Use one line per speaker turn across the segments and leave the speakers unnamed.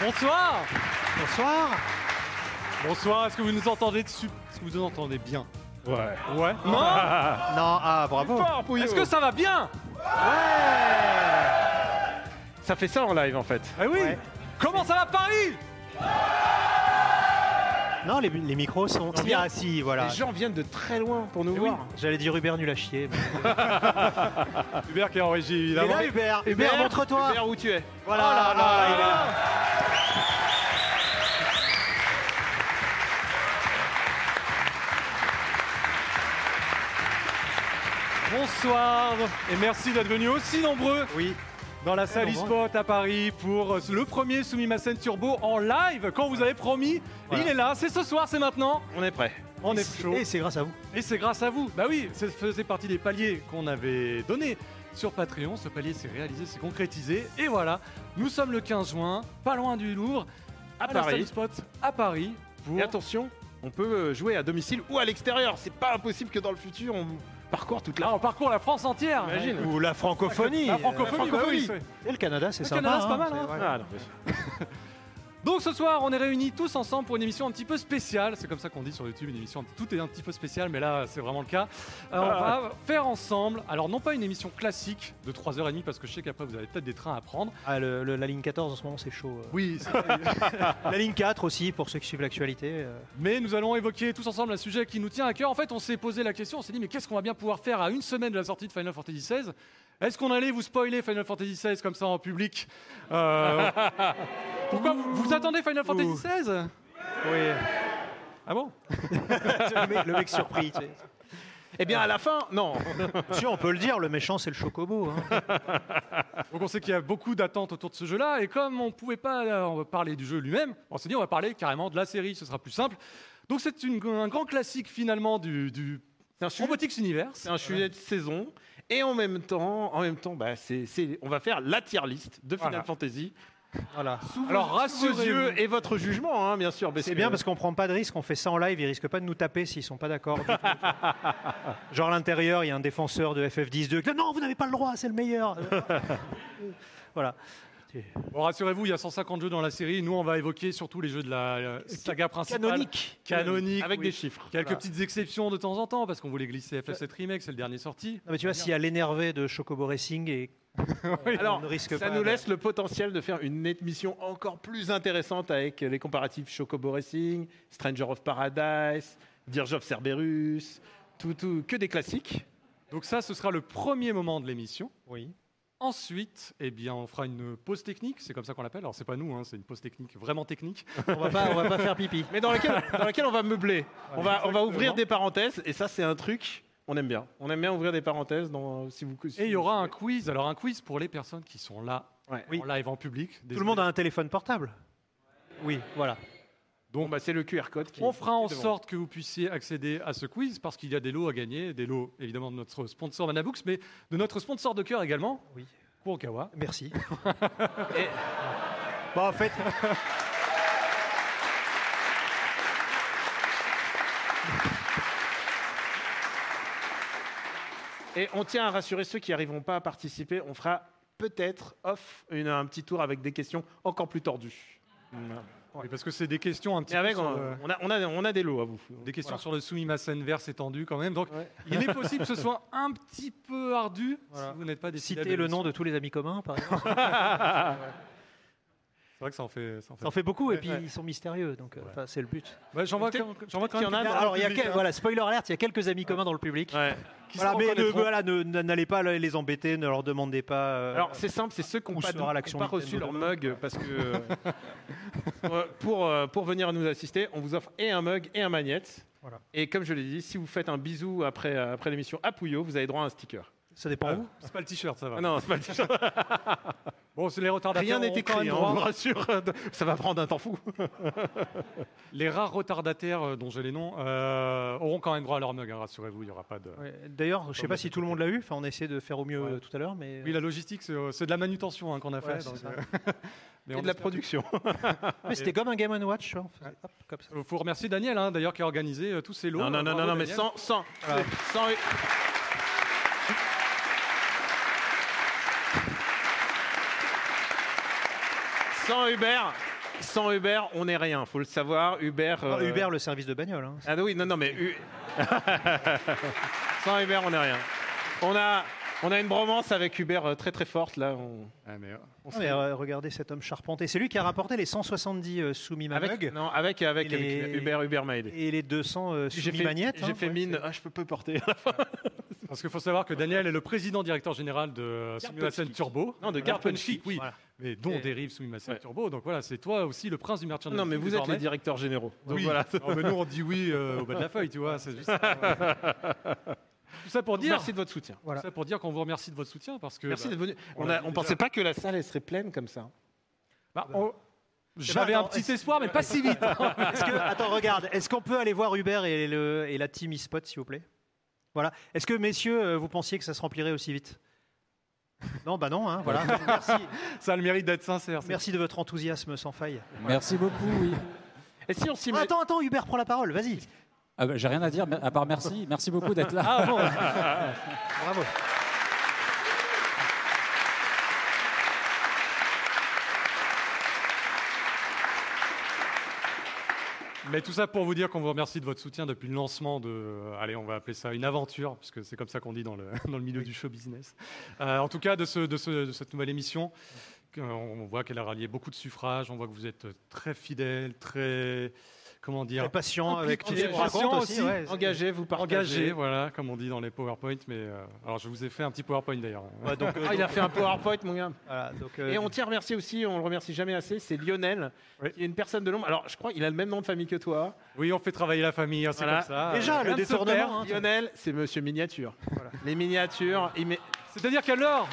Bonsoir
Bonsoir.
Bonsoir, est-ce que vous nous entendez dessus Est-ce que vous nous entendez bien
Ouais.
Ouais. Non
Non, ah, bravo.
Fort, Pouillot.
Est-ce que ça va bien
Ça fait ça en live en fait.
Eh oui
Ouais.
Comment ça va Paris
Non, les, les micros sont. Si,
vient-
ah, si, voilà.
Les gens viennent de très loin pour nous
Eh Oui,
voir.
j'allais dire Hubert nul à chier. mais-
Hubert qui est en régie,
Il est
évidemment.
là, Hubert. Hubert, montre-toi.
Hubert, où tu es
Voilà,
Oh là là,
ah,
il est là. Bonsoir et merci d'être venus aussi nombreux
Oui.
dans la salle
Très
eSpot à Paris pour euh, le premier Soumis ma scène turbo en live quand vous avez promis. Et
Voilà.
Il est là, c'est ce soir, c'est maintenant.
On est prêt.
On est chaud.
Et c'est grâce à vous.
Et c'est grâce à vous. Bah oui, ça faisait partie des paliers qu'on avait donnés sur Patreon. Ce palier s'est réalisé, s'est concrétisé. Et voilà, nous sommes le 15 juin, pas loin du Louvre, à, la
Paris.
salle Spot, à Paris. Pour...
Et attention, on peut euh, jouer à domicile ou à l'extérieur. C'est pas impossible que dans le futur on parcourt toute la.
Là, Ah, on parcourt la France entière.
Imagine.
Ou la francophonie.
La francophonie,
La
bah oui.
francophonie.
Et le Canada, c'est
Le
sympa.
Canada, c'est pas
hein,
mal,
c'est-
hein.
voilà.
Ah, non, mais-
Donc ce soir, on est réunis tous ensemble pour une émission un petit peu spéciale. C'est comme ça qu'on dit sur YouTube, une émission un- tout est un petit peu spéciale, mais là c'est vraiment le cas. Euh, on va
Ah.
faire ensemble, alors non pas une émission classique de 3h30 parce que je sais qu'après vous avez peut-être des trains à prendre.
Ah, le- le- la ligne 14 en ce moment, c'est chaud. euh.
Oui, c'est- Ah.
La ligne 4 aussi, pour ceux qui suivent l'actualité. euh.
mais nous allons évoquer tous ensemble un sujet qui nous tient à cœur. En fait, on s'est posé la question, on s'est dit mais qu'est-ce qu'on va bien pouvoir faire à une semaine de la sortie de Final Fantasy XVI Est-ce qu'on allait vous spoiler Final Fantasy XVI comme ça en public Euh, Pourquoi vous, vous attendez Final Fantasy XVI
Oui.
Ah bon
le, mec, le mec surpris. tu sais.
Eh bien à la fin, non.
Si, on peut le dire, le méchant, c'est le chocobo. hein.
Donc on sait qu'il y a beaucoup d'attentes autour de ce jeu-là, et comme on ne pouvait pas euh, parler du jeu lui-même, on s'est dit on va parler carrément de la série, ce sera plus simple. Donc c'est une- un grand classique finalement du, du
C'est un sujet,
Robotics Universe.
c'est un sujet de saison. Et en même temps, en même temps, bah, c'est, c'est- on va faire la tier list de Final
Voilà.
Fantasy.
Voilà.
Alors
Sous vos
rassurez-vous,
yeux et votre jugement, hein, bien sûr. parce
C'est
que-
bien parce qu'on prend pas de risque, on fait ça en live, ils risquent pas de nous taper s'ils sont pas d'accord. du tout. Genre à l'intérieur, il y a un défenseur de FF10 2 non, vous n'avez pas le droit, c'est le meilleur. voilà.
bon, rassurez-vous, il y a 150 jeux dans la série, nous on va évoquer surtout les jeux de la euh, saga principale. Canonique.
Avec
oui.
des chiffres.
Quelques
Voilà.
petites exceptions de temps en temps, parce qu'on voulait glisser
Euh.
FF7 Remake, c'est le dernier sorti.
Non, mais tu vois, s'il y a l'énervé de Chocobo Racing et
Alors,
on ne risque
ça
pas
nous
de-
laisse le potentiel de faire une émission encore plus intéressante avec les comparatifs Chocobo Racing, Stranger of Paradise, Dirge of Cerberus, tout, tout, que des classiques.
Donc ça, ce sera le premier moment de l'émission.
Oui.
Ensuite, eh bien, on fera une pause technique, c'est comme ça qu'on l'appelle. Alors c'est pas nous, hein, c'est une pause technique vraiment technique.
On va pas, on va pas faire pipi.
Mais dans laquelle, dans laquelle on va meubler. on, va, on va ouvrir des parenthèses, et ça, c'est un truc, on aime bien. On aime bien ouvrir des parenthèses dans, si vous si
Et il y
vous-
aura un quiz. Alors un quiz pour les personnes qui sont là,
Ouais.
Oui.
en live, en public.
Tout le monde a un téléphone portable. Oui, voilà.
Donc, bah, c'est le QR code qui.
On fera en
qui est devant.
sorte que vous puissiez accéder à ce quiz parce qu'il y a des lots à gagner, des lots évidemment de notre sponsor Manabooks, mais de notre sponsor de cœur également,
Oui.
Kurokawa.
Merci. Et- Bon, en fait,
Et on tient à rassurer ceux qui n'arriveront pas à participer. On fera peut-être off une- un petit tour avec des questions encore plus tordues. Voilà.
Oui, parce que c'est des questions un petit
Et avec,
peu
on,
sur le-
on a, on, a, on a des lots à vous.
des questions sur le Soumimasen vert étendu quand même. Donc
Ouais.
il est possible que ce soit un petit peu ardu
Voilà.
si vous n'êtes pas des
citer le nom de tous les amis communs, par exemple,
C'est vrai que ça en fait. Ça en fait.
ça en fait beaucoup, et
Ouais,
puis
ouais.
ils sont mystérieux, donc euh, enfin, c'est le but.
Ouais, J'en vois
Peut-être-
quand j'en vois quand
qu'il y
même.
en a
quelques-
dans-
Alors, il y a
public,
quel-
hein.
voilà, spoiler alert, il y a quelques amis communs dans le public.
Ouais.
qui se
Voilà, mais ne-
reconnaîtront.
voilà, ne- n'allez pas les les embêter, ne leur demandez pas. euh,
Alors c'est simple, c'est ceux qui n'ont
Où
pas,
sera
de-
l'action
qui ont pas reçu
Nintendo
leur mug parce que euh, euh, pour, euh, pour venir nous assister, on vous offre et un mug et un magnète.
Voilà.
Et comme je l'ai dit, si vous faites un bisou après, euh, après l'émission à Pouillot, vous avez droit à un sticker.
ça dépend où.
C'est pas le t-shirt, ça va.
Ah non, c'est pas le t-shirt.
Bon, c'est les retardataires.
rien n'est
ont quand même
écrit, hein,
droit.
on vous rassure. Ça va prendre un temps fou.
Les rares retardataires euh, dont j'ai les noms euh, auront quand même droit à leur mug, hein, rassurez-vous, il n'y aura pas de...
Ouais, D'ailleurs, je sais pas si tout le monde l'a eu. Enfin, on a essayé de faire au mieux
Ouais.
euh, tout à l'heure, mais euh,
Oui, la logistique, c'est euh, c'est de la manutention hein, qu'on a
voilà,
fait.
c'est
donc,
ça.
euh, mais
Et
on
de la
espère.
production.
Mais Ah, c'était comme un Game Watch. tu vois, on faisait hop, comme ça.
Euh, faut remercier Daniel, hein, d'ailleurs, qui a organisé euh, tous ces lots.
Non, non, non,
Bravo,
non, non, mais
Daniel.
sans, sans,
Voilà.
sans- sans Hubert, sans Uber, on n'est rien, faut le savoir. Uber.
Enfin,
euh,
Uber, Ah, le service de bagnole. hein.
Ah oui, non, non, mais U- sans Uber, on n'est rien. On a, on a une bromance avec Uber euh, très très forte là. on-
Ah, mais, euh,
on
Non,
se-
mais, euh, regardez cet homme charpenté. C'est lui qui a rapporté les 170 euh, soumis
avec,
Mamug
non, avec, euh, avec,
Il
avec
est-
Uber, Uber m'a aidé.
et les 200 euh,
J'ai
soumis
fait,
Magnette,
j'ai
hein.
fait
Ouais,
mine.
c'est-
Ah, je peux pas porter.
Parce qu'il faut savoir que Daniel est le président directeur général de euh, Simulation
Chic.
Turbo.
Non, de
Garpen
Garpen
Chic, oui.
Voilà.
Mais dont
Et-
dérive Simulation
Ouais.
Turbo. Donc voilà, c'est toi aussi le prince du merchandising.
non, mais vous êtes
désormais.
les directeurs généraux. Donc
Oui.
voilà.
Non, mais nous, on dit oui euh, au bas de la feuille, tu vois. c'est juste- Tout ça pour dire.
Merci de votre soutien.
tout ça pour dire qu'on vous remercie de votre soutien parce que
Merci
bah,
d'être venu.
on
On,
l'a
a,
dit
on
déjà.
pensait pas que la salle elle serait pleine comme ça.
bah, on- j'avais un
attends,
petit
est-ce-
espoir, mais pas si vite.
Est-ce que- attends, regarde. Est-ce qu'on peut aller voir Uber et, le- et la team e-spot, s'il vous plaît Voilà. Est-ce que, messieurs, euh, vous pensiez que ça se remplirait aussi vite Non, bah non, hein, voilà. Merci,
Ça a le mérite d'être sincère. c'est-
merci de votre enthousiasme sans faille.
Merci beaucoup, oui.
Et si on s'y
Ah,
met
attends, attends, Uber, prends la parole, vas-y.
Ah ben, J'ai rien à dire, mais- à part merci. Merci beaucoup d'être là.
Ah bon Bravo.
Mais tout ça pour vous dire qu'on vous remercie de votre soutien depuis le lancement de, euh, allez, on va appeler ça une aventure, puisque c'est comme ça qu'on dit dans le, dans le milieu du show business. Euh, en tout cas, de, ce- de ce- de cette nouvelle émission, que- on voit qu'elle a rallié beaucoup de suffrages, on voit que vous êtes euh, très fidèles, très, comment dire,
Très patient avec
Impliqué,
tu racontes
patient aussi,
ouais.
Engagez, vous partagez.
engagés, voilà, comme on dit dans les PowerPoint. Mais euh, alors, je vous ai fait un petit PowerPoint d'ailleurs.
Ouais, donc, euh,
Ah, il a fait un PowerPoint, mon gars.
voilà, donc, euh,
Et on tient à remercier aussi, on le remercie jamais assez, c'est Lionel,
Oui.
qui est une personne de l'ombre. Alors, je crois qu'il a le même nom de famille que toi.
Oui, on fait travailler la famille, hein, c'est
Voilà.
comme ça.
Déjà,
Euh,
le
rien ne se
détournement,
perd.
hein.
Lionel, c'est Monsieur Miniature. Les miniatures, il met-
C'est-à-dire qu'à l'heure,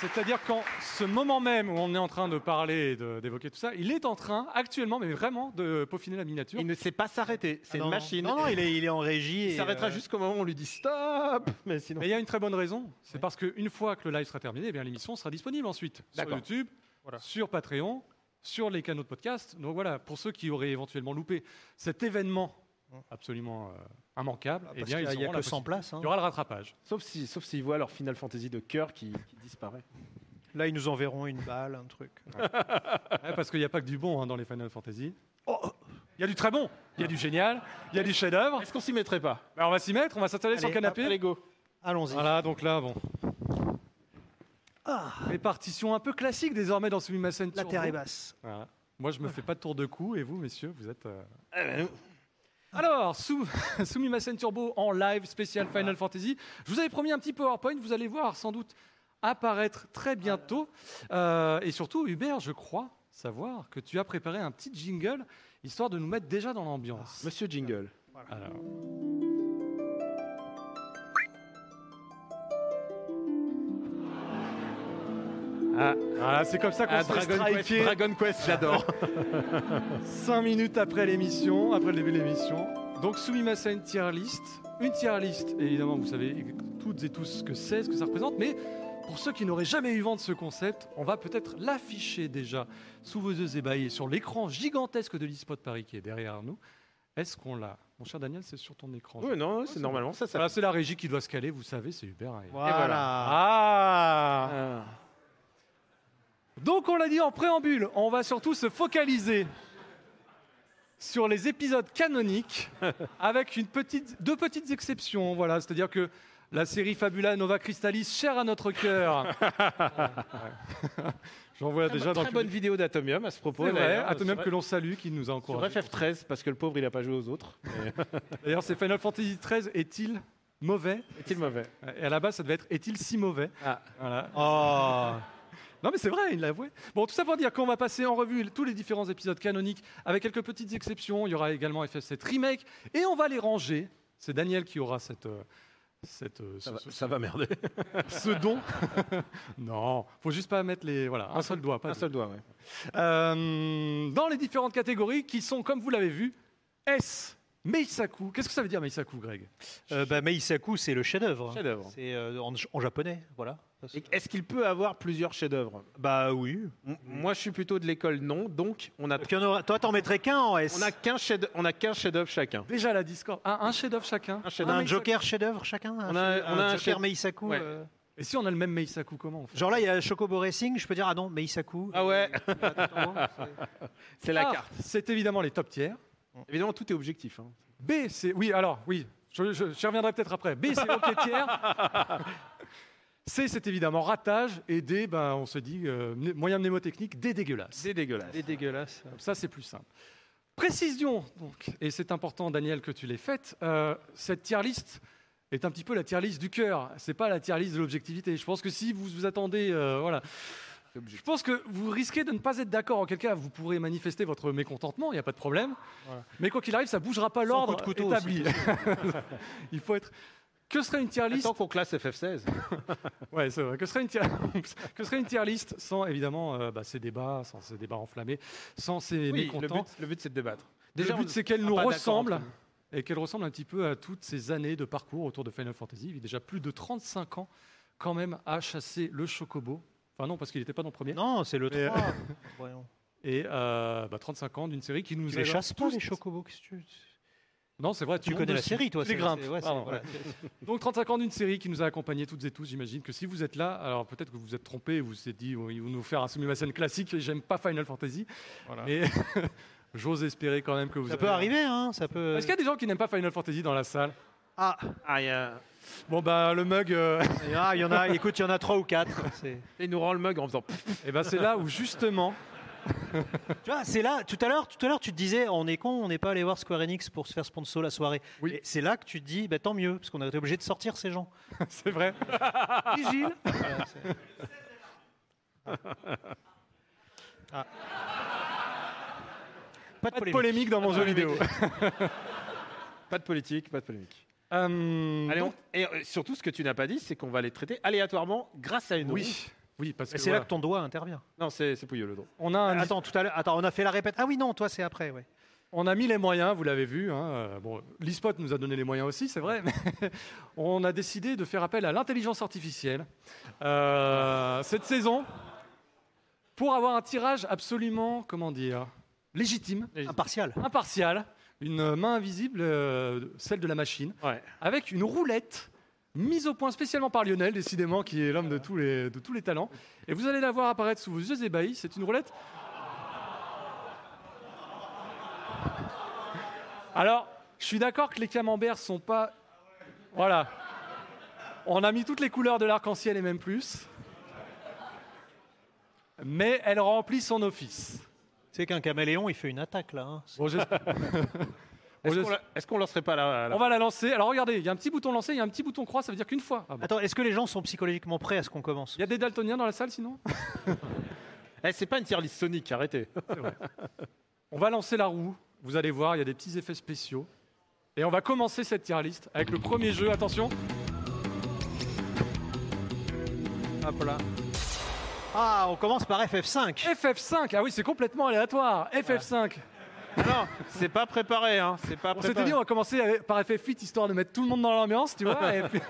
C'est-à-dire qu'en ce moment même où on est en train de parler et de- d'évoquer tout ça, il est en train actuellement, mais vraiment, de peaufiner la miniature.
il ne sait pas s'arrêter.
Ah
C'est
non,
une
non.
machine.
Non, non, il est, il est en régie.
Il
et,
s'arrêtera
euh,
jusqu'au moment où on lui dit stop. Mais sinon,
Mais il y a une très bonne raison, c'est parce qu'une fois que le live sera terminé, eh bien l'émission sera disponible ensuite sur
D'accord.
YouTube,
Voilà.
sur Patreon, sur les canaux de podcast. Donc voilà, pour ceux qui auraient éventuellement loupé cet événement absolument euh, immanquable, eh
Mmh. ah, Parce
bien
qu'il y a-
ils
il n'y a
auront
que
la
100
possibilité.
places. hein.
Il y aura le rattrapage.
sauf si, sauf s'il voit leur Final Fantasy de cœur qui, qui disparaît.
Là, ils nous enverront une balle, un truc.
Ouais, parce qu'il n'y a pas que du bon hein, dans les Final Fantasy. Il y a du très bon, il y a du génial, il y a du chef-d'œuvre.
Est-ce qu'on s'y mettrait pas
Bah, on va s'y mettre, on va s'installer sur le
Allez,
canapé.
Allez go.
Allons-y.
Voilà, donc là, bon. Répartition un peu classique désormais dans Sublimation
Ah. La terre est basse.
Voilà. Moi, je me fais pas de tour de cou, et vous, messieurs, vous êtes. euh, Alors, sous, Sumimasen Turbo en live spécial Final Fantasy. Je vous avais promis un petit PowerPoint, vous allez voir sans doute apparaître très bientôt. Euh, et surtout, Hubert, je crois savoir que tu as préparé un petit jingle histoire de nous mettre déjà dans l'ambiance.
Monsieur Jingle.
Alors. Ah, ah, c'est comme ça qu'on
Ah,
se fait
Dragon Quest,
striker.
Dragon Quest, j'adore.
5 minutes après l'émission, après le début de l'émission. Donc Soumimasa une tier list. Une tier list, et évidemment, vous savez toutes et tous ce que c'est, ce que ça représente, mais pour ceux qui n'auraient jamais eu vent de ce concept, on va peut-être l'afficher déjà sous vos yeux ébahis et sur l'écran gigantesque de l'eSpot Paris qui est derrière nous. Est-ce qu'on l'a Mon cher Daniel, c'est sur ton écran.
oui, non, c'est normalement ça. ça
Voilà, c'est la régie qui doit se caler, vous savez, c'est Uber. hein.
Voilà.
Ah
Ah.
Donc on l'a dit en préambule, on va surtout se focaliser sur les épisodes canoniques, avec une petite, deux petites exceptions. Voilà, c'est-à-dire que la série Fabula Nova Crystallis, chère à notre cœur. Ouais. J'en vois déjà dans
Très
le
bonne
public.
vidéo d'Atomium à ce propos.
C'est vrai,
d'ailleurs,
Atomium
sur-
que l'on salue, qui nous a
hein, Sur
encouragés.
FF13, parce que le pauvre, il a pas joué aux autres.
D'ailleurs, c'est Final Fantasy XIII, est-il mauvais
Est-il mauvais
Et à la base, ça devait être est-il si mauvais
Ah.
Voilà. Non mais c'est vrai, il l'a avoué. Bon, tout ça pour dire qu'on va passer en revue tous les différents épisodes canoniques, avec quelques petites exceptions. Il y aura également FF7 Remake, et on va les ranger. C'est Daniel qui aura cette, euh, cette, euh, ce, ce-
merder.
ce don. non, faut juste pas mettre les, voilà, un seul doigt, pas
Un
deux.
seul doigt, ouais.
Euh, dans les différentes catégories qui sont, comme vous l'avez vu, S, Meisaku. Qu'est-ce que ça veut dire Meisaku, Greg
Euh, bah, Meisaku, c'est le chef-d'œuvre.
Chef-d'œuvre.
C'est euh, en, en japonais, voilà.
Et Est-ce qu'il peut avoir plusieurs chefs-d'œuvre
Bah oui.
M- Moi, je suis plutôt de l'école non, donc on a
Puis on aura- Toi, t'en mettrais qu'un en S.
on a qu'un chef on a qu'un chef-d'œuvre chacun.
Déjà la Discord. Ah, un chef-d'œuvre chacun.
Un
On a
chef-d'œuvre.
un joker chef-d'œuvre chacun
On a- on a un
joker
chef-
Meisaku.
Ouais.
euh,
Et si on a le même Meisaku, comment on fait
Genre là, il y a Chocobo Racing, je peux dire, ah non, mais Isaku.
Ah ouais,
Attends, c'est-
c'est la
Ah,
carte.
C'est évidemment les top tiers.
Évidemment, tout est objectif. hein.
B, c'est. Oui, alors, oui, je, je- j'y reviendrai peut-être après. B, c'est OK tiers. C, c'est évidemment ratage. Et D, ben, on se dit, euh, mné- moyen mnémotechnique, D dégueulasse.
C'est dégueulasse.
C'est dégueulasse.
Comme ça, c'est plus simple. Précision, donc, et c'est important, Daniel, que tu l'aies faite. euh, cette tier list est un petit peu la tier list du cœur. C'est pas la tier list de l'objectivité. Je pense que si vous vous attendez, euh, voilà. Je pense que vous risquez de ne pas être d'accord. En quel cas, vous pourrez manifester votre mécontentement. Il n'y a pas de problème. Mais quoi qu'il arrive, ça bougera pas l'ordre
coup de couteau
établi. il faut être. Que serait une tier list
Tant qu'on classe FF16.
Ouais, c'est vrai. Que serait une tier, que serait une tier list sans évidemment euh, bah, ces débats, sans ces débats enflammés, sans ces
Oui, le
mécontents
but, le but, c'est de débattre.
Déjà, le
on-
but, c'est qu'elle
on
nous
pas d'accord
ressemble
entre nous.
et qu'elle ressemble un petit peu à toutes ces années de parcours autour de Final Fantasy. Il est déjà plus de 35 ans quand même à chasser le chocobo. Enfin non, parce qu'il n'était pas dans le premier.
Non, c'est le
Mais,
3. Voyons.
Et euh, bah, 35 ans d'une série qui nous
Tu les
a-
chasses pas,
tous-
les Chocobo qu'est-ce que tu...
Non, c'est vrai. tout
tu
le monde
connais la
le suit.
série, toi.
Tu les
c'est-
grimpes.
c'est- ouais, c'est-
Pardon,
voilà.
Donc 35 ans d'une série qui nous a accompagnés toutes et tous. J'imagine que si vous êtes là, alors peut-être que vous vous êtes trompé, vous vous êtes dit, oh, ils vont nous faire un Sumimasen classique. et J'aime pas Final Fantasy, mais j'ose espérer quand même que vous.
Ça
avez-
peut arriver, hein. Ça peut...
Est-ce qu'il y a des gens qui n'aiment pas Final Fantasy dans la salle
Ah,
Ah, il y a-
Bon bah le mug. euh,
il y en a- il y en a, écoute, il y en a 3 ou 4. C'est...
Il nous rend le mug en faisant. pff.
Et ben c'est là où justement,
Tu vois, c'est là, tout à l'heure, tout à l'heure, tu te disais, on est con, on n'est pas allé voir Square Enix pour se faire sponsor la soirée.
Oui.
Et c'est là que tu te dis, bah, tant mieux, parce qu'on a été obligé de sortir ces gens.
c'est vrai.
Vigile. Ah.
Pas
Pas de
de
polémique.
polémique dans mon jeu vidéo.
Pas de politique, pas de polémique.
Euh,
Allez, on-
donc-
Et euh, surtout, ce que tu n'as pas dit, c'est qu'on va les traiter aléatoirement grâce à une roue.
Oui, oui, parce que
Et c'est là
voilà,
que ton doigt intervient. Ah,
Non, c'est c'est Pouilleux le don.
on a un-
Attends, tout à l'heure, attends, on a fait la répète. Ah oui, non, toi, c'est après, ouais.
on a mis les moyens, vous l'avez vu. hein, euh, Bon, l'e-spot nous a donné les moyens aussi, c'est vrai. mais on a décidé de faire appel à l'intelligence artificielle euh, cette saison pour avoir un tirage absolument, comment dire, légitime,
Impartial.
impartial, une main invisible, euh, celle de la machine.
Ouais.
avec une roulette mise au point spécialement par Lionel, décidément, qui est l'homme de, tous les- de tous les talents. Et vous allez la voir apparaître sous vos yeux ébahis. C'est une roulette. Alors, je suis d'accord que les camemberts sont pas. Voilà. On a mis toutes les couleurs de l'arc-en-ciel et même plus. Mais elle remplit son office.
C'est qu'un caméléon, il fait une attaque, là. hein.
Bon, j'espère- Bon,
Est-ce
j'espère-
qu'on la- est-ce qu'on lancerait pas la. la-
on va la lancer. Alors regardez, il y a un petit bouton lancer, il y a un petit bouton croix, ça veut dire qu'une fois. Ah bon.
Attends, est-ce que les gens sont psychologiquement prêts à ce qu'on commence
Il y a des daltoniens dans la salle sinon
Eh, c'est pas une tier list Sonic, arrêtez.
On va lancer la roue, vous allez voir, il y a des petits effets spéciaux. Et on va commencer cette tier list avec le premier jeu, attention. Hop là.
Ah, on commence par FF5.
FF5, ah oui c'est complètement aléatoire, FF5.
non, c'est pas préparé, hein. C'est pas
On
préparé.
s'était dit on va commencer avec- par FF8 histoire de mettre tout le monde dans l'ambiance, tu vois. et puis-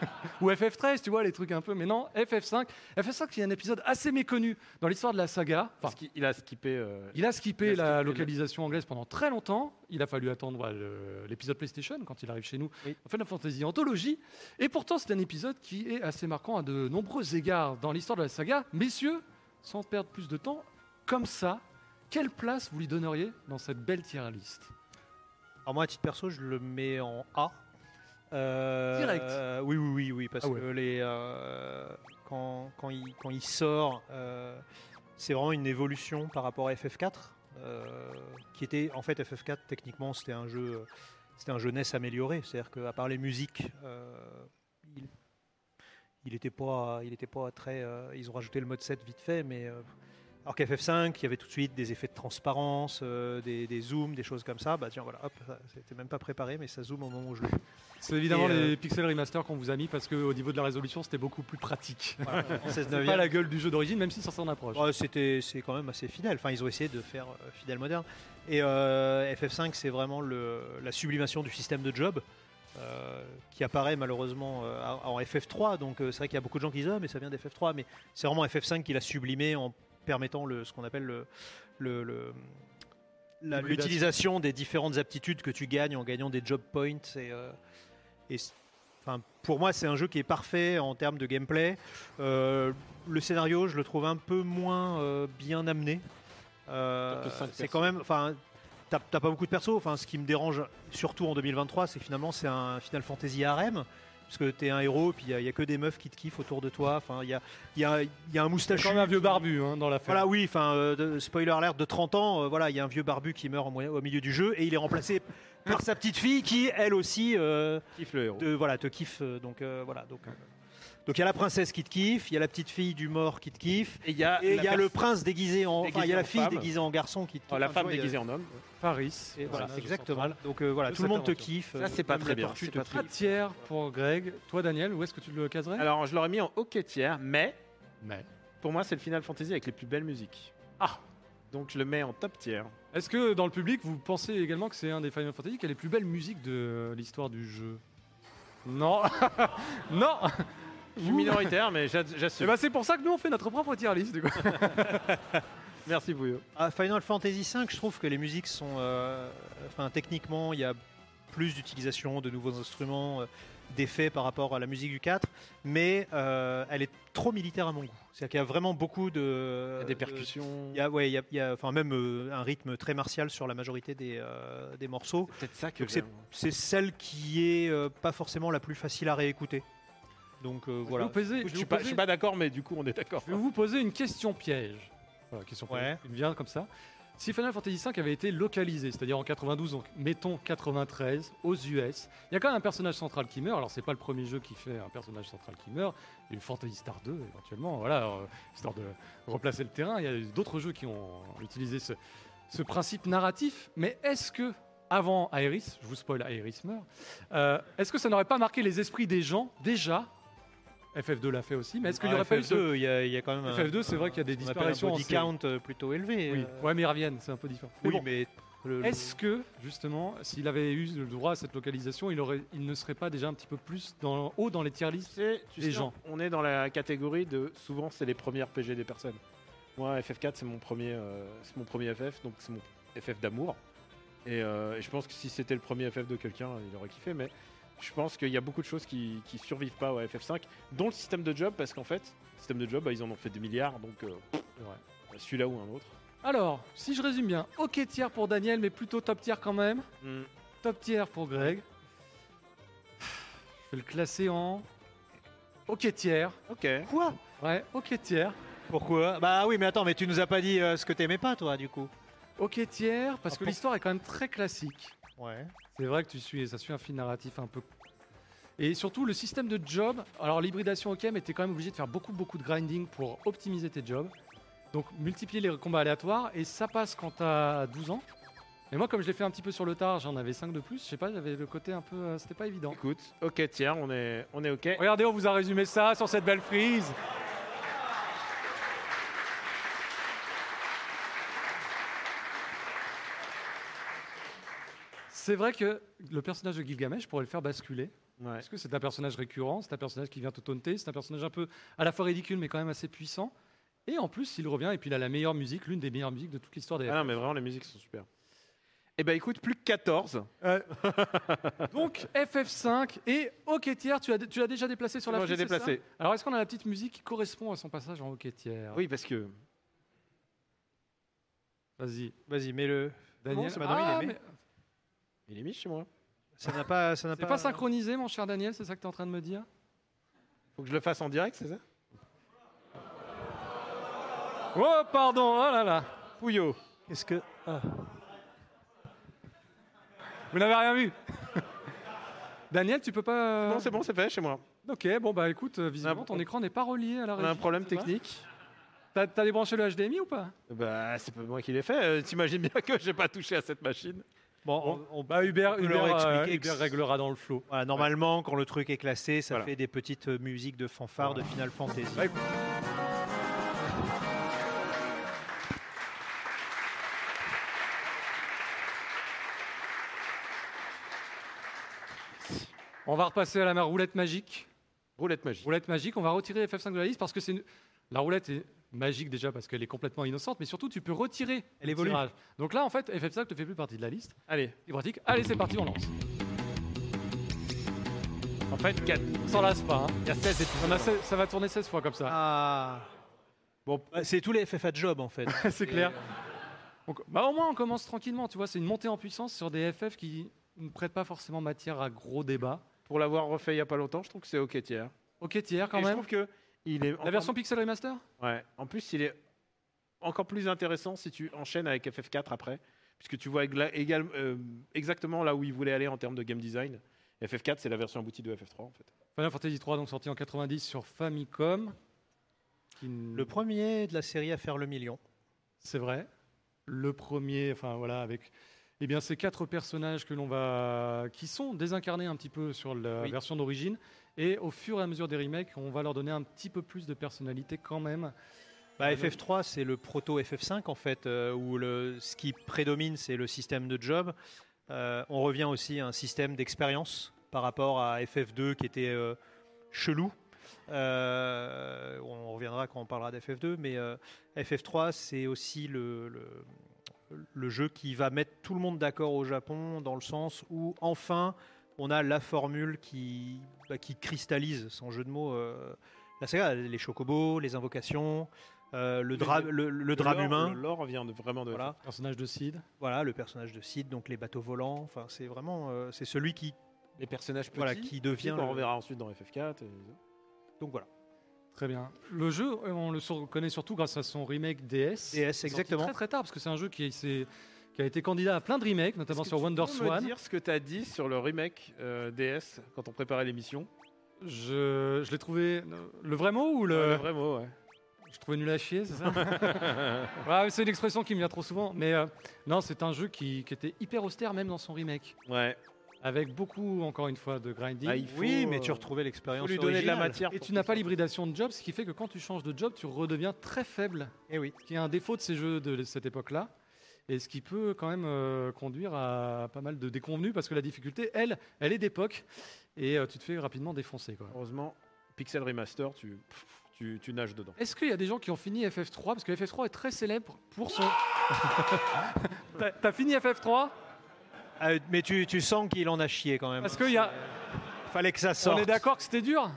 ou FF13, tu vois, les trucs un peu. Mais non, FF5. FF5 qui est un épisode assez méconnu dans l'histoire de la saga. Enfin,
Parce qu'il il a skippé. euh,
Il a skippé
Il a
la
skippé le-
localisation anglaise pendant très longtemps. Il a fallu attendre ouais, le- l'épisode PlayStation quand il arrive chez nous.
Oui.
En Final Fantasy Anthologie. Et pourtant, c'est un épisode qui est assez marquant à de nombreux égards dans l'histoire de la saga. Messieurs, sans perdre plus de temps, comme ça, quelle place vous lui donneriez dans cette belle tier list
Alors moi, à titre perso, je le mets en A. Euh,
Direct.
euh, Oui, oui, oui, oui, parce
Ah ouais.
que les, euh, quand, quand, il, quand il sort, euh, c'est vraiment une évolution par rapport à FF4, euh, qui était en fait FF4 techniquement c'était un jeu, c'était un jeu NES amélioré, c'est-à-dire qu'à part les musiques, euh, il, il était pas, il était pas très, euh, ils ont rajouté le mode 7 vite fait, mais euh, alors qu'FF5, il y avait tout de suite des effets de transparence, euh, des, des zooms, des choses comme ça. Bah tiens, voilà, hop, ça, c'était même pas préparé, mais ça zoome au moment où je le fais.
C'est évidemment
Et, euh,
les pixel remaster qu'on vous a mis parce qu'au niveau de la résolution, c'était beaucoup plus pratique.
Voilà, en 16
C'est pas la gueule du jeu d'origine, même si ça s'en approche.
Ouais, c'était c'est quand même assez fidèle. Enfin, ils ont essayé de faire euh, fidèle moderne. Et euh, FF5, c'est vraiment le, la sublimation du système de job euh, qui apparaît malheureusement euh, en FF3. Donc euh, c'est vrai qu'il y a beaucoup de gens qui disent Ah, mais ça vient d'FF3, mais c'est vraiment FF5 qui l'a sublimé en permettant le, ce qu'on appelle le- le- le- la-
L'hybridation.
l'utilisation des différentes aptitudes que tu gagnes en gagnant des job points et, euh, et c- Enfin, pour moi, c'est un jeu qui est parfait en termes de gameplay. Euh, le scénario, je le trouve un peu moins euh, bien amené. Euh,
T'as que cinq
c'est
persos.
quand même. Enfin, t'as t'as pas beaucoup de persos. Enfin, ce qui me dérange surtout en 2023, c'est que finalement, c'est un Final Fantasy harem. Parce que t'es un héros, puis il n'y a, que des meufs qui te kiffent autour de toi. Enfin, il y a, il y, a, il y a un
T'as
moustachu.
quand même un vieux
qui-
barbu hein, dans l'affaire.
voilà, oui, enfin, euh, de- spoiler alert de 30 ans, euh, voilà, il y a un vieux barbu qui meurt en moyen- au milieu du jeu et il est remplacé par sa petite fille qui, elle aussi, euh,
Kiffe le héros.
de, voilà, te kiffe. euh, Donc, euh, voilà. Donc, euh, donc il y a la princesse qui te kiffe, il y a la petite fille du mort qui te kiffe,
Et il y a,
et il
Ah, la
y a
pers-
le prince déguisé en. Enfin, il y
déguisé
a
en
la fille
femme.
déguisée en garçon qui te
oh, la
kiffe. Enfin, tu
femme
vois, il y
déguisée
a-
en homme.
Paris.
et voilà,
personnage
exactement.
central
Donc euh, voilà,
de
tout le monde te
cette
kiffe.
Ça,
euh,
c'est pas
même
très
la
bien,
tortue
c'est
te
pas très
Un
kiffe.
tiers pour Greg. Toi, Daniel, où est-ce que tu le caserais
Alors, je l'aurais mis en hockey tiers, mais
Mais.
pour moi, c'est le Final Fantasy avec les plus belles musiques.
Ah.
Donc, je le mets en top tiers.
Est-ce que dans le public, vous pensez également que c'est un des Final Fantasy qui a les plus belles musiques de euh, l'histoire du jeu Non Non
Je suis
Ouh.
minoritaire, mais j'a-
Eh
j'assume.
ben, c'est pour ça que nous, on fait notre propre tier list. du coup.
Merci, Bouillot.
À Final Fantasy V, je trouve que les musiques sont. euh, Enfin, techniquement, il y a plus d'utilisation de nouveaux instruments, euh, d'effets par rapport à la musique du 4, mais euh, elle est trop militaire à mon goût. C'est-à-dire qu'il y a vraiment beaucoup de.
Des
de-
percussions.
Il y a, ouais, il y a- il y a- enfin, même euh, un rythme très martial sur la majorité des, euh, des morceaux.
Peut-être ça que
Donc, C'est celle qui est euh, pas forcément la plus facile à réécouter. Donc euh, voilà.
Je vais vous poser- je
Je
vais
suis
vous
pas, je
poser-
suis pas d'accord, mais du coup, on est d'accord.
Je vais vous poser une question piège. Voilà, question piège.
Ouais.
Il me vient comme ça. Si Final Fantasy V avait été localisé, c'est-à-dire en 92, donc mettons 93, aux US, il y a quand même un personnage central qui meurt. Alors, c'est pas le premier jeu qui fait un personnage central qui meurt. Il y a eu Fantasy Star 2, éventuellement, voilà, euh, histoire de replacer le terrain. Il y a eu d'autres jeux qui ont utilisé ce, ce principe narratif. Mais est-ce que, avant Aeris, je vous spoil, Aeris meurt, euh, est-ce que ça n'aurait pas marqué les esprits des gens, déjà FF2 l'a fait aussi, mais est-ce qu'il n'y
Ah,
aurait pas eu ce,
FF2, il y, a- il y a quand même. un-
FF2, c'est vrai qu'il y a des
ce qu'on appelle un
disparitions en
Body
série.
count euh, plutôt élevé.
Oui,
euh,
ouais, mais ils reviennent, c'est un peu différent. Mais
Oui,
bon,
mais euh, le- le-
est-ce que, justement, s'il avait eu le droit à cette localisation, il, aurait, il ne serait pas déjà un petit peu plus dans, haut dans les tier lists
tu
Les
sais,
gens.
On est dans la catégorie de souvent, c'est les premiers RPG des personnes. Moi, FF4, c'est mon, premier, euh, c'est mon premier FF, donc c'est mon FF d'amour. Et, euh, et je pense que si c'était le premier FF de quelqu'un, il aurait kiffé, mais je pense qu'il y a beaucoup de choses qui, qui survivent pas au FF5, dont le système de job, parce qu'en fait, le système de job, bah, ils en ont fait des milliards, donc euh, celui-là ou un autre.
Alors, si je résume bien, ok tiers pour Daniel, mais plutôt top tier quand même.
Hmm.
Top tier pour Greg. Je vais le classer en. Ok tiers.
Ok.
Quoi
Ouais, ok tiers.
Pourquoi Bah oui, mais attends, mais tu nous as pas dit euh, ce que t'aimais pas, toi, du coup.
Ok tiers, parce
Ah,
que
pour-
l'histoire est quand même très classique.
Ouais.
C'est vrai que tu suis, ça suit un fil narratif un peu. Et surtout, le système de job. Alors, l'hybridation, ok, mais t'es quand même obligé de faire beaucoup, beaucoup de grinding pour optimiser tes jobs. Donc, multiplier les combats aléatoires. Et ça passe quand t'as 12 ans. Mais moi, comme je l'ai fait un petit peu sur le tard, j'en avais 5 de plus. Je sais pas, j'avais le côté un peu. euh, C'était pas évident.
Écoute, ok, tiens, on est, on est ok.
Regardez, on vous a résumé ça sur cette belle frise. C'est vrai que le personnage de Gilgamesh pourrait le faire basculer.
Ouais.
Parce que c'est un personnage récurrent, c'est un personnage qui vient te taunter, c'est un personnage un peu à la fois ridicule mais quand même assez puissant. Et en plus, il revient et puis il a la meilleure musique, l'une des meilleures musiques de toute l'histoire des
Ah non, mais vraiment, les musiques sont super. Eh ben écoute, plus que 14. Ah.
Donc FF5 et hockey tiers, tu l'as tu l'as déjà déplacé sur la
Moi, j'ai
frise, c'est ça
déplacé.
Alors est-ce qu'on a la petite musique qui correspond à son passage en hockey tiers
Oui, parce que
Vas-y,
Vas-y, mets-le.
Daniel.
c'est Madame, il
Ah,
aimait.
mais
il est mis chez moi.
Ça n'a pas, ça n'a
c'est pas... synchronisé, mon cher Daniel, c'est ça que tu es en train de me dire
Faut que je le fasse en direct, c'est ça
Oh, pardon, oh là là
Pouillot.
Est-ce que ah.
Vous n'avez rien vu Daniel, tu peux pas. euh,
Non, c'est bon, c'est fait chez moi.
Ok, bon, bah écoute, euh,
On
visiblement
a-
ton écran n'est pas relié à la
On a un
régie,
problème
c'est Ah, ça
technique.
T'as, t'as débranché le HDMI ou pas
Bah, c'est pas moi qui l'ai fait. Euh, T'imagines bien que j'ai pas touché à cette machine.
bon, on- on-
Hubert,
On peut Bah, leur expliquer que-
réglera dans le flow.
voilà, normalement quand le truc est classé, ça
Voilà.
fait des petites euh, musiques de fanfare de Final Fantasy.
Ouais. On va repasser à la ma- roulette magique.
Roulette magique.
Roulette magique, on va retirer FF5 de la liste parce que c'est une- la roulette est magique déjà parce qu'elle est complètement innocente, mais surtout tu peux retirer
Elle
le
évolue.
tirage. Donc là en fait FF5 ne fait plus partie de la liste.
Allez,
C'est pratique. Allez c'est parti, on lance. En fait, quatre- on s'en lasse pas. hein.
Il y a 16
On a seize- ça va tourner 16 fois comme ça.
Ah.
Bon.
Bah, c'est tous les FFA de job en fait.
c'est clair. Donc, bah, au moins, on commence tranquillement. Tu vois, c'est une montée en puissance sur des FF qui ne prêtent pas forcément matière à gros débats.
Pour l'avoir refait il y a pas longtemps, je trouve que c'est OK tiers.
Ok, tiers quand
Et Je
même.
trouve que il est encore-
La version Pixel Remaster
Ouais. En plus, il est encore plus intéressant si tu enchaînes avec FF4 après, puisque tu vois égla- égal- euh, exactement là où il voulait aller en termes de game design. FF4, c'est la version aboutie de FF3 en fait.
Final Fantasy 3, donc sorti en 90 sur Famicom. Qui n-
Le premier de la série à faire le million.
C'est vrai. Le premier, enfin voilà, avec eh bien, ces quatre personnages que l'on va, qui sont désincarnés un petit peu sur la
Oui.
version d'origine, et au fur et à mesure des remakes, on va leur donner un petit peu plus de personnalité quand même.
Bah,
Ouais,
FF3, c'est le proto FF5 en fait, euh, où le, ce qui prédomine, c'est le système de job. Euh, on revient aussi à un système d'expérience par rapport à FF2 qui était euh, chelou. Euh, on reviendra quand on parlera d'FF2, mais euh, FF3, c'est aussi le, le- le jeu qui va mettre tout le monde d'accord au Japon, dans le sens où enfin on a la formule qui, bah, qui cristallise, sans jeu de mots, euh, la saga, les chocobos, les invocations, euh, le, dra-
le-
le- le drame
lore-
humain.
Le lore vient de, vraiment de.
Voilà
Personnage de Sid.
voilà le personnage de Sid, donc les bateaux volants. Enfin, c'est vraiment euh, c'est celui qui
FF4. Les personnages petits.
voilà qui devient.
On
le-
reverra ensuite dans FF4. et-
Donc voilà.
Très bien. Le jeu, euh, on le sur- connaît surtout grâce à son remake DS.
DS,
sorti
exactement.
Très très tard, parce que c'est un jeu qui, s'est- qui a été candidat à plein de remakes,
Est-ce
notamment
que
sur
tu peux
WonderSwan.
me dire ce que tu as dit sur le remake euh, DS quand on préparait l'émission
Je, je l'ai trouvé. Le vrai mot ou le.
Ouais, Ah, le vrai mot, ouais.
Je trouvais nul à chier, c'est ça Ouais, C'est une expression qui me vient trop souvent. Mais euh, non, c'est un jeu qui, qui était hyper austère, même dans son remake.
Ouais.
Avec beaucoup, encore une fois, de grinding.
Ah, il faut,
oui, mais tu
euh,
retrouvais l'expérience.
faut lui donner de la
originale.
matière.
Et tu n'as pas l'hybridation de job, ce qui fait que quand tu changes de job, tu redeviens très faible,
Eh oui.
ce qui est un défaut de ces jeux de cette époque-là. Et ce qui peut quand même euh, conduire à pas mal de déconvenus, parce que la difficulté, elle, elle est d'époque. Et euh, tu te fais rapidement défoncer. quoi.
Heureusement, Pixel Remaster, tu, pff, tu, tu nages dedans.
Est-ce qu'il y a des gens qui ont fini FF3 Parce que FF3 est très célèbre pour son. T'as- T'as fini FF3
Ah, mais tu, tu sens qu'il en a chié quand même.
Parce qu'il y a.
Fallait que ça
On
sorte.
est d'accord que c'était dur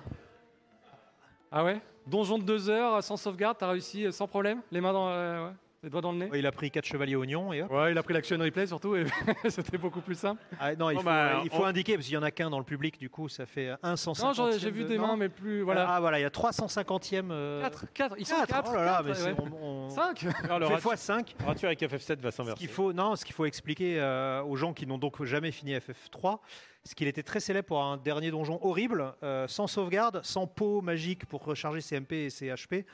Ah ouais Donjon de deux heures, sans sauvegarde, t'as réussi euh, sans problème Les mains dans. euh, ouais, les doigts dans le nez
Il a pris quatre chevaliers oignons et hop.
Ouais, il a pris l'action replay surtout et c'était beaucoup plus simple.
Ah, non, il
Bon,
faut,
bah,
il faut
on-
indiquer parce qu'il y en a qu'un dans le public. Du coup, ça fait un 150.
Non, j'en- j'ai vu des mains, mais plus. Voilà.
Ah voilà, il y a 350e. euh,
4, 4, ils sont
quatre.
4.
Oh là là, mais c'est- on, on-
5
Alors,
on fait fois 5
Le ratio avec FF7 va
Ce
s'inverser.
qu'il faut, non, ce qu'il faut expliquer euh, aux gens qui n'ont donc jamais fini FF3, c'est qu'il était très célèbre pour un dernier donjon horrible, euh, sans sauvegarde, sans pot magique pour recharger ses MP et ses HP.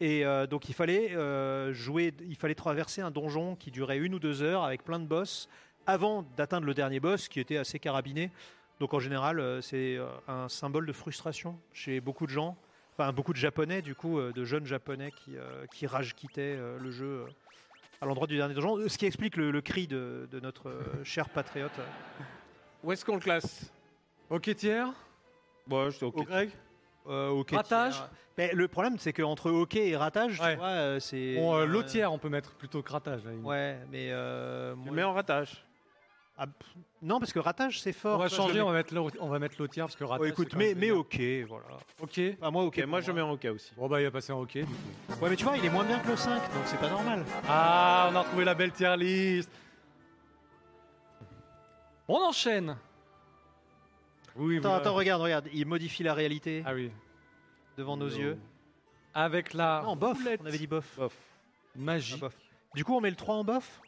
Et euh, donc il fallait euh, jouer, il fallait traverser un donjon qui durait une ou deux heures avec plein de boss avant d'atteindre le dernier boss qui était assez carabiné. Donc en général, euh, c'est euh, un symbole de frustration chez beaucoup de gens, enfin beaucoup de Japonais du coup, euh, de jeunes Japonais qui, euh, qui rage quittaient euh, le jeu. euh, à l'endroit du dernier donjon, Euh, ce qui explique le, le cri de, de notre euh, cher patriote.
Où est-ce qu'on le classe
Ok, tiers.
Bon, je suis OK.
Greg
Euh, ok,
Ratage.
tiers. Mais le problème, c'est qu'entre hockey et ratage, tu
Ouais.
vois, euh, c'est.
Bon, euh,
euh,
l'autre tiers, on peut mettre plutôt cratage. à la limite.
Ouais, mais. euh,
Tu
moi-
le mets en ratage.
Ah, pff, non, parce que ratage, c'est
On
fort.
va
Tu vois, je
changer,
le
on
mets-
va mettre l'autre- on va mettre l'autre tiers parce que ratage.
Oh,
c'est
écoute,
quand même
mais, mais
bien.
ok, voilà.
Ok.
Enfin, moi, ok.
Ok,
pour
moi je mets en OK aussi.
Bon, bah, il a passé en ok. du coup.
Ouais, mais tu vois, il est moins bien que le 5, donc c'est pas normal.
Ah, on a retrouvé la belle tier list. On enchaîne. Oui,
Attends,
voilà.
attends, regarde, regarde. Il modifie la réalité
Ah oui.
devant nos
Non.
yeux.
Avec la
Non, bof,
roulette
on avait dit bof.
Bof.
Ah,
magie.
bof. Du coup, on met le 3 en bof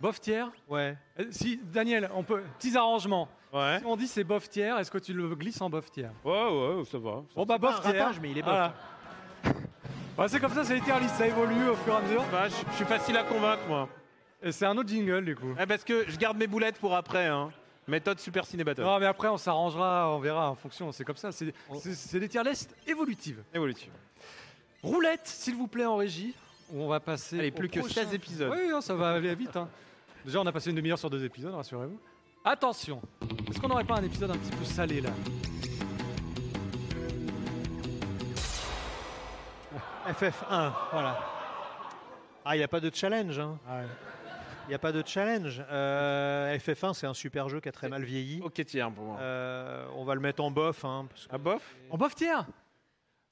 bof tier.
Ouais.
Euh, Si Daniel, on peut petits arrangements.
Ouais.
Si on dit c'est bof tier, est-ce que tu le glisses en bof tier
Ouais, ouais, ça va.
Bon bah
pas un
bof tier.
ratage, mais il est Ah, bof.
Voilà. Ouais, c'est comme ça, c'est les tier list, ça évolue au fur et à mesure.
Vache, je suis facile à convaincre moi.
Et c'est un autre jingle du coup.
Eh, parce que je garde mes boulettes pour après. Hein. Méthode Super Ciné Battle.
Non mais après on s'arrangera, on verra en fonction, c'est comme ça, c'est c'est- c'est des tier list évolutives.
Évolutive.
Roulette, s'il vous plaît, en régie. où On va passer.
Allez,
au
plus que
prochain-
16 épisodes.
Oui, non, ça va aller vite. hein. Déjà, on a passé une demi-heure sur deux épisodes, rassurez-vous. Attention, est-ce qu'on n'aurait pas un épisode un petit peu salé là
FF1, voilà. Ah, il n'y a pas de challenge, hein. Il n'y a pas de challenge. Euh, FF1, c'est un super jeu qui a très mal vieilli.
Ok, tiens, pour moi.
Euh, on va le mettre en bof. hein, parce que-
Ah bof
En bof tiers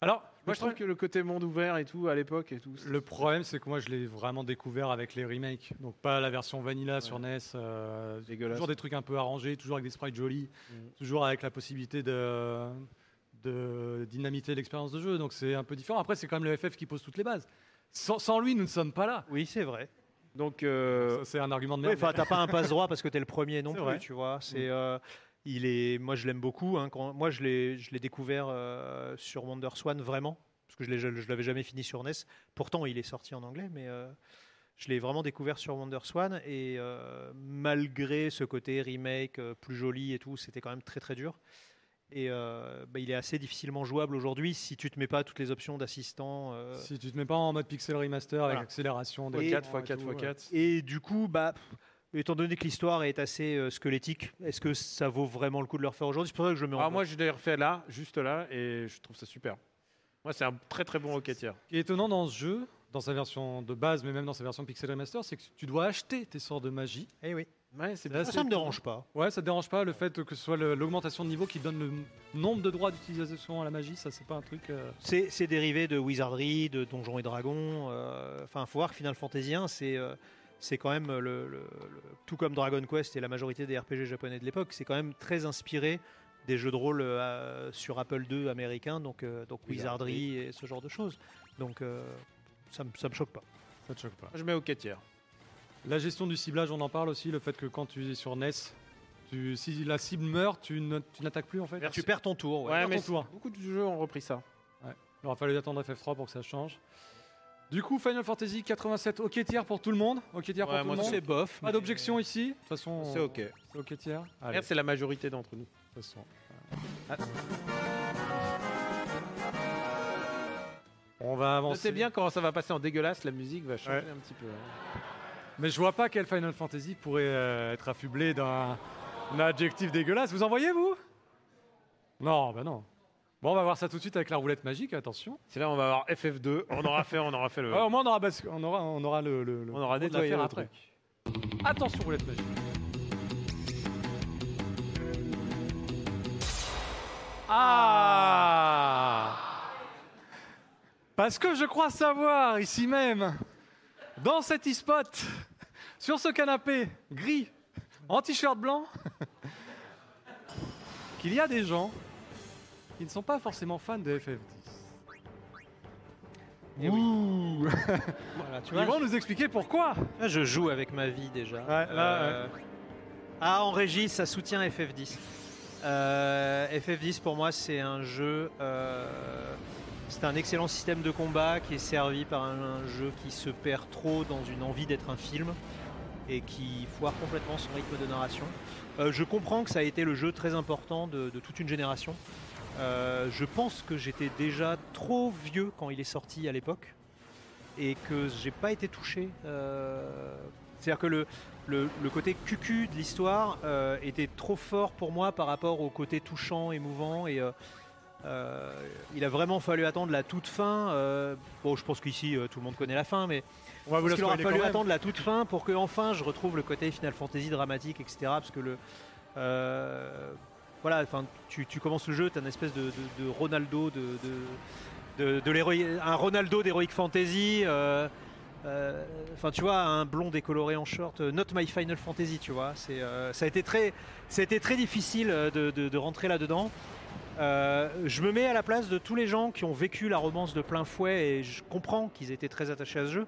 Alors,
Moi
moi,
je trouve que le côté monde ouvert et tout à l'époque et tout. c'est-
Le problème, c'est que moi, je l'ai vraiment découvert avec les remakes. Donc, pas la version Vanilla sur NES. euh,
Dégueulasse.
Toujours des trucs un peu arrangés, toujours avec des sprites jolis,
Mhm.
toujours avec la possibilité de, de dynamiter l'expérience de jeu. Donc, c'est un peu différent. Après, c'est quand même le FF qui pose toutes les bases. Sans, sans lui, nous ne sommes pas là.
Oui, c'est vrai.
Donc euh,
Ça, c'est un argument de
Ouais,
merde.
enfin, t'as pas un passe droit parce que t'es le premier non
C'est
plus,
vrai. Mm.
tu vois. C'est, euh, il est, moi je l'aime beaucoup. hein, quand- moi je l'ai, je l'ai découvert euh, sur Wonder Swan vraiment, parce que je, l'ai- je- je l'avais jamais fini sur NES. Pourtant, il est sorti en anglais, mais euh, je l'ai vraiment découvert sur Wonder Swan. Et euh, malgré ce côté remake euh, plus joli et tout, c'était quand même très très dur. Et euh, bah, il est assez difficilement jouable aujourd'hui si tu te mets pas toutes les options d'assistant. euh,
si tu te mets pas en mode pixel remaster avec
Voilà.
accélération,
Et-
décalage
x4 x4
et tout, ouais.
x4.
Et du coup, bah, pff, étant donné que l'histoire est assez euh, squelettique, est-ce que ça vaut vraiment le coup de le refaire aujourd'hui C'est pour ça que je le mets en
Ah,
bof.
moi je l'ai refait là, juste là, et je trouve ça super. Moi c'est un très très bon roquetier.
Ce qui est étonnant dans ce jeu, dans sa version de base, mais même dans sa version pixel remaster, c'est que tu dois acheter tes sorts de magie.
Eh oui.
Ouais, c'est
Ah, ça me dérange pas.
Ouais, ça te dérange pas le fait que ce soit le- l'augmentation de niveau qui donne le m- nombre de droits d'utilisation à la magie, ça c'est pas un truc. euh,
C'est c'est dérivé de Wizardry, de Donjons et Dragons. euh, Enfin, faut voir que Final Fantasy 1, c'est euh, c'est quand même le, le- le- tout comme Dragon Quest et la majorité des RPG japonais de l'époque, c'est quand même très inspiré des jeux de rôle euh, sur Apple II américain, donc euh, donc
Wizardry.
Wizardry et ce genre de choses. Donc euh, ça me ça me choque pas.
Ça te choque pas.
Je mets roquetier.
La gestion du ciblage, on en parle aussi, le fait que quand tu es sur NES, tu, si la cible meurt, tu ne- tu n'attaques plus en fait.
Merci.
Tu perds ton tour. ouais.
Ouais,
Perds
mais
ton tour.
Beaucoup de jeux ont repris ça.
Il aura fallu attendre FF3 pour que ça change. Du coup, Final Fantasy 87, ok tiers pour tout le monde. Ok tiers pour
Ouais,
tout
moi,
le monde.
C'est bof.
Pas d'objection ici. De toute façon,
C'est ok.
c'est ok tiers. Allez,
Merde, c'est la majorité d'entre nous.
de toute façon.
Ah.
On va avancer.
C'est bien quand ça va passer en dégueulasse, la musique va changer un petit peu. hein.
Mais je vois pas quel Final Fantasy pourrait euh, être affublé d'un d'un adjectif dégueulasse. Vous en voyez, vous Non, bah non. Bon, on va voir ça tout de suite avec la roulette magique, attention.
C'est là on va avoir FF2, on aura fait, on aura fait le.
Ouais, au moins, on aura, bas- on aura, on aura le, le, le-
on aura
le
nettoyé
faire
le
après. Attention, roulette magique. Ah Parce que je crois savoir, ici même, dans cet e-spot, sur ce canapé gris, en t-shirt blanc, qu'il y a des gens qui ne sont pas forcément fans de FF10. Ouh
Voilà, tu
Ils
vois,
vont nous expliquer pourquoi
Là, Ah, je joue avec ma vie déjà. Euh,
là,
Ah, en régie, ça soutient FF10. Euh, FF10, pour moi, c'est un jeu. euh, C'est un excellent système de combat qui est servi par un, un jeu qui se perd trop dans une envie d'être un film et qui foire complètement son rythme de narration. Euh, je comprends que ça a été le jeu très important de, de toute une génération. Euh, je pense que j'étais déjà trop vieux quand il est sorti à l'époque et que j'ai pas été touché. euh, C'est-à-dire que le, le, le côté cucu de l'histoire euh, était trop fort pour moi par rapport au côté touchant, émouvant et euh, euh, il a vraiment fallu attendre la toute fin. euh, bon, je pense qu'ici euh, tout le monde connaît la fin, mais
On va vous
parce
la
qu'il aura
spoiler quand
fallu
même.
attendre la toute fin pour que enfin je retrouve le côté Final Fantasy dramatique, etc. Parce que le euh, voilà, enfin, tu, tu commences le jeu, t'as une espèce de, de- de Ronaldo, de, de, de- de l'héroï- un Ronaldo d'Heroic Fantasy. euh, euh, Enfin, tu vois, un blond décoloré en short, euh, not my Final Fantasy, tu vois. C'est, euh, ça a été très, ça a été très difficile euh, de, de- de rentrer là-dedans. Euh, je me mets à la place de tous les gens qui ont vécu la romance de plein fouet et je comprends qu'ils étaient très attachés à ce jeu.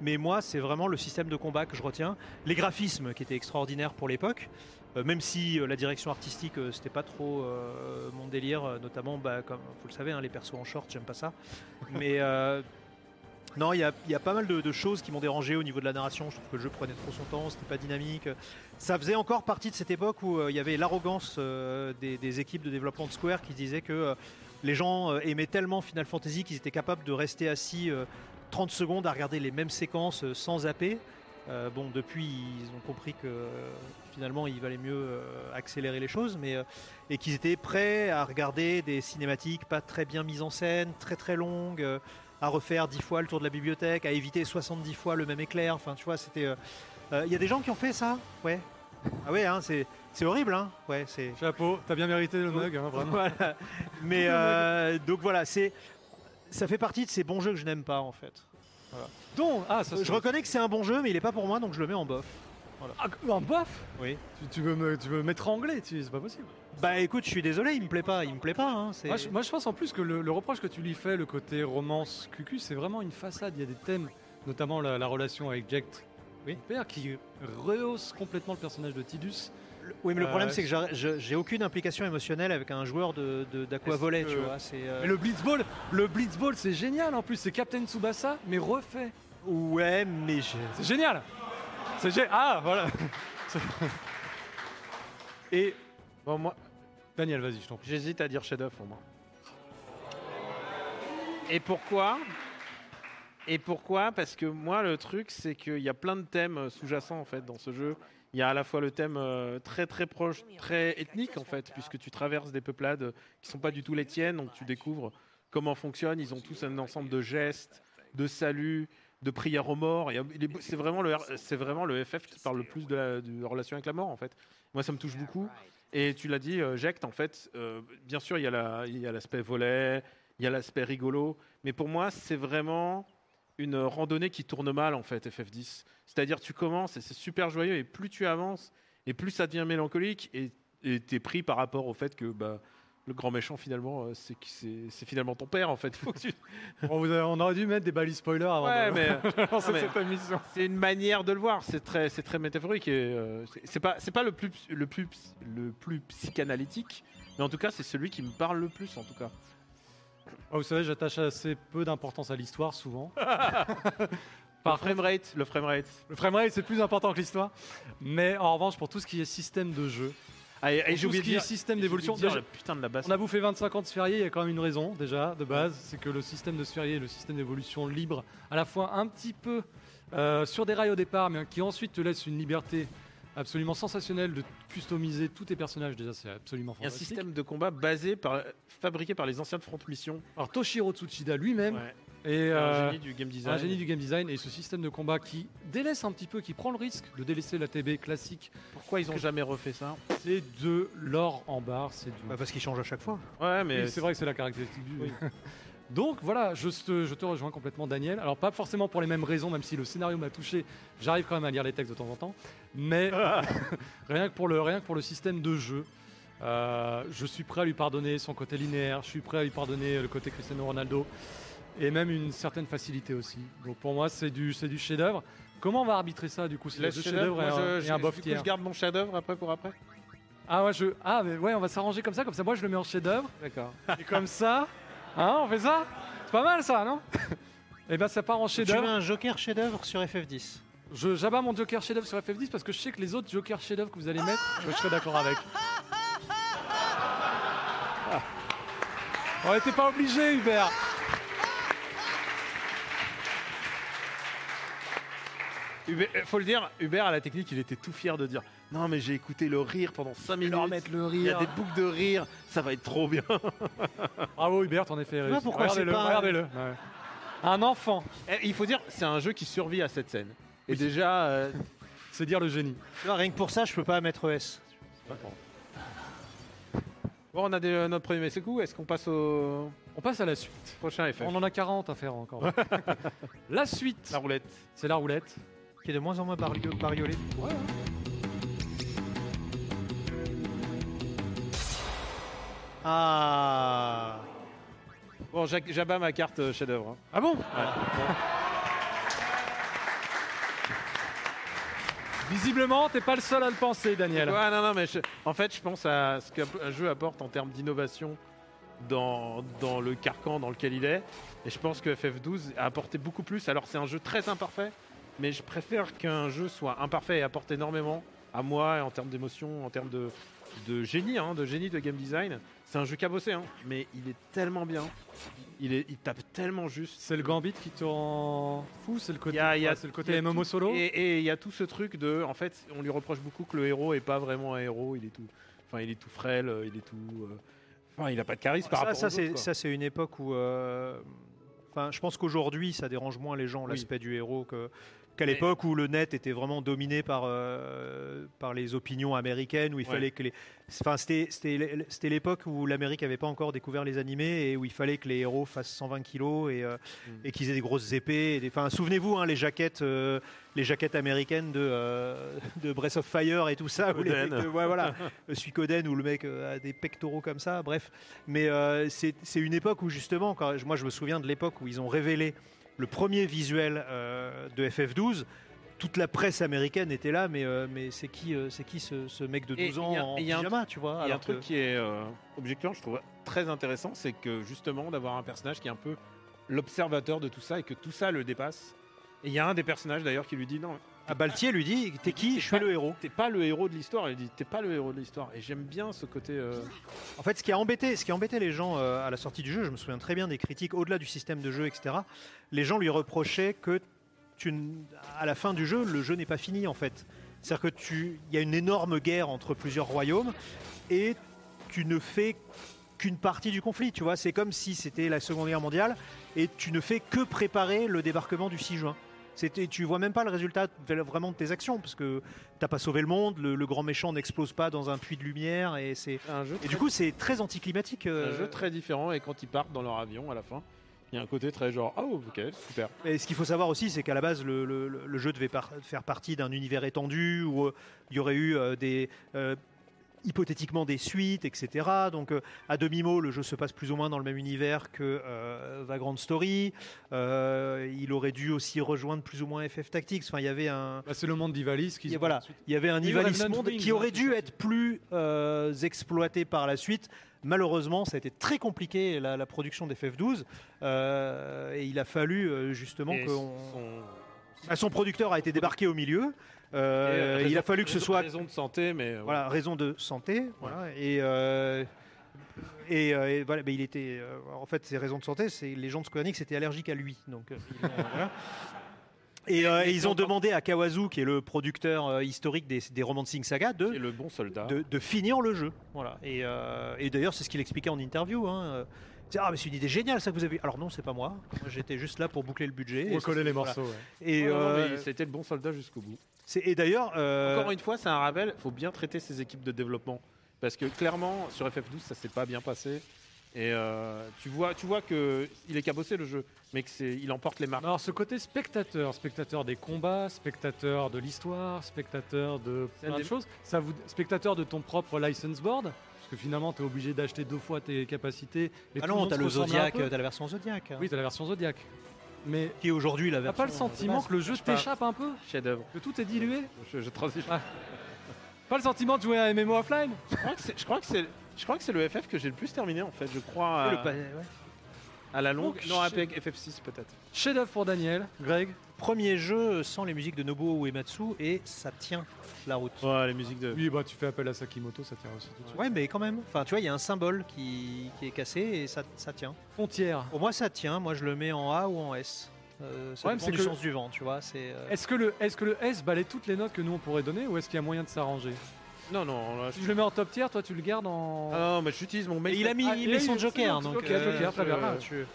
Mais moi, c'est vraiment le système de combat que je retiens. Les graphismes qui étaient extraordinaires pour l'époque, euh, même si euh, la direction artistique, euh, c'était pas trop euh, mon délire, euh, notamment, bah, comme vous le savez, hein, les persos en short, j'aime pas ça. Mais euh, non, il y a, il y a pas mal de, de choses qui m'ont dérangé au niveau de la narration. Je trouve que le jeu prenait trop son temps, c'était pas dynamique. Ça faisait encore partie de cette époque où euh, il y avait l'arrogance euh, des, des équipes de développement de Square qui disaient que euh, les gens euh, aimaient tellement Final Fantasy qu'ils étaient capables de rester assis. euh, 30 secondes à regarder les mêmes séquences euh, sans zapper. Euh, bon, depuis, ils ont compris que euh, finalement, il valait mieux euh, accélérer les choses, mais euh, et qu'ils étaient prêts à regarder des cinématiques pas très bien mises en scène, très très longues, euh, à refaire 10 fois le tour de la bibliothèque, à éviter 70 fois le même éclair. Enfin, tu vois, c'était euh, Euh, Il y a des gens qui ont fait ça Ouais. Ah ouais, hein, c'est c'est horrible, hein Ouais, c'est.
Chapeau, t'as bien mérité le mug, hein, vraiment.
Voilà. Mais euh, donc voilà, c'est ça fait partie de ces bons jeux que je n'aime pas en fait.
Donc, ah, ça
Euh, Je reconnais que c'est un bon jeu, mais il est pas pour moi, donc je le mets en bof.
Ah, un bof
Oui.
tu, tu veux me, tu veux m'étrangler, tu- c'est pas possible.
Bah écoute, je suis désolé, il me plaît pas, il me plaît pas. Hein, c'est-
Moi je, moi, je pense en plus que le, le reproche que tu lui fais, le côté romance cucu, c'est vraiment une façade. Il y a des thèmes, notamment la, la relation avec Jack,
Oui.
son père, qui rehausse complètement le personnage de Tidus.
oui, mais le
euh,
problème c'est que j'ar- je- j'ai aucune implication émotionnelle avec un joueur de de- d'aquavolet,
Est-ce
tu
que-
vois. C'est euh,
Et le Blitzball, le Blitzball, c'est génial en plus. C'est Captain Tsubasa, mais refait.
ouais, mais je-
C'est génial. C'est gé- ah voilà.
Et bon, moi,
Daniel, vas-y, je t'en prie.
j'hésite à dire chef-d'œuvre pour moi. Et pourquoi Et pourquoi Parce que moi, le truc, c'est qu'il y a plein de thèmes euh, sous-jacents en fait dans ce jeu. Il y a à la fois le thème euh, très très proche, très ethnique en fait, puisque tu traverses des peuplades qui sont pas du tout les tiennes, donc tu découvres comment fonctionnent. Ils ont tous un ensemble de gestes, de saluts, de prières aux morts. Et, euh, il est beau- C'est vraiment le R- c'est vraiment le FF qui parle le plus de la, de la relation avec la mort en fait. Moi, ça me touche beaucoup. Et tu l'as dit, euh, Ject, en fait, euh, bien sûr, il y a la- il y a l'aspect volet, il y a l'aspect rigolo, mais pour moi, c'est vraiment une randonnée qui tourne mal, en fait, FF10. C'est-à-dire, tu commences et c'est super joyeux, et plus tu avances, et plus ça devient mélancolique, et tu es pris par rapport au fait que bah, le grand méchant, finalement, euh, c'est qui- c'est c'est finalement ton père, en fait. Faut que tu-
On, vous a- on aurait dû mettre des balises spoilers avant
Ouais,
de
mais euh,
lancer
mais-
cette émission.
c'est une manière de le voir, c'est très, c'est très métaphorique. Et, euh, c'est- c'est pas, c'est pas le plus, ps- le plus, ps- le plus psychanalytique, mais en tout cas, c'est celui qui me parle le plus, en tout cas.
Ah, vous savez, j'attache assez peu d'importance à l'histoire souvent.
Par framerate, le framerate.
Le framerate, c'est plus important que l'histoire. Mais en revanche, pour tout ce qui est système de jeu,
Ah, et,
pour
et
tout
j'ai
ce
oublié de
qui est
dire-
système
j'ai oublié de
d'évolution,
dire
déjà,
la putain de la basse.
on a bouffé 25 ans de Sphérié, il y a quand même une raison déjà de base, c'est que le système de Sphérié et le système d'évolution libre, à la fois un petit peu euh, sur des rails au départ, mais qui ensuite te laisse une liberté absolument sensationnelle de customiser tous tes personnages, déjà c'est absolument
Il y a un
fantastique.
système de combat basé par, fabriqué par les anciens de Front Mission.
Alors Toshiro Tsuchida lui-même
Ouais.
et
un
euh,
génie du game design.
un génie du game design et ce système de combat qui délaisse un petit peu, qui prend le risque de délaisser la TB classique,
Pourquoi ils ont jamais refait ça
c'est de l'or en barre, c'est du
bah, parce qu'il change à chaque fois.
Ouais,
Oui,
mais
c'est vrai que c'est la caractéristique du Donc voilà, je te, je te rejoins complètement Daniel. Alors pas forcément pour les mêmes raisons, même si le scénario m'a touché, j'arrive quand même à lire les textes de temps en temps. Mais rien, que pour le, rien que pour le système de jeu, euh, je suis prêt à lui pardonner son côté linéaire, je suis prêt à lui pardonner le côté Cristiano Ronaldo, et même une certaine facilité aussi. Donc pour moi, c'est du, c'est du chef-d'œuvre. Comment on va arbitrer ça du coup C'est
Laisse
deux
chef-d'œuvre,
chefs-d'œuvre et,
moi,
un-
je-
et un
je-
bof
du coup,
tiers.
je garde mon chef-d'œuvre après pour après.
Ah, ouais, je... ah mais ouais, on va s'arranger comme ça, comme ça moi je le mets en chef-d'œuvre.
D'accord.
Et comme ça, hein, on fait ça C'est pas mal ça, non Et ben ça part en
Tu mets
chef-d'œuvre.
un Joker chef-d'œuvre sur FF10.
Je- J'abats mon Joker chef-d'œuvre sur FF10 parce que je sais que les autres Joker chef-d'œuvre que vous allez mettre, je serai d'accord avec. Ah. On n'était pas obligé, Hubert.
Hubert- euh, faut le dire, Hubert à la technique, il était tout fier de dire Non, mais j'ai écouté le rire pendant 5 minutes.
le
Il y a des boucles de rire, ça va être trop bien.
Bravo, Hubert, en effet. réussi.
pourquoi c'est
Regardez-le,
pas-
regardez-le. Un enfant,
Eh, il faut dire, c'est un jeu qui survit à cette scène. Et déjà, euh,
c'est dire le génie.
Tu vois, rien que pour ça, je peux pas mettre E ES.
bon, on a des- euh, notre premier coup. Est-ce qu'on passe au
On passe à la suite.
prochain effet
On en a 40 à faire encore. la suite,
La roulette.
c'est la roulette.
Qui est de moins en moins bario- bariolé. Ah
Bon, j'ac- j'abats ma carte euh, chef-d'œuvre. hein.
Ah bon Visiblement, t'es pas le seul à le penser, Daniel.
Ouais, non, non, mais je- en fait, je pense à ce qu'un jeu apporte en termes d'innovation dans, dans le carcan dans lequel il est. Et je pense que FF12 a apporté beaucoup plus. Alors, c'est un jeu très imparfait, mais je préfère qu'un jeu soit imparfait et apporte énormément à moi et en termes d'émotion, en termes de, de génie, hein, de génie de game design. C'est un jeu cabossé, hein, mais il est tellement bien. Il, est, il tape tellement juste.
C'est le gambit qui te rend fou, c'est le côté,
Y a- y a-
ouais, c'est le côté
y a
MMO
tout-
solo.
Et- Et il y a tout ce truc de, en fait, on lui reproche beaucoup que le héros est pas vraiment un héros. Il est tout, enfin, il est tout frêle, euh, il est tout, euh, enfin, il a pas de charisme par
Ça,
rapport
ça,
aux autres,
c'est,
quoi.
ça, c'est une époque où. euh, Enfin, je pense qu'aujourd'hui, ça dérange moins les gens,
Oui.
l'aspect du héros, que, qu'à
Mais-
l'époque où le net était vraiment dominé par, euh, par les opinions américaines, où il
Ouais.
fallait que les. Enfin, c'était- c'était l'é- c'était l'époque où l'Amérique n'avait pas encore découvert les animés et où il fallait que les héros fassent 120 kilos et, euh,
Mm.
et qu'ils aient des grosses épées. et des- Enfin, souvenez-vous, hein, les, jaquettes, euh, les jaquettes américaines de, euh, de Breath of Fire et tout ça. Où les mecs
Oden.
de- ouais, voilà, le Suikoden où le mec euh, a des pectoraux comme ça, bref. Mais euh, c'est c'est une époque où justement, quand, moi je me souviens de l'époque où ils ont révélé le premier visuel euh, de FF12. Toute la presse américaine était là, mais, euh, mais c'est qui, euh, c'est qui ce, ce mec de
Et
12
il y
ans
a-
en
et il y a un
pyjama, tu vois
Il y a un
alors
truc
que-
qui est euh, objectivement, je trouve très intéressant, c'est que justement d'avoir un personnage qui est un peu l'observateur de tout ça et que tout ça le dépasse. Et il y a un des personnages d'ailleurs qui lui dit non,
Ah, Baltier lui dit T'es qui Je suis le héros.
t'es pas le héros de l'histoire. Il dit t'es pas le héros de l'histoire. Et j'aime bien ce côté. euh,
En fait, ce qui a embêté, ce qui a embêté les gens euh, à la sortie du jeu, je me souviens très bien des critiques au-delà du système de jeu, etc. Les gens lui reprochaient que, tu, n- à la fin du jeu, le jeu n'est pas fini en fait. C'est-à-dire que tu, il y a une énorme guerre entre plusieurs royaumes et tu ne fais qu'une partie du conflit. Tu vois, c'est comme si c'était la Seconde Guerre mondiale et tu ne fais que préparer le débarquement du 6 juin. C'était, tu vois même pas le résultat de- vraiment de tes actions parce que t'as pas sauvé le monde, le- le grand méchant n'explose pas dans un puits de lumière et c'est
un jeu.
et
très-
du coup, c'est très anticlimatique.
un
euh,
jeu très différent. Et quand ils partent dans leur avion à la fin, il y a un côté très genre ah ok super.
Mais ce qu'il faut savoir aussi, c'est qu'à la base, le, le- le jeu devait par- faire partie d'un univers étendu où euh, il y aurait eu euh, des. euh, hypothétiquement des suites, etc. Donc euh, à demi-mot, le jeu se passe plus ou moins dans le même univers que euh, Vagrant Story. Euh, il aurait dû aussi rejoindre plus ou moins FF Tactics. Enfin, il y avait un,
Bah, c'est le monde d'Ivalice qui
Et voilà.
ensuite.
il y avait un
Oui,
Ivalice
Remnant
Monde
Wings,
qui
hein,
aurait
qui est
dû
sorti.
être plus euh, exploité par la suite. Malheureusement, ça a été très compliqué la, la production d'FF12 euh, et il a fallu euh, justement
Et
que
son-
Bah, son producteur a été débarqué au milieu. Euh,
et, euh,
il a
raison-
fallu que ce
raison-
soit
raison de santé, mais euh,
voilà, raison de santé. Voilà, et, euh, et, euh, et voilà, mais il était. euh, en fait, ces raisons de santé, c'est les gens de Square Enix étaient allergiques à lui. Donc, euh, ils l'ont- voilà. Et, euh, et ils ont demandé à Kawazu, qui est le producteur euh, historique des, des Romancing Saga, de
Et le bon soldat.
de, de finir le jeu. Voilà. Et, euh, et d'ailleurs, c'est ce qu'il expliquait en interview. Hein. Euh, c'est, Ah, mais c'est une idée géniale, ça que vous avez. Alors non, c'est pas moi. Moi, j'étais juste là pour boucler le budget. Et
Recoller les
voilà.
morceaux. ouais.
Et,
Ouais, non, non, mais
euh,
c'était le bon soldat jusqu'au bout.
c'est- et d'ailleurs, euh,
Encore une fois, c'est un rappel, faut bien traiter ces équipes de développement. Parce que clairement, sur FF12, ça s'est pas bien passé. Et euh, tu vois, tu vois que il est cabossé le jeu, mais que c'est, il emporte les marques.
Alors ce côté spectateur, spectateur des combats, spectateur de l'histoire, spectateur de
C'est
plein
un
de
des-
choses, ça vous... spectateur de ton propre license board, parce que finalement tu es obligé d'acheter deux fois tes capacités. Et
Ah
tout
non,
monde
t'as
se
le
ressemble un
Zodiac,
peu.
euh, t'as la version Zodiac. hein,
Oui, t'as la version Zodiac. Mais
Qui est aujourd'hui la
t'as
version. euh,
pas le sentiment
de
que le jeu
sais pas.
t'échappe un peu
Chef-d'œuvre.
Que tout est dilué
Je, je transige.
Ah. Pas le sentiment de jouer à un MMO offline
Je crois que c'est, je crois que c'est, je crois que c'est le FF que j'ai le plus terminé en fait. Je crois
base.
à,
Le pa- ouais.
à la longue.
Donc,
non,
chez-
avec FF6 peut-être.
Chef d'œuvre pour Daniel, Greg.
Premier jeu sans les musiques de Nobuo Uematsu et ça tient la route.
Ouais, les musiques de.
Oui, bah tu fais appel à Sakimoto, ça tient aussi tout de suite.
Ouais, mais quand même. Enfin, tu vois, il y a un symbole qui, qui est cassé et ça, ça tient.
Frontière.
Pour moi, ça tient. Moi, je le mets en A ou en S. Euh, ça
Ouais, mais
dépend
c'est
du
que-
sens du vent, tu vois. C'est. euh,
Est-ce que, le, est-ce que le S balaye toutes les notes que nous on pourrait donner ou est-ce qu'il y a moyen de s'arranger
Non, non. là, je-
Si je le mets en top tier, toi tu le gardes en.
Ah non, mais j'utilise mon mail.
Et il a mis,
Ah,
il
il
met
a
son
eu-
joker, hein,
c'est bon,
donc
ok, joker,
tu,
très bien.
euh,
Ah,
tu,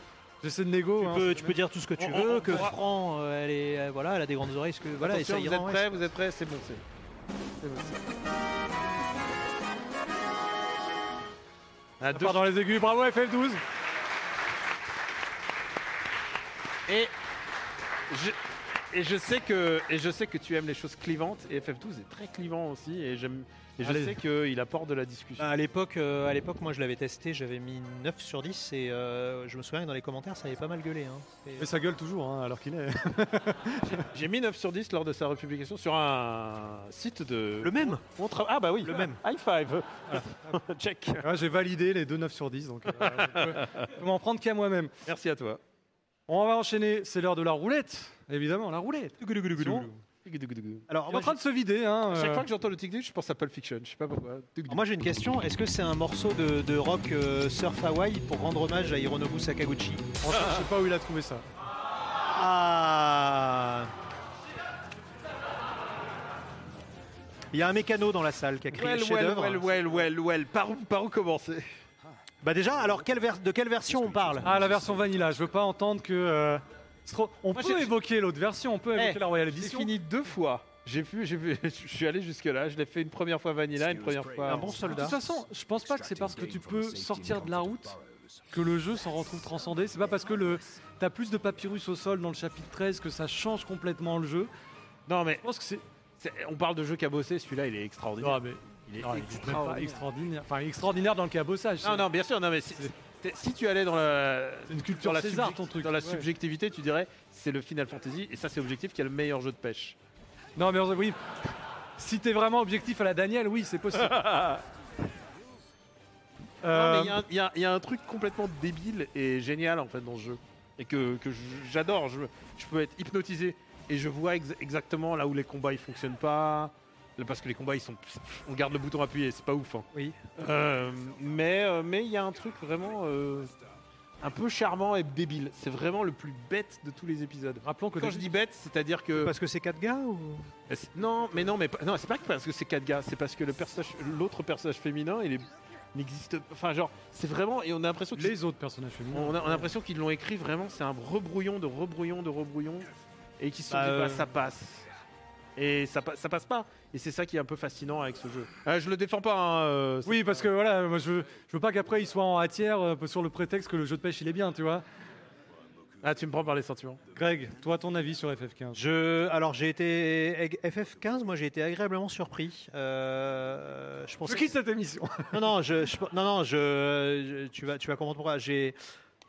J'essaie de négo.
tu
hein,
peux,
c'est
tu
même-
peux dire tout ce que tu
On- on-
veux,
on
que
pourra-
Fran, euh, elle est, euh, voilà, elle a des grandes oreilles, ce que voilà, et ça
Attention, vous
ira
êtes
en S.
prêts, vous êtes prêts, c'est bon, c'est. c'est bon, c'est- À
Ça
deux-
part dans les aigus, bravo FF12
et, je, et je sais que et je sais que tu aimes les choses clivantes et FF12 est très clivant aussi et j'aime et je
Allez.
sais qu'il apporte de la discussion.
Bah, à l'époque, euh, à l'époque, moi je l'avais testé, j'avais mis 9 sur 10 et euh, je me souviens que dans les commentaires ça avait pas mal gueulé. hein. Et,
Mais ça gueule toujours, hein, alors qu'il est.
J'ai mis 9 sur 10 lors de sa republication sur un site de
le même
On tra- Ah bah oui,
Le même.
High five. Check.
Ah, j'ai validé les deux 9 sur 10, donc euh, je peux- je peux m'en prendre qu'à moi-même.
Merci à toi.
On va enchaîner, c'est l'heure de la roulette, évidemment, la roulette. Sinon,
Alors
on est en
moi,
train de se vider. Hein,
À chaque
euh,
fois que j'entends le tic-tic, je pense à Pulp Fiction. Je sais pas pourquoi.
j'ai- moi, j'ai une question, est-ce que c'est un morceau de, de rock euh, surf Hawaii pour rendre hommage à Hironobu Sakaguchi
franchement, je sais pas où il a trouvé ça.
Ah Il y a un mécano dans la salle qui a crié
Well,
le
well,
chef-d'œuvre.
well, well, well, well. Par où, par où commencer
Bah déjà, alors quelle ver- de quelle version on parle
Ah, la version vanilla, je veux pas entendre que. euh, C'est trop- On
Moi,
peut
j'ai-
évoquer l'autre version, on peut
Eh,
évoquer la Royal
J'ai
Edition.
fini deux fois. J'ai pu, j'ai pu- je suis allé jusque là. Je l'ai fait une première fois Vanilla, une première fois.
Un bon
De
soldat.
toute façon, je pense pas que c'est parce que tu peux sortir de la route que le jeu s'en retrouve transcendé. C'est pas parce que le t'as plus de papyrus au sol dans le chapitre 13 que ça change complètement le jeu.
Non mais
Je pense que c'est
c'est- on parle de jeu cabossé. Celui-là, il est extraordinaire.
mais
il est
non, il est même pas
extraordinaire.
extraordinaire. Enfin, extraordinaire dans le cabossage.
Non, non, bien sûr. Non mais si, c'est- si tu allais dans la
c'est une
dans
culture
la,
César
subjec-
ton truc.
dans la
Ouais.
subjectivité, tu dirais c'est le Final Fantasy et ça c'est objectif qui a le meilleur jeu de pêche.
Non, mais oui. Si t'es vraiment objectif à la Daniel, oui, c'est possible.
Non, mais
Euh,
il y a un- il y, a- il y a un truc complètement débile et génial en fait dans ce jeu et que, que j- j'adore. Je, je peux être hypnotisé et je vois ex- exactement là où les combats ils fonctionnent pas. Là, Parce que les combats, ils sont, on garde le bouton appuyé, c'est pas ouf. hein.
Oui.
Euh, mais euh, mais il y a un truc vraiment euh, un peu charmant et débile. C'est vraiment le plus bête de tous les épisodes.
Rappelons que
Quand je dis bête, c'est-à-dire que
Parce que c'est quatre gars ou
c'est- Non, mais non, mais pas- non, c'est pas que parce que c'est quatre gars, c'est parce que le personnage, l'autre personnage féminin, il est- n'existe. Enfin, genre, c'est vraiment et on a l'impression que
les autres personnages féminins.
on a, on a l'impression qu'ils l'ont écrit vraiment. C'est un rebrouillon de rebrouillon de rebrouillon et qui se sont
Bah,
dit,
euh,
bah, ça passe. Et ça, pa- ça passe pas. Et c'est ça qui est un peu fascinant avec ce jeu. Euh, je le défends pas. hein, euh, c'est-
Oui, parce que voilà, moi, je, veux- je veux pas qu'après il soit en hâtière euh, sur le prétexte que le jeu de pêche il est bien, tu vois.
Ah, tu me prends par les sentiments.
Greg, toi, ton avis sur FF15
Je, alors j'ai été FF15, moi j'ai été agréablement surpris. Euh, je pensais.
Je quitte cette émission.
Non non, je, je- non non, je, je- tu vas, tu vas comprendre pourquoi. J'ai,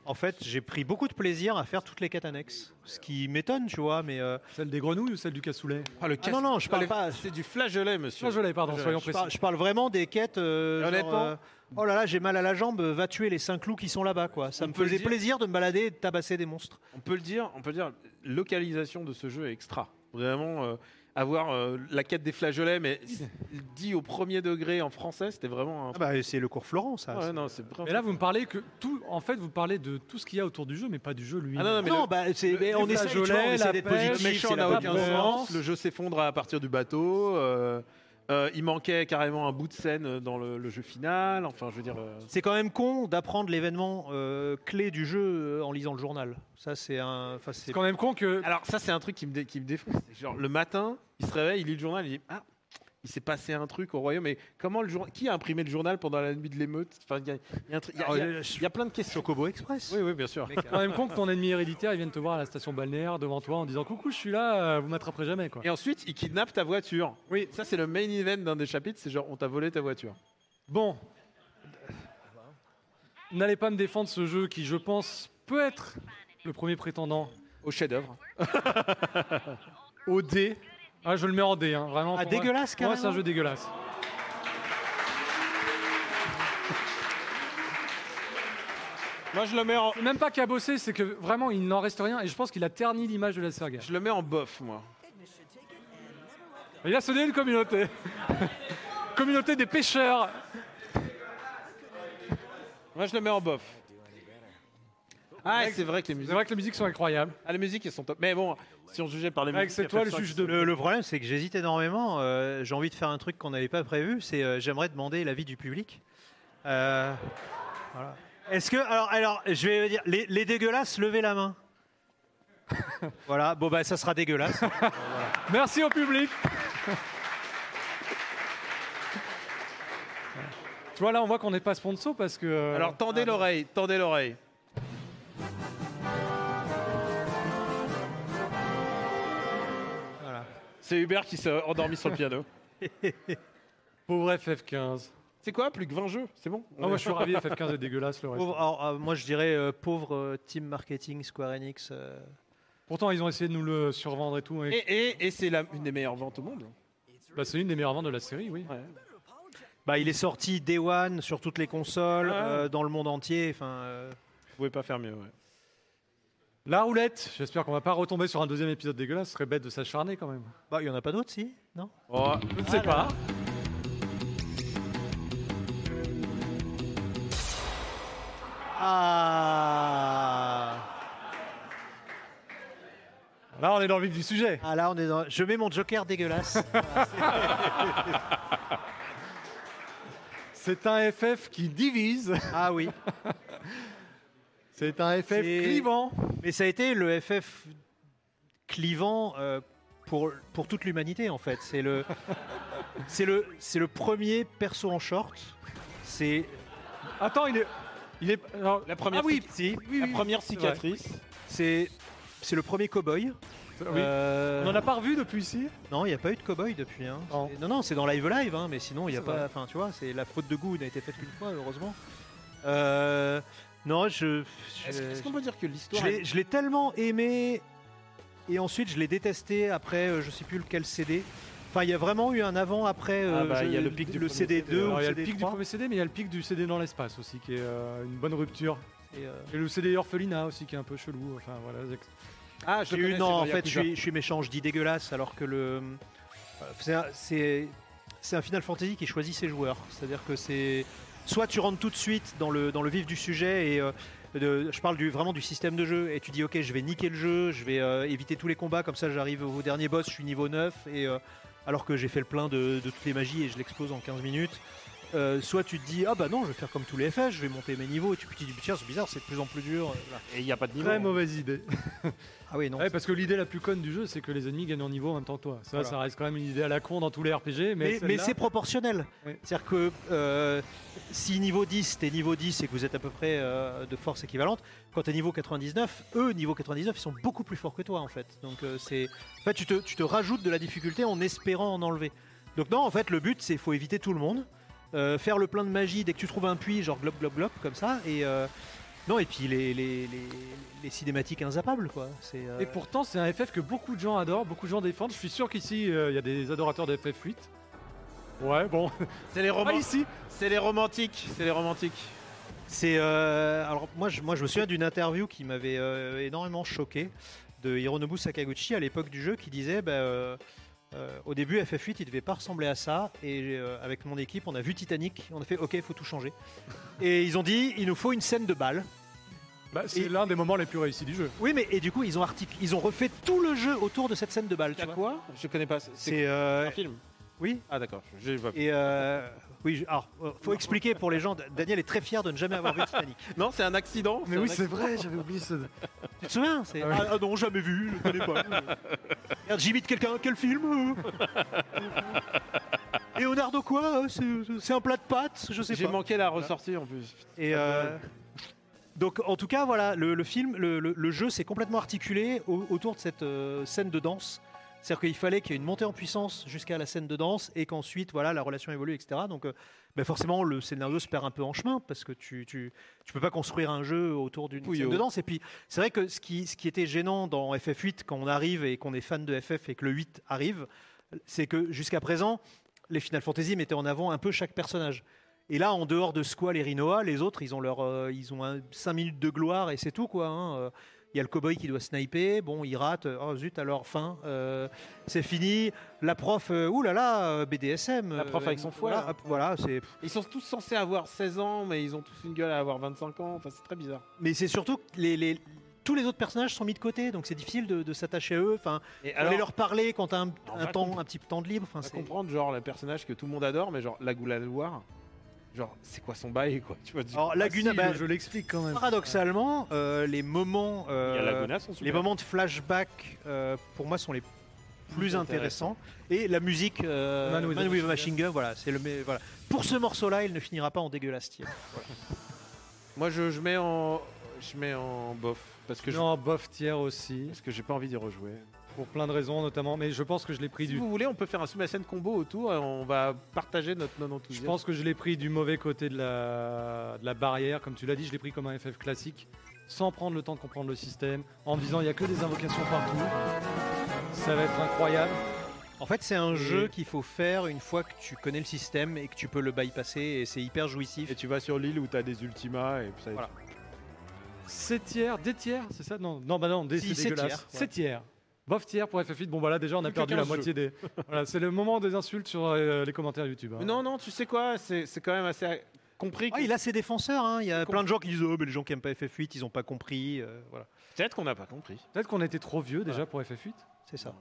en fait, j'ai pris beaucoup de plaisir à faire toutes les quêtes annexes, ce qui m'étonne, tu vois, mais. euh,
Celle des grenouilles ou celle du cassoulet
Ah, le
Ah non non, je parle
les-
pas.
C'est du flageolet, monsieur.
Flageolet, pardon,
Je-
soyons
Je
précis.
parle, je parle vraiment des quêtes. euh,
Et
genre,
honnêtement,
euh, oh là là, j'ai mal à la jambe, va tuer les cinq loups qui sont là-bas, quoi. Ça
On
me
peut le
faisait
dire.
plaisir de me balader et de tabasser des monstres.
On peut le dire. On peut dire. Localisation de ce jeu est extra. Vraiment. euh, Avoir euh, la quête des flageolets, mais s- dit au premier degré en français, c'était vraiment un.
Ah bah, c'est le cours Florent, ça.
Ouais, non, c'est
Mais là, vous me parlez que tout. En fait, vous parlez de tout ce qu'il y a autour du jeu, mais pas du jeu lui.
Ah non, non, mais
non,
le-
bah, c'est, mais on
le
essaie, tu vois,
flageolet,
on essaie d'être
la pêche,
positif.
Le méchant
c'est la
n'a
bonne
aucun
bonne
sens.
balance.
Le jeu s'effondre à partir du bateau. euh, euh, il manquait carrément un bout de scène dans le, le jeu final. Enfin, je veux dire. euh,
C'est quand même con d'apprendre l'événement euh, clé du jeu euh, en lisant le journal. Ça, c'est un. Enfin, c'est...
C'est quand même con que.
Alors ça, c'est un truc qui me, dé- qui me défonce. C'est Genre le matin, il se réveille, il lit le journal, il dit ah. Il s'est passé un truc au royaume, mais comment le journal Qui a imprimé le journal pendant la nuit de l'émeute Enfin, il y, a- il y a un truc- il y a- il y a- il y a plein de questions.
Chocobo Express.
Ah, Oui, oui, bien sûr.
Mec,
C'est quand même con que ton ennemi héréditaire il vienne te voir à la station balnéaire devant toi en disant coucou je suis là euh, vous m'attraperez jamais quoi.
Et ensuite, il kidnappe ta voiture.
Oui.
Ça, c'est le main event d'un des chapitres. C'est genre on t'a volé ta voiture.
Bon, n'allez pas me défendre ce jeu qui je pense peut être le premier prétendant
Au chef-d'œuvre.
au D. Ah je le mets en D hein, vraiment.
Ah,
pour moi-
dégueulasse,
Pour Moi c'est un
carrément.
jeu dégueulasse.
Moi, je le mets en,
C'est Même pas cabossé c'est que vraiment il n'en reste rien et je pense qu'il a terni l'image de la saga.
je le mets en bof, moi.
Il a sonné une communauté. communauté des pêcheurs.
Moi, je le mets en bof. Ah, c'est vrai que les
C'est
musiques,
vrai que les musiques sont incroyables.
ah, les musiques, elles sont top. Mais bon, si on jugeait par les
Mec,
musiques,
c'est
elles
toi le
sont-
juge de
Le, le problème, c'est que j'hésite énormément. euh, j'ai envie de faire un truc qu'on n'avait pas prévu. C'est euh, j'aimerais demander l'avis du public. Euh, voilà. Est-ce que alors alors je vais dire les, les dégueulasses, levez la main. voilà. Bon bah ça sera dégueulasse.
Merci au public. tu vois, là, on voit qu'on n'est pas sponsor parce que. euh,
Alors tendez l'oreille, tendez l'oreille.
Voilà.
C'est Hubert qui s'est endormi sur le piano.
pauvre FF15.
C'est quoi Plus que 20 jeux C'est bon
Ah, moi, je suis ravi, FF15 est dégueulasse, le reste.
Pauvre- alors, euh, moi je dirais euh, pauvre euh, team marketing Square Enix. euh,
Pourtant, ils ont essayé de nous le survendre et tout.
Et,
Et...
et, et c'est la- une des meilleures ventes au monde.
Bah, c'est une des meilleures ventes de la série, oui.
Bah, il est sorti Day One sur toutes les consoles,
Ah.
euh, dans le monde entier. Enfin, euh,
Vous pouvez pas faire mieux, ouais.
La roulette. J'espère qu'on va pas retomber sur un deuxième épisode dégueulasse. Ce serait bête de s'acharner quand même.
bah, il y en a pas d'autres, si Non
Oh,
Je ne sais pas.
Ah,
Là, on est dans le vif du sujet.
ah là, on est dans... Je mets mon Joker dégueulasse.
C'est un FF qui divise.
ah oui.
C'est un FF
C'est-
clivant.
Mais ça a été le FF clivant euh, pour, pour toute l'humanité en fait. C'est le, c'est le, c'est le premier perso en short. C'est
Attends, il est. Il est alors,
La première,
Ah oui,
cic-
si,
oui,
la
oui.
première
vrai.
cicatrice.
c'est c'est le premier cowboy.
oui.
Euh,
On n'en a pas revu depuis ici.
Non, il n'y a pas eu de cowboy depuis. hein. C'est-
Non.
Non, non, c'est dans Live Live, hein, mais sinon, il n'y a
C'est
pas.
vrai.
Enfin, tu vois, c'est la faute de goût n'a été faite qu'une fois, heureusement. Euh, non, je. je-
Est-ce est-ce qu'on peut dire que
je
l'histoire.
l'ai- je l'ai tellement aimé et ensuite je l'ai détesté après, euh, je sais plus lequel CD. Enfin, il y a vraiment eu un avant-après. euh,
Ah bah,
je-
il y a le pic du premier
CD2
CD,
ou
Alors, il y a le
CD3,
pic du premier CD, mais il y a le pic du CD dans l'espace aussi, qui est euh, une bonne rupture.
et, euh,
Et le CD Orphelina aussi, qui est un peu chelou. Enfin, voilà.
Ah,
J'ai eu, non, en fait, je suis, je suis méchant, je dis dégueulasse, alors que le. euh, c'est un- C'est c'est un Final Fantasy qui choisit ses joueurs. C'est-à-dire que c'est. Soit tu rentres tout de suite dans le, dans le vif du sujet et. euh, de- je parle du, vraiment du système de jeu et tu dis ok je vais niquer le jeu, je vais euh, éviter tous les combats comme ça j'arrive au dernier boss, je suis niveau 9 et euh, alors que j'ai fait le plein de, de toutes les magies et je l'explose en 15 minutes. Euh, soit tu te dis ah bah non je vais faire comme tous les FF, je vais monter mes niveaux et tu puis tu te dis tiens c'est bizarre c'est de plus en plus dur. euh, Voilà.
Et il n'y a pas de niveau.
Très mauvaise idée.
Ah oui non.
Ouais, parce que l'idée la plus conne du jeu, c'est que les ennemis gagnent en niveau en même temps que toi. Ça,
Voilà.
ça reste quand même une idée à la con dans tous les RPG, mais,
Mais, mais
celle-là-
c'est proportionnel.
Oui.
C'est-à-dire que euh, si niveau 10, t'es niveau 10 et que vous êtes à peu près euh, de force équivalente, quand t'es niveau 99, eux, niveau 99, ils sont beaucoup plus forts que toi en fait. Donc euh, c'est. En fait, tu te, tu te rajoutes de la difficulté en espérant en enlever. Donc non, en fait, le but, c'est faut éviter tout le monde. euh, faire le plein de magie dès que tu trouves un puits, genre glop glop glop comme ça. Et euh, non, et puis les, les, les, les cinématiques inzappables quoi. C'est. euh,
Et pourtant, c'est un FF que beaucoup de gens adorent, beaucoup de gens défendent. Je suis sûr qu'ici, euh, il y a des adorateurs de FF8. Ouais, bon.
C'est les,
Pas
roman-
ici.
c'est les romantiques. C'est les romantiques.
C'est euh, alors moi je, moi je me souviens d'une interview qui m'avait euh, énormément choqué de Hironobu Sakaguchi à l'époque du jeu qui disait bah, euh, euh, au début FF8 il devait pas ressembler à ça et euh, avec mon équipe on a vu Titanic on a fait ok faut tout changer et ils ont dit il nous faut une scène de balle
Bah, c'est
Et-
l'un des moments les plus réussis du jeu.
oui mais et du coup ils ont artic- ils ont refait tout le jeu autour de cette scène de balle tu
T'as
vois.
quoi Je connais pas. C'est, c'est
c'est euh,
un film.
oui
Ah, d'accord. Je, je vois pas.
et euh, oui je- alors euh, faut expliquer pour les gens Daniel est très fier de ne jamais avoir vu Titanic
Non, c'est un accident. un acc-
vrai, j'avais oublié ça.
Tu te souviens c'est-
Ah oui.
ah, ah non, jamais vu, je connais pas. Regarde, j'imite quelqu'un, quel film euh Leonardo quoi euh, c'est- C'est un plat de pâtes Je sais
J'ai
pas.
manqué la ressortie en plus.
Et euh, donc en tout cas voilà, le, le film, le, le- le jeu s'est complètement articulé au- autour de cette euh, scène de danse. C'est-à-dire qu'il fallait qu'il y ait une montée en puissance jusqu'à la scène de danse et qu'ensuite voilà la relation évolue etc. Donc euh, ben, forcément le scénario se perd un peu en chemin parce que tu tu, tu peux pas construire un jeu autour d'une
Pouillot.
scène de danse et puis c'est vrai que ce qui ce qui était gênant dans FF8 quand on arrive et qu'on est fan de FF et que le 8 arrive c'est que jusqu'à présent les Final Fantasy mettaient en avant un peu chaque personnage. Et là, en dehors de Squall et Rinoa, les autres, ils ont leur, euh, ils ont 5 minutes de gloire et c'est tout quoi. hein. Euh, Il y a le cowboy qui doit sniper, bon, il rate, oh zut, alors fin, euh, c'est fini. La prof, euh, ouh là là, euh, BDSM.
La prof
euh,
avec son fouet,
Voilà,
là.
hop, voilà, c'est.
Ils sont tous censés avoir 16 ans, mais ils ont tous une gueule à avoir 25 ans. Enfin, c'est très bizarre.
Mais c'est surtout que les, les- tous les autres personnages sont mis de côté, donc c'est difficile de, de s'attacher à eux. Enfin,
Et
aller leur parler quand t'as un,
On
un
va
temps,
comp-
un petit temps de libre. Enfin,
à
c'est.
comprendre, genre, le personnage que tout le monde adore, mais genre, Laguna Loire, genre, c'est quoi son bail, quoi Tu vois, du-
Alors Laguna, bah,
Ah, je l'explique quand même.
paradoxalement, euh, les moments.
il y a
euh,
Laguna, son super.
Les moments de flashback, euh, pour moi, sont les plus
Plus
intéressants. Et la musique, euh,
Man
Man
with
with,
a
a Machine Gun, voilà, c'est le mais- voilà. Pour ce morceau-là, il ne finira pas en dégueulasse. tiens.
Moi, je, je mets en. Je mets en bof. Parce que je-
Non, bof tiers aussi,
Parce que j'ai pas envie d'y rejouer.
pour plein de raisons notamment, mais je pense que je l'ai pris
Si
du.
vous voulez, on peut faire un sous scène combo autour et on va partager notre
Je
non-enthousiasme.
pense que je l'ai pris du mauvais côté de la, de la barrière, comme tu l'as dit, je l'ai pris comme un FF classique, sans prendre le temps de comprendre le système, en me disant il y a que des invocations partout. Ça va être incroyable.
En fait, c'est un
Et-
jeu qu'il faut faire une fois que tu connais le système et que tu peux le bypasser. Et c'est hyper jouissif.
Et tu vas sur l'île où t'as des ultimas et puis ça.
Voilà.
C'est tiers, des tiers, c'est ça Non, non, bah non, des
Si,
c'est
c'est
dégueulasse.
tiers, ouais.
C'est tiers. Bof tiers pour FF8. Bon, bah là, déjà, on a
Plus que
perdu la
15
moitié des. Voilà, c'est le moment des insultes sur euh, les commentaires YouTube. hein.
Mais non, non, tu sais quoi C'est c'est quand même assez compris. que-
Ah, il a ses défenseurs. hein, Il y a plein de gens qui disent oh, mais les gens qui aiment pas FF8, ils ont pas compris. euh, voilà,
Peut-être qu'on n'a pas compris.
Peut-être qu'on était trop vieux déjà pour FF8.
c'est ça.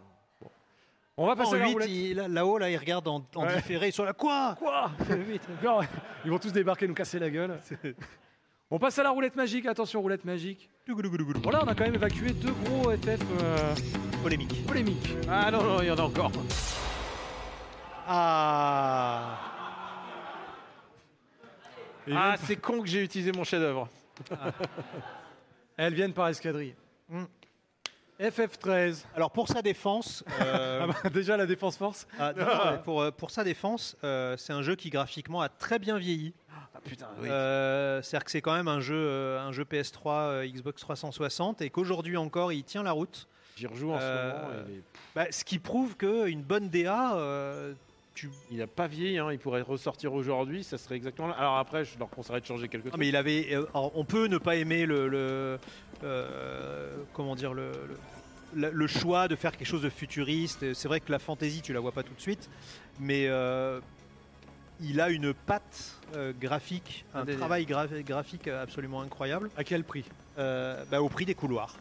On va
En
passer à la
8,
roulette.
il- là-haut, là, ils regardent en, en
Ouais.
différé. Ils sont là, quoi
Quoi Ils vont tous débarquer, nous casser la gueule. On passe à la roulette magique. Attention, roulette magique. Voilà, on a quand même évacué deux gros FF euh,
Polémique.
polémiques.
Ah non, non, il y en a encore.
Ah
Et
Ah, c'est con que j'ai utilisé mon chef-d'œuvre.
Elles viennent par escadrille.
Hmm.
Mm.
FF13.
Alors pour sa défense, euh,
Ah bah, déjà la défense force.
ah, non, non, mais pour, euh, pour sa défense, euh, c'est un jeu qui graphiquement a très bien vieilli.
Ah putain,
Euh, C'est-à-dire que c'est quand même un jeu, euh, un jeu PS3, euh, Xbox 360, et qu'aujourd'hui encore, il tient la route.
J'y rejoue en ce
euh,
moment. Il, est-
Bah, ce qui prouve qu'une bonne DA, euh, tu...
il a pas vieilli, hein, il pourrait ressortir aujourd'hui, ça serait exactement là. Alors après, je leur conseillerais de changer quelque
Non,
chose.
mais il avait. euh, alors, on peut ne pas aimer le, le, euh, comment dire le, le, le choix de faire quelque chose de futuriste. Et C'est vrai que la fantaisie, tu la vois pas tout de suite, mais euh, il a une patte euh, graphique, un
Indéniable.
travail gra- graphique absolument incroyable,
À quel prix
euh, bah, au prix des couloirs.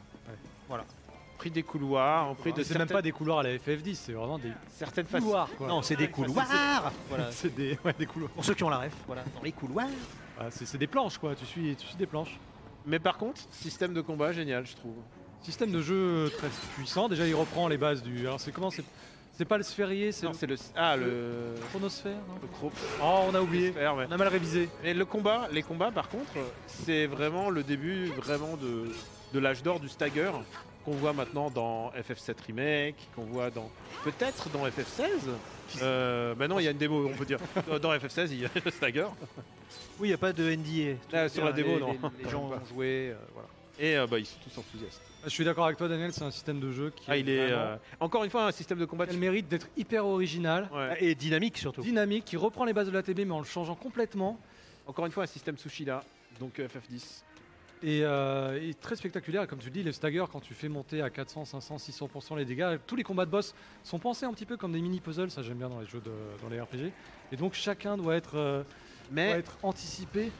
Prix des couloirs, prix de
Ah, C'est même
certaines,
pas des couloirs à la FF10, c'est vraiment des
certaines façons.
couloirs. Quoi.
Non, c'est des couloirs. Voilà.
c'est des, ouais, des couloirs.
Pour ceux qui ont la ref, voilà, dans les couloirs.
Ah, c'est c'est des planches, quoi. Tu suis, tu suis des planches.
Mais par contre, système de combat génial, je trouve.
Système de jeu très puissant. Déjà, il reprend les bases du. Alors, c'est comment C'est c'est pas le sphérié, c'est
Non,
le
c'est le. Ah, le.
chronosphère. non
le cro-
Oh, on a oublié.
sphère, ouais.
On a mal révisé.
Mais le combat, les combats par contre, c'est vraiment le début vraiment de, de l'âge d'or du stagger qu'on voit maintenant dans FF7 Remake, qu'on voit dans peut-être dans FF16. Euh, bah non, il y a une démo, on peut dire. Euh, Dans FF16, il y a le stagger.
Oui, il n'y a pas de NDA. Tout
Ah,
est
sur
bien,
la démo,
les-
non.
Les, les gens ont joué, euh, voilà.
Et euh, bah, ils sont tous enthousiastes.
Je suis d'accord avec toi, Daniel. C'est un système de jeu qui.
Ah, il est
vraiment-
euh, encore une fois un système de combat.
qui a le mérite d'être hyper original,
Ouais.
Et dynamique surtout.
dynamique, qui reprend les bases de la TB mais en le changeant complètement
Encore une fois un système Sushida, donc euh, FF10.
et, euh, et très spectaculaire. Et comme tu le dis, les staggers, quand tu fais monter à 400, 500, 600% les dégâts, tous les combats de boss sont pensés un petit peu comme des mini puzzles. Ça, j'aime bien dans les jeux, de, dans les RPG. Et donc chacun doit être, euh,
Mais
doit être anticipé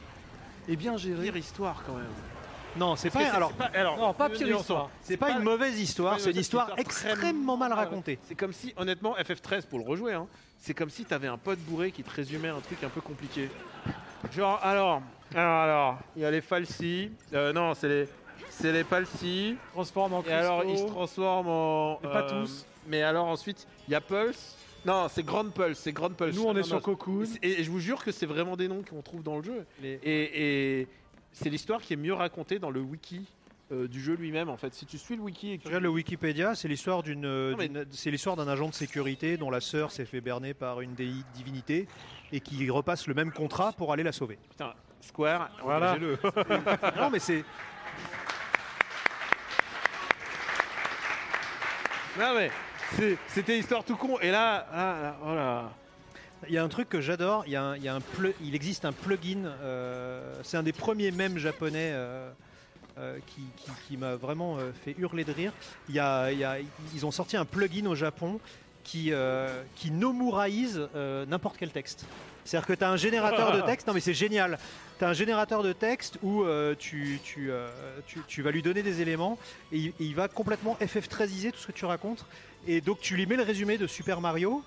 et bien géré.
Eh. pire histoire quand même.
Non, c'est
Parce que
pas. Alors,
c'est alors,
Non, pas
une
pire
nuance,
histoire.
c'est pas une mauvaise histoire.
c'est pas
C'est
une
une histoire
histoire très
extrêmement mal
mal
racontée.
hein. C'est comme si, honnêtement, FF13, pour le rejouer, hein, c'est comme si t'avais un pote bourré qui te résumait un truc un peu compliqué. Genre, alors, alors, alors, il y a les falsis, euh, non, c'est les, c'est les palsis,
Transforme en
et alors ils se
cristaux.
transforment en. euh,
Mais pas tous.
Mais alors ensuite, il y a Pulse, non, c'est Grande Pulse, c'est Grande Pulse.
Nous, on
Non,
est sur
non,
Cocoon.
et, et je vous jure que c'est vraiment des noms qu'on trouve dans le jeu. Et, et c'est l'histoire qui est mieux racontée dans le wiki euh, du jeu lui-même, en fait. Si tu suis le wiki et que
Tu regardes le Wikipédia, c'est l'histoire d'une, euh,
Non, mais-
d'une- c'est l'histoire d'un agent de sécurité dont la sœur s'est fait berner par une déi- divinité et qui repasse le même contrat pour aller la sauver.
Putain, Square,
Voilà.
engagez-le.
non, mais c'est
Non mais c'est- c'était histoire tout con et là, ah, là, oh là.
Il y a un truc que j'adore, il, y a un- il y a un plu- il existe un plugin, euh, c'est un des premiers mèmes japonais euh, euh, qui, qui- qui m'a vraiment euh, fait hurler de rire. Il y a- il y a- ils ont sorti un plugin au Japon qui, euh, qui nomuraise euh, n'importe quel texte. C'est-à-dire que tu as un générateur de texte, non mais c'est génial, tu as un générateur de texte où euh, tu, tu, euh, tu- tu vas lui donner des éléments et il, et il va complètement FF13iser tout ce que tu racontes et donc tu lui mets le résumé de Super Mario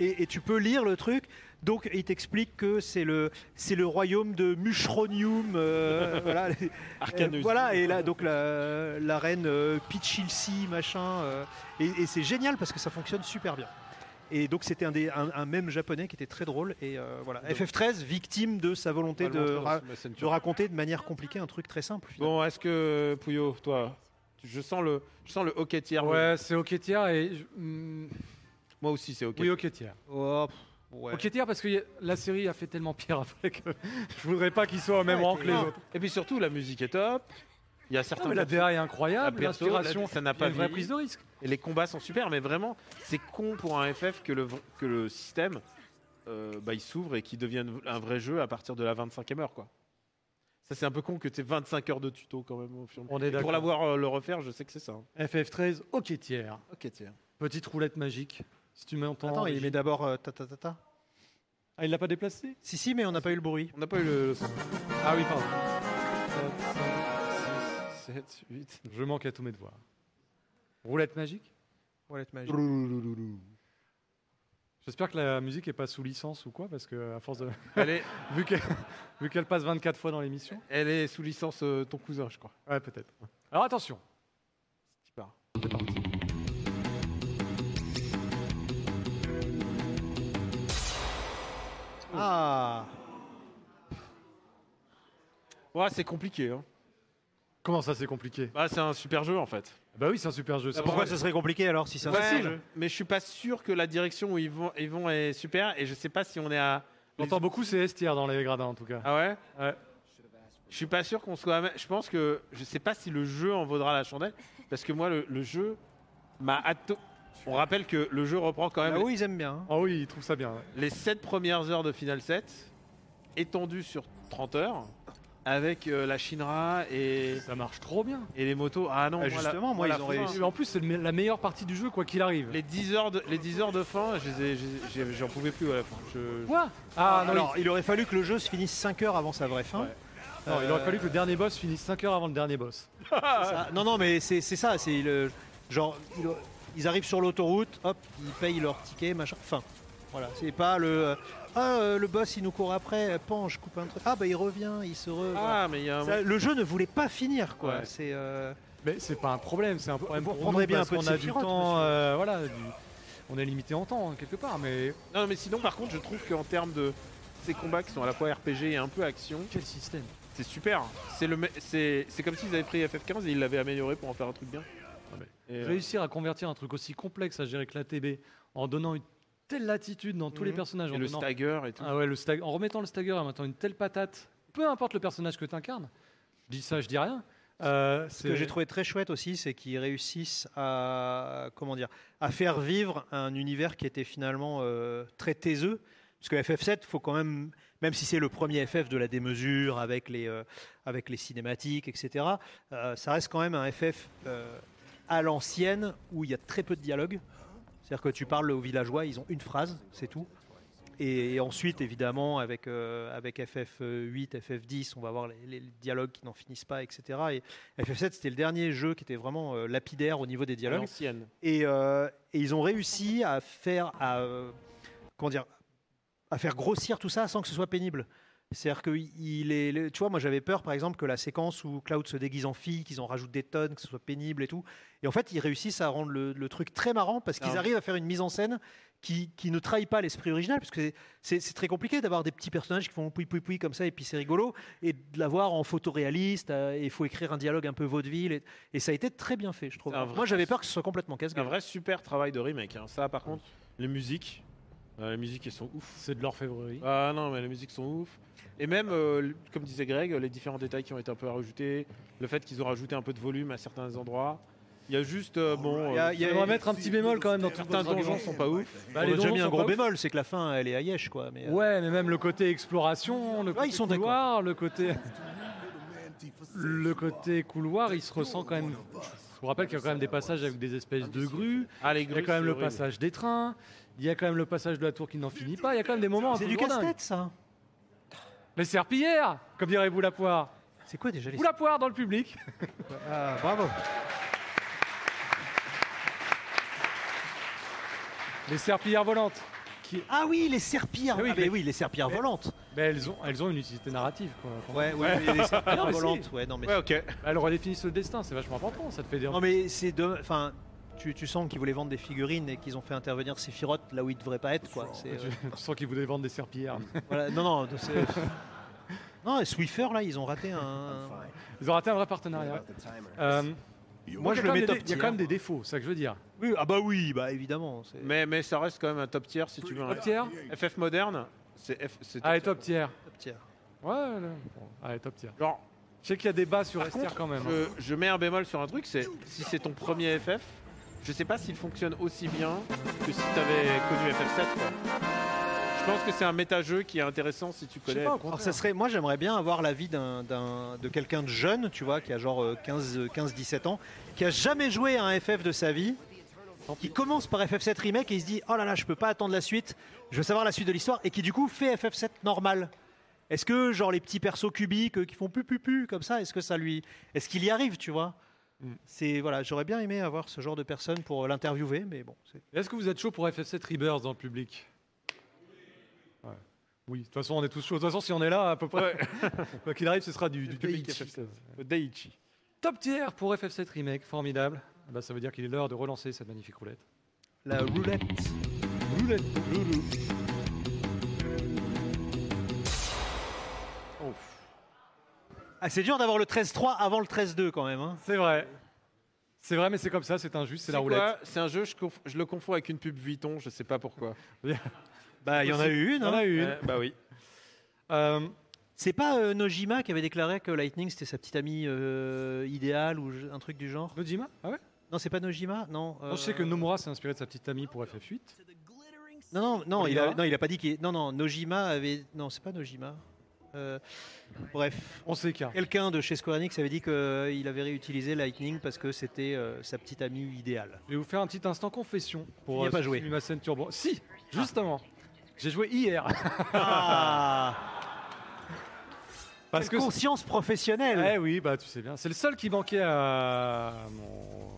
et, et tu peux lire le truc. Donc il t'explique que c'est le c'est le royaume de Mushronium, euh, voilà, Euh, voilà et là donc la, la reine euh, Pichilsi machin euh, et, et c'est génial parce que ça fonctionne super bien. Et donc c'était un des un, un mème japonais qui était très drôle et euh, voilà FF13 victime de sa volonté de, ra- de raconter de manière compliquée un truc très simple. finalement.
Bon, est-ce que Pouillot, toi, tu- je sens le, je sens le hockey tiers.
Ouais, c'est ok tiers et je- hmm,
Moi aussi, c'est hockey.
oui ok tiers.
Oh, pff, ouais.
Ok tiers parce que y a- la série a fait tellement pire après que je voudrais pas qu'ils soient au même
Ouais,
rang que les
Non.
autres.
Et puis surtout, la musique est top. Il y a certains.
Non, mais la DA est
la
incroyable,
perso,
l'inspiration,
la- ça n'a
il y a
pas
une vraie
vieilli.
prise de risque.
Et les combats sont super, mais vraiment, c'est con pour un FF que le v- que le système, euh, bah, il s'ouvre et qu'il devienne un vrai jeu à partir de la 25e heure, quoi. Ça, c'est un peu con que t'aies 25 heures de tuto quand même au fur et à mesure.
On est
Et Pour l'avoir euh, le refaire, je sais que c'est ça. hein.
FF13, ok tiers.
Ok, tiens.
Petite roulette magique. Si tu m'entends.
Attends, il
Régis.
met d'abord euh, ta ta ta ta.
Ah, il l'a pas déplacé
Si si mais on n'a pas eu le bruit.
On n'a pas eu le.
Ah oui, pardon.
7, 8.
Je manque à tous mes devoirs. Roulette magique
Wallet Magic.
Je J'espère que la musique est pas sous licence ou quoi, parce que à force de
Elle est,
vu qu'elle vu qu'elle passe 24 fois dans l'émission.
elle est sous licence euh, ton cousin, je crois.
Ouais, peut-être. Alors attention.
Qui part.
Ah
Ouais, c'est compliqué. Hein.
Comment ça, c'est compliqué
Bah, c'est un super jeu en fait.
Bah oui, c'est un super jeu. ça.
Pourquoi ça serait compliqué alors si c'est Bah un
Ouais,
super jeu
mais je suis pas sûr que la direction où ils vont, ils vont est super et je sais pas si on est à.
On entend beaucoup ces STR dans les gradins en tout cas.
Ah ouais
Ouais.
Je suis pas sûr qu'on soit. Je pense que je sais pas si le jeu en vaudra la chandelle parce que moi le, le jeu m'a atto- On rappelle que le jeu reprend quand même
Là-haut, ils aiment bien. hein.
Ah oui, il trouve ça bien. ouais.
les 7 premières heures de Final 7 étendues sur 30 heures avec euh, la Shinra et,
Ça marche trop bien.
et les motos. Ah non,
Ah,
moi, la-
justement, moi,
la
ils ont
fin,
réussi.
Et en plus, c'est le me- la meilleure partie du jeu, quoi qu'il arrive.
Les 10 heures de, les 10 heures de fin, je les ai- je les ai- j'en pouvais plus à la fin. Je-
Quoi Ah non,
alors, il aurait fallu que le jeu se finisse 5 heures avant sa vraie fin.
Ouais.
euh,
non, il aurait fallu que le dernier boss finisse 5 heures avant le dernier boss.
Ça- non, non, mais c'est c'est ça, c'est le genre il- ils arrivent sur l'autoroute, hop, ils payent leur ticket, machin. Fin. Voilà, c'est pas le euh, ah euh, le boss il nous court après, euh, pan, je coupe un truc. Ah bah il revient, il se re. voilà.
Ah mais il y a un
Ça, le jeu ne voulait pas finir quoi.
Ouais.
C'est euh,
Mais c'est pas un problème, c'est un problème
vous
pour
reprendrez
nous
bien un
parce
peu de
qu'on a du
Sephiroth,
temps,
monsieur.
euh, voilà, du- on est limité en temps hein, quelque part, mais
Non, mais sinon, par contre, je trouve qu'en termes de ces combats qui sont à la fois RPG et un peu action,
quel système
c'est super. C'est le, me- c'est, c'est comme s'ils avaient pris FF15 et ils l'avaient amélioré pour en faire un truc bien. Et, euh,
Réussir à convertir un truc aussi complexe à gérer que la TB en donnant une telle latitude dans tous les
Mhm.
personnages,
et
en
le
donnant-
stagger et tout.
Ah ouais, le stag- en remettant le stagger et en mettant une telle patate, peu importe le personnage que tu incarnes, je dis ça, je dis rien. euh,
ce que j'ai trouvé très chouette aussi, c'est qu'ils réussissent à comment dire, à faire vivre un univers qui était finalement euh, très taiseux. Parce que FF7, faut quand même, même si c'est le premier FF de la démesure avec les, euh, avec les cinématiques, etc., euh, ça reste quand même un FF euh, à l'ancienne où il y a très peu de dialogue. C'est-à-dire que tu parles aux villageois, ils ont une phrase, c'est tout. Et, et ensuite, évidemment, avec, euh, avec FF8, FF10, on va voir les, les dialogues qui n'en finissent pas, etc. Et FF7, c'était le dernier jeu qui était vraiment euh, lapidaire au niveau des
à
dialogues
l'ancienne.
et, euh, et ils ont réussi à faire à euh, comment dire à faire grossir tout ça sans que ce soit pénible. C'est-à-dire que il est, le- tu vois, moi j'avais peur par exemple que la séquence où Cloud se déguise en fille, qu'ils en rajoutent des tonnes, que ce soit pénible et tout. Et en fait, ils réussissent à rendre le, le truc très marrant parce qu'ils
Ah.
arrivent à faire une mise en scène qui, qui ne trahit pas l'esprit original, parce que c'est- c'est c'est très compliqué d'avoir des petits personnages qui font poui poui poui comme ça et puis c'est rigolo, et de l'avoir en photoréaliste. euh, et Il faut écrire un dialogue un peu vaudeville, et, et ça a été très bien fait, je trouve.
C'est un vrai-
Moi j'avais peur que ce soit complètement casse
C'est un vrai super travail de remake. hein. Ça, par
Ah
contre, les musiques, euh, les musiques, elles sont ouf.
c'est de l'orfèvrerie.
Ah non, mais les musiques sont ouf. Et même, euh, l- comme disait Greg, les différents détails qui ont été un peu rajoutés, le fait qu'ils ont rajouté un peu de volume à certains endroits. Il y a juste, euh, bon,
Oh, Il y a-
euh,
il y a-
On va mettre un petit bémol quand même dans
certains
tous les
donjons sont pas ouf.
Bah, les
on a déjà
donjons
mis un
sont
gros
pas ouf.
bémol, c'est que la fin, elle est aïesh, quoi. Mais, euh,
Ouais, mais même le côté exploration, le
Ouais,
côté
ils sont
couloir, le côté le côté couloir, il se ressent quand même. Je vous rappelle qu'il y a quand même des passages avec des espèces de grues.
Ah, les
Il y a
grues,
quand même
c'est
le
horrible.
passage des trains. Il y a quand même le passage de la tour qui n'en finit pas. Il y a quand même des moments. un
C'est
peu
du
gros dingues.
casse-tête, ça.
Les serpillères, comme dirait Boulapoire.
C'est quoi déjà les.
Boulapoire dans le public.
Ah, bravo.
Les serpillères volantes. Qui,
Ah oui, les serpillères.
Ah oui,
Ah, mais
mais-
oui, les serpillères
mais-
volantes.
mais Ben, elles ont, elles ont une utilité narrative. Quoi.
Ouais, ouais, Ah, mais les serpillères
mais si.
volantes. Ouais, non, mais,
Ouais, ok.
Elles redéfinissent Bah, le destin. C'est vachement important. Ça te fait des.
non, mais c'est de. Enfin, tu, tu sens qu'ils voulaient vendre des figurines et qu'ils ont fait intervenir Sephiroth là où il devrait pas être, quoi. C'est, euh,
Tu sens qu'ils voulaient vendre des serpillères.
voilà. Non, non. c'est- Non, et Swiffer, là, ils ont raté un.
Ils ont raté un vrai partenariat. Euh,
Moi, je
il y a
le
quand
mets
même
top
des- Il y a
tier.
quand même des défauts, c'est ça que je veux dire.
Oui, ah bah oui, bah évidemment. c'est-
Mais, mais ça reste quand même un top tier si tu veux. un-
Top tier
FF moderne, c'est F. c'est
Allez, top tier.
Top tier.
Ouais, là. Bon, allez, top tier.
Genre,
Je sais qu'il y a des bas sur
Par
STR
contre,
quand même. hein.
je, je mets un bémol sur un truc, c'est si c'est ton premier FF, je sais pas s'il fonctionne aussi bien que si t'avais connu FF7. quoi. Je pense que c'est un méta-jeu qui est intéressant si tu
Je sais
connais.
pas, au
Alors
contraire.
ça serait, moi j'aimerais bien avoir l'avis d'un, d'un- de quelqu'un de jeune, tu vois, qui a genre euh, 15, euh, 15, 17 ans, qui a jamais joué à un FF de sa vie, qui commence par FF7 remake et il se dit oh là là je peux pas attendre la suite, je veux savoir la suite de l'histoire et qui du coup fait FF7 normal. Est-ce que genre les petits persos cubiques euh, qui font pu pu pu comme ça, est-ce que ça lui, est-ce qu'il y arrive, tu vois C'est voilà, j'aurais bien aimé avoir ce genre de personne pour l'interviewer, mais bon. c'est-
Est-ce que vous êtes chaud pour FF7 Rebirth dans le public Oui, de toute façon, on est tous chauds. De toute façon, si on est là, à peu près, quoi qu'il arrive, ce sera du, du public.
Daichi.
Top tier pour FF7 Remake, formidable. Ah bah, ça veut dire qu'il est l'heure de relancer cette magnifique roulette.
La roulette.
Roulette, loulou.
Ah, c'est dur d'avoir le 13-3 avant le 13-2 quand même. hein.
C'est vrai. C'est vrai, mais c'est comme ça, c'est injuste, c'est la roulette.
C'est un jeu, je, conf- je le confonds avec une pub Vuitton, je sais pas pourquoi.
Bah, il y en a eu
Il
une.
y en
hein.
a eu une.
Ouais, bah oui.
Euh,
C'est pas euh, Nojima qui avait déclaré que Lightning c'était sa petite amie euh, idéale ou je- un truc du genre
Nojima Ah ouais
Non, c'est pas Nojima Non.
Non, Je sais
euh,
que Nomura s'est inspiré de sa petite amie pour FF8.
Non, non, non, il a,
Oliva
non, il a pas dit qu'il. Non, non, Nojima avait. Non, c'est pas Nojima. Euh, bref,
On s'écarte.
quelqu'un de chez Square Enix avait dit qu'il avait réutilisé Lightning parce que c'était euh, sa petite amie idéale.
Je vais vous faire un petit instant confession
Tu
pour euh,
n'y as pas
ce
joué.
film Massen Turbo. Si, justement. J'ai joué hier.
Ah
Parce que.
conscience professionnelle
Eh oui, bah tu sais bien. C'est le seul qui manquait à mon,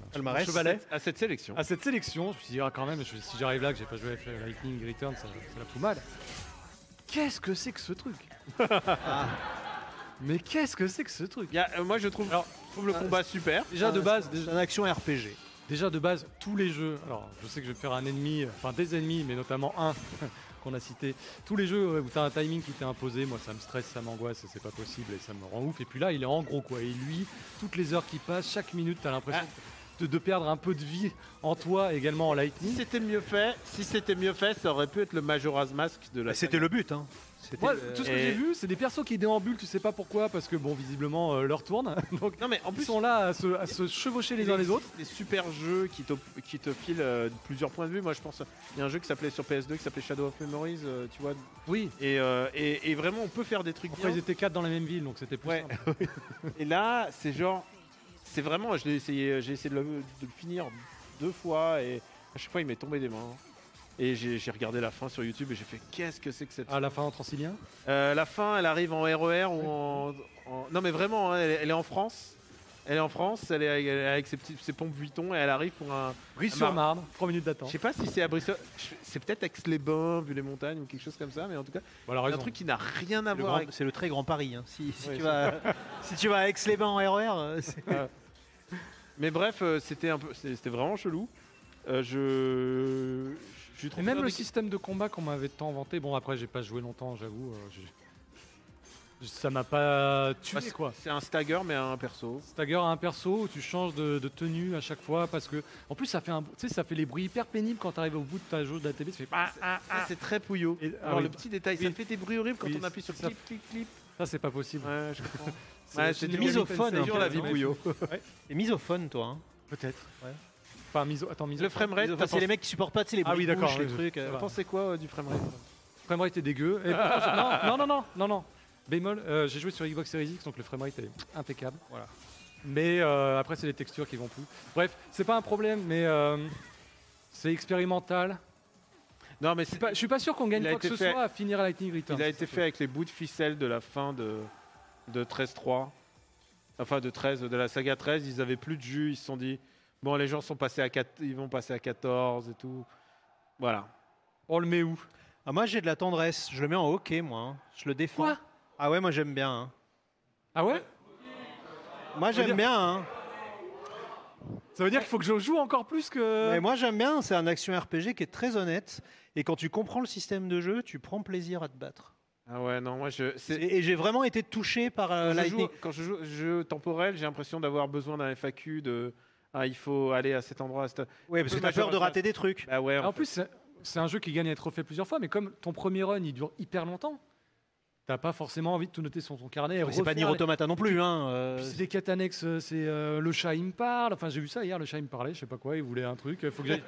mon
Palmarès.
chevalet.
À cette sélection.
À cette sélection, je me suis dit, ah, quand même, je- si j'arrive là que j'ai pas joué à FF Lightning Return, ça, ça la fout mal. Qu'est-ce que c'est que ce truc
Ah.
Mais qu'est-ce que c'est que ce truc
Il y a- euh, moi, je trouve,
Alors, euh,
je trouve le combat super.
Déjà de
Ah,
base,
C'est
déjà,
une action RPG.
Déjà de base, tous les jeux, alors je sais que je vais me faire un ennemi, euh, enfin des ennemis, mais notamment un qu'on a cité, tous les jeux ouais, où t'as un timing qui t'est imposé, moi ça me stresse, ça m'angoisse, et c'est pas possible et ça me rend ouf. Et puis là, il est en gros quoi. Et lui, toutes les heures qui passent, chaque minute, t'as l'impression
Ah.
de, de perdre un peu de vie en toi, également en
Si
Lightning.
c'était mieux fait, si c'était mieux fait, ça aurait pu être le Majora's Mask de la.
C'était le but, hein. C'était,
Moi,
euh,
tout ce que
et-
j'ai vu, c'est des persos qui déambulent, tu sais pas pourquoi, parce que bon, visiblement, euh, leur tourne. Donc,
Non mais en
ils
plus,
sont là à se, à se chevaucher les uns les autres.
Des super jeux qui, t'op- qui te filent euh, plusieurs points de vue. Moi, je pense, il y a un jeu qui s'appelait sur PS2 qui s'appelait Shadow of Memories, euh, tu vois.
Oui.
Et, euh, et, et vraiment, on peut faire des trucs.
Après,
bien.
ils étaient quatre dans la même ville, donc c'était plus
Ouais.
simple.
Et là, c'est genre, c'est vraiment, je l'ai essayé, j'ai essayé de le, de le finir deux fois et à chaque fois, il m'est tombé des mains. Et j'ai j'ai regardé la fin sur YouTube et j'ai fait qu'est-ce que c'est que cette.
À la fin en transilien
Euh, la fin, elle arrive en RER ou en. en- Non, mais vraiment, hein, elle, est- elle est en France. Elle est en France, elle est, avec- elle est avec ses, petits, ses pompes Vuitton et elle arrive pour un.
Brie-sur-Marne, 3 minutes
Je
d'attente.
sais pas si c'est à Bristol. je- C'est peut-être Aix-les-Bains, vu les montagnes ou quelque chose comme ça, mais en tout cas,
Voilà,
un truc qui n'a rien à
le
voir
grand-
avec.
c'est le très grand Paris. hein. Si, si
Oui,
tu
c'est
vas, si tu vas à Aix-les-Bains en RER, euh, c'est-
Mais bref, euh, c'était un peu, c'est- c'était vraiment chelou. Euh, je. je suis trop
Et même
fier
le
de-
système de combat qu'on m'avait tant inventé, bon après j'ai pas joué longtemps, j'avoue, euh, j'ai- ça m'a pas tué
Bah, c'est-
quoi.
C'est un stagger, mais un perso.
Stagger a un perso où tu changes de, de tenue à chaque fois parce que en plus ça fait un, tu sais, ça fait les bruits hyper pénibles quand t'arrives au bout de ta jauge d'ATB, tu fais ah, ah,
Ça, c'est très pouillot.
Et- ah
Alors,
oui.
le petit détail, ça
Oui.
fait des bruits horribles quand
Oui,
on appuie sur
ça-
clip, clip, clip.
ça c'est pas possible.
Ouais, je comprends.
la
Ouais, c'est
Shinigami
misophone,
Tensei,
hein,
C'est dur la vie,
carrément.
pouillot.
t'es misophone, toi. hein.
Peut-être.
Ouais.
Enfin miso, attends miso.
Le framerate,
Misophone, c'est les mecs qui supportent pas, tu sais, les
Ah oui,
bruits de
d'accord,
bouche, les
oui,
trucs. euh,
t'en pensais quoi euh, du framerate
framerate est dégueu. Et pourtant, je- non, non, non, non, non, non. Bémol, euh, j'ai joué sur Xbox Series X, donc le framerate est impeccable.
Voilà.
Mais euh, après, c'est les textures qui vont plus. Bref, c'est pas un problème, mais euh, c'est expérimental.
Non, mais
Je
c'est
suis pas- je suis pas sûr qu'on gagne
Il a
quoi que
été
ce
fait-
soit à finir Lightning Returns.
Il a
ça,
été
c'est
fait avec les bouts de ficelle de la fin de, de 13-3. Enfin, de 13, de la saga 13. Ils avaient plus de jus. Ils se sont dit, bon, les gens sont passés à 4, ils vont passer à 14 et tout. Voilà.
On Oh, le met où
Ah, moi, j'ai de la tendresse. Je le mets en hockey, moi. hein. Je le défends.
Quoi
ah ouais, moi, j'aime bien. hein.
Ah ouais
Moi,
dire-
j'aime bien. hein.
Ça veut dire qu'il faut que je joue encore plus que.
Mais moi, j'aime bien. C'est un action RPG qui est très honnête. Et quand tu comprends le système de jeu, tu prends plaisir à te battre.
Ah ouais, non, moi, je. c'est-
Et, et j'ai vraiment été touché par euh,
quand je
Lightning.
joue- quand je joue aux jeux temporels, j'ai l'impression d'avoir besoin d'un FAQ de. Ah, il faut aller à cet endroit. À cet...
Ouais, parce que t'as
Major
peur de
Mask.
rater des trucs.
Ah ouais,
en plus, c'est- c'est un jeu qui gagne à être refait plusieurs fois, mais comme ton premier run il dure hyper longtemps, t'as pas forcément envie de tout noter sur ton carnet. et
Mais C'est pas
refaire
Nier
les-
Automata non plus. Hein. euh,
Puis c'est des quêtes annexes, euh, c'est euh, le chat il me parle. Enfin, j'ai vu ça hier, le chat il me parlait, je sais pas quoi, il voulait un truc. euh, Faut que j'aille.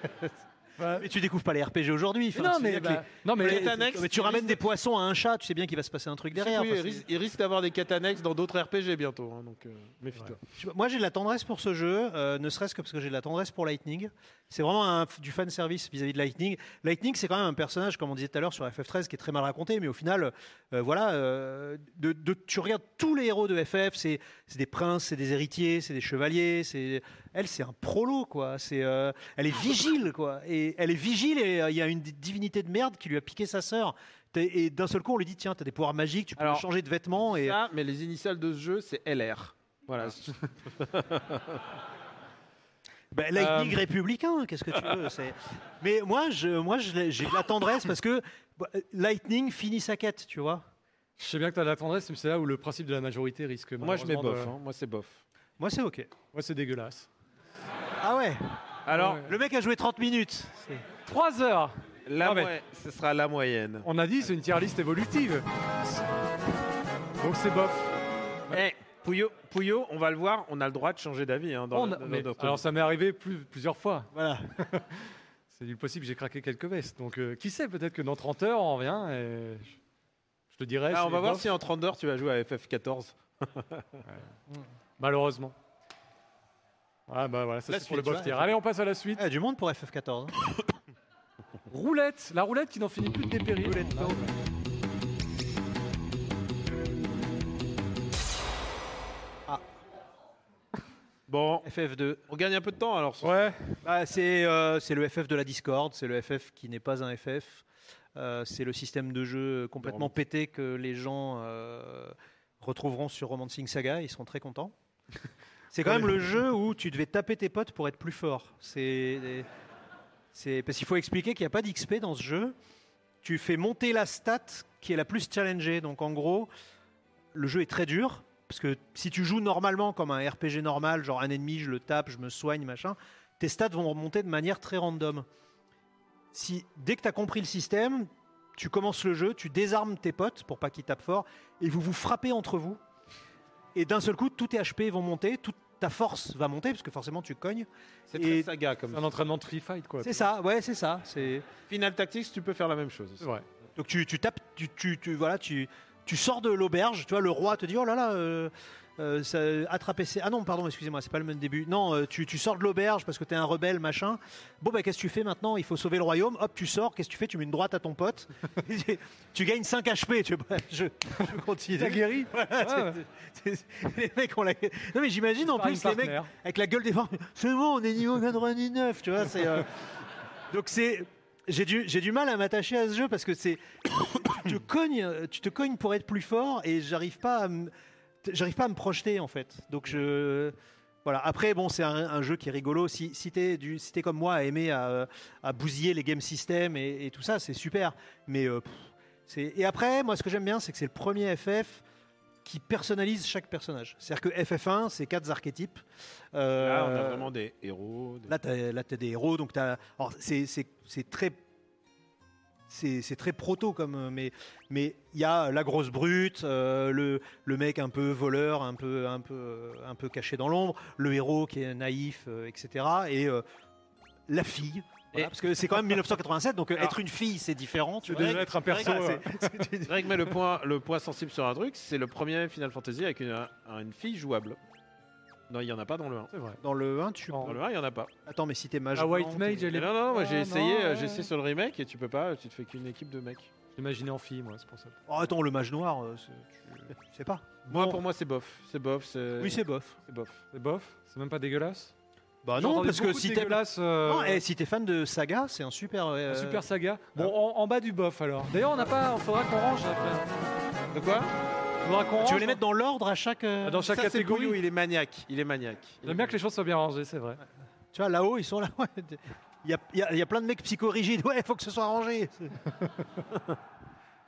Enfin,
Mais tu découvres pas les RPG aujourd'hui.
mais
enfin,
non,
c'est
mais,
bien que
bah,
les-
non, mais-
les quêtes annexes,
Mais tu
ils
ramènes
risquent-
des poissons à un chat, tu sais bien qu'il va se passer un truc derrière.
Oui,
enfin,
il,
c'est-
risque, il risque d'avoir des quêtes annexes dans d'autres RPG bientôt. hein, donc, euh, méfie-toi.
Je sais pas, Moi, j'ai de la tendresse pour ce jeu, euh, ne serait-ce que parce que j'ai de la tendresse pour Lightning. C'est vraiment un- du fan service vis-à-vis de Lightning. Lightning, c'est quand même un personnage, comme on disait tout à l'heure sur FF13, qui est très mal raconté, mais au final, euh, voilà, euh, de, de- tu regardes tous les héros de FF, c'est c'est des princes, c'est des héritiers, c'est des chevaliers. C'est elle, c'est un prolo, quoi. C'est euh, elle est vigile, quoi. Et elle est vigile et euh, il y a une di- divinité de merde qui lui a piqué sa sœur. T'es- Et d'un seul coup, on lui dit tiens, t'as des pouvoirs magiques, tu peux
Alors,
changer de vêtements. Et... euh, Ah,
Ça, mais les initiales de ce jeu, c'est LR. Voilà.
Bah, Lightning
Euh.
républicain, qu'est-ce que tu veux c'est- Mais moi, je, moi je l'ai- j'ai de la tendresse parce que bah, Lightning finit sa quête, tu vois.
Je sais bien que tu as la tendresse, mais c'est là où le principe de la majorité risque.
Moi, je mets
malheureusement
bof.
de-
hein. Moi, c'est bof.
Moi, c'est OK.
Moi, c'est dégueulasse.
Ah ouais
Alors,
Ouais.
Le mec a joué 30 minutes. C'est-
3 heures
la
Non, mais-
moy- ce sera la moyenne.
On a dit, c'est une tier list évolutive. Donc c'est bof.
Eh, Pouillot, Pouillot, on va le voir, on a le droit de changer d'avis. hein, dans
On
le-
a-
dans
mais-
notre-
alors ça m'est arrivé plus- plusieurs fois.
Voilà.
C'est du possible, j'ai craqué quelques vestes. Donc euh, qui sait, peut-être que dans 30 heures, on revient et je, je te dirai.
Ah, on
c'est
va voir
bof.
si en 30 heures, tu vas jouer à FF14.
Malheureusement. Ah bah voilà, ça
La
c'est pour le
suite,
bof
tu
tier.
vois.
Allez, on passe à la suite.
Ah, du monde pour FF14. hein.
Roulette, la roulette qui n'en finit plus de dépérir.
Bon,
FF2.
on gagne un peu de temps alors. ce-
Ouais.
Bah, c'est euh, c'est le FF de la Discord, c'est le FF qui n'est pas un FF. Euh, c'est le système de jeu complètement
Roman-
pété que les gens euh, retrouveront sur Romancing Saga, ils seront très contents. C'est quand
Ouais,
même le jeu où tu devais taper tes potes pour être plus fort. C'est c'est- parce qu'il faut expliquer qu'il n'y a pas d'XP dans ce jeu. Tu fais monter la stat qui est la plus challengée. Donc en gros, le jeu est très dur. Parce que si tu joues normalement comme un RPG normal, genre un ennemi, je le tape, je me soigne, machin, tes stats vont remonter de manière très random. Si dès que tu as compris le système, tu commences le jeu, tu désarmes tes potes pour pas qu'ils tapent fort, et vous vous frappez entre vous. Et d'un seul coup, tous tes HP vont monter, toute ta force va monter, parce que forcément tu cognes.
C'est
Et-
très saga
C'est
comme
un entraînement de free fight quoi.
C'est ça, ouais, c'est ça. C'est
Final Tactics, tu peux faire la même chose.
C'est vrai.
donc tu, tu tapes, tu, tu, tu- voilà, tu tu sors de l'auberge, tu vois le roi te dit oh là là. euh, euh, ça, attraper ses... Ah non, pardon, excusez-moi, c'est pas le même début. Non, euh, tu, tu sors de l'auberge parce que t'es un rebelle, machin. Bon, bah, qu'est-ce que tu fais maintenant Il faut sauver le royaume. Hop, tu sors. Qu'est-ce que tu fais Tu mets une droite à ton pote. tu, tu gagnes 5 HP. Tu... Je, je
T'as
continue.
guéri
Voilà, c'est- c'est- les mecs, on l'a. Non, mais j'imagine en plus les mecs avec la gueule des formes. C'est bon, on est niveau 99, tu vois. C'est, euh, Donc c'est, j'ai du, j'ai du mal à m'attacher à ce jeu parce que c'est, tu te cognes, euh, tu te cognes pour être plus fort et j'arrive pas, à me- t- j'arrive pas à me projeter en fait. Donc je, voilà. Après bon, c'est un, un jeu qui est rigolo. Si, si t'es du, si t'es comme moi à aimer à, euh, à bousiller les game systems et, et tout ça, c'est super. Mais euh, pff, c'est, et après moi ce que j'aime bien c'est que c'est le premier FF qui personnalise chaque personnage. C'est-à-dire que FF1, c'est quatre archétypes. Euh,
Là, on a vraiment des héros. des-
Là, t'as, là, t'as des héros, donc t'as. Alors, c'est, c'est, c'est très. C'est, c'est très proto comme. euh, Mais mais il y a la grosse brute, euh, le, le mec un peu voleur, un peu un peu euh, un peu caché dans l'ombre, le héros qui est naïf, euh, etc. Et euh, la fille. Voilà,
Et-
Parce que c'est quand même 1987, donc euh,
Alors-
être une fille, c'est différent.
Tu
Tu vois.
devais être un perso.
Ah,
euh,
c'est-
Greg met le point, le point sensible sur un truc, c'est le premier Final Fantasy avec une, une fille jouable. Non, il n'y en a pas dans le 1.
C'est vrai.
Dans le 1, tu.
Non.
Dans le 1, il n'y en a pas.
Attends, mais si t'es mage.
La Ah, White
blanc,
Mage,
t'es-
elle
Mais
est.
non, non, non, moi j'ai
Ah,
essayé,
non,
euh,
ouais.
j'ai essayé sur le remake et tu peux pas, tu te fais qu'une équipe de mecs.
J'imaginais en fille, moi, c'est pour ça.
Oh, attends, le mage noir, euh, c'est- tu- je sais pas.
Moi,
Bon.
pour moi, c'est bof. C'est bof, c'est
Oui, c'est bof.
c'est bof.
C'est bof C'est même pas dégueulasse
Bah
J'ai
non,
entendu
parce que
beaucoup de
si t'es
dégueulasse. euh,
Non, et si t'es fan de saga, c'est un super.
un
euh,
Super saga. Bon, en, en bas du bof alors. D'ailleurs, on n'a pas. Il faudra qu'on range après.
De quoi
Faudra qu'on
Tu veux
range,
les mettre dans l'ordre à chaque. euh,
Ah, dans chaque
Ça, c'est
catégorie.
Pouillou, il est maniaque. Il est maniaque. Il est
J'aime bien que les choses soient bien rangées, c'est vrai.
Tu vois, là-haut, ils sont là. ouais. Il y, a, il y a- il y a plein de mecs psychorigides. Ouais, faut que ce soit rangé.
maniaque.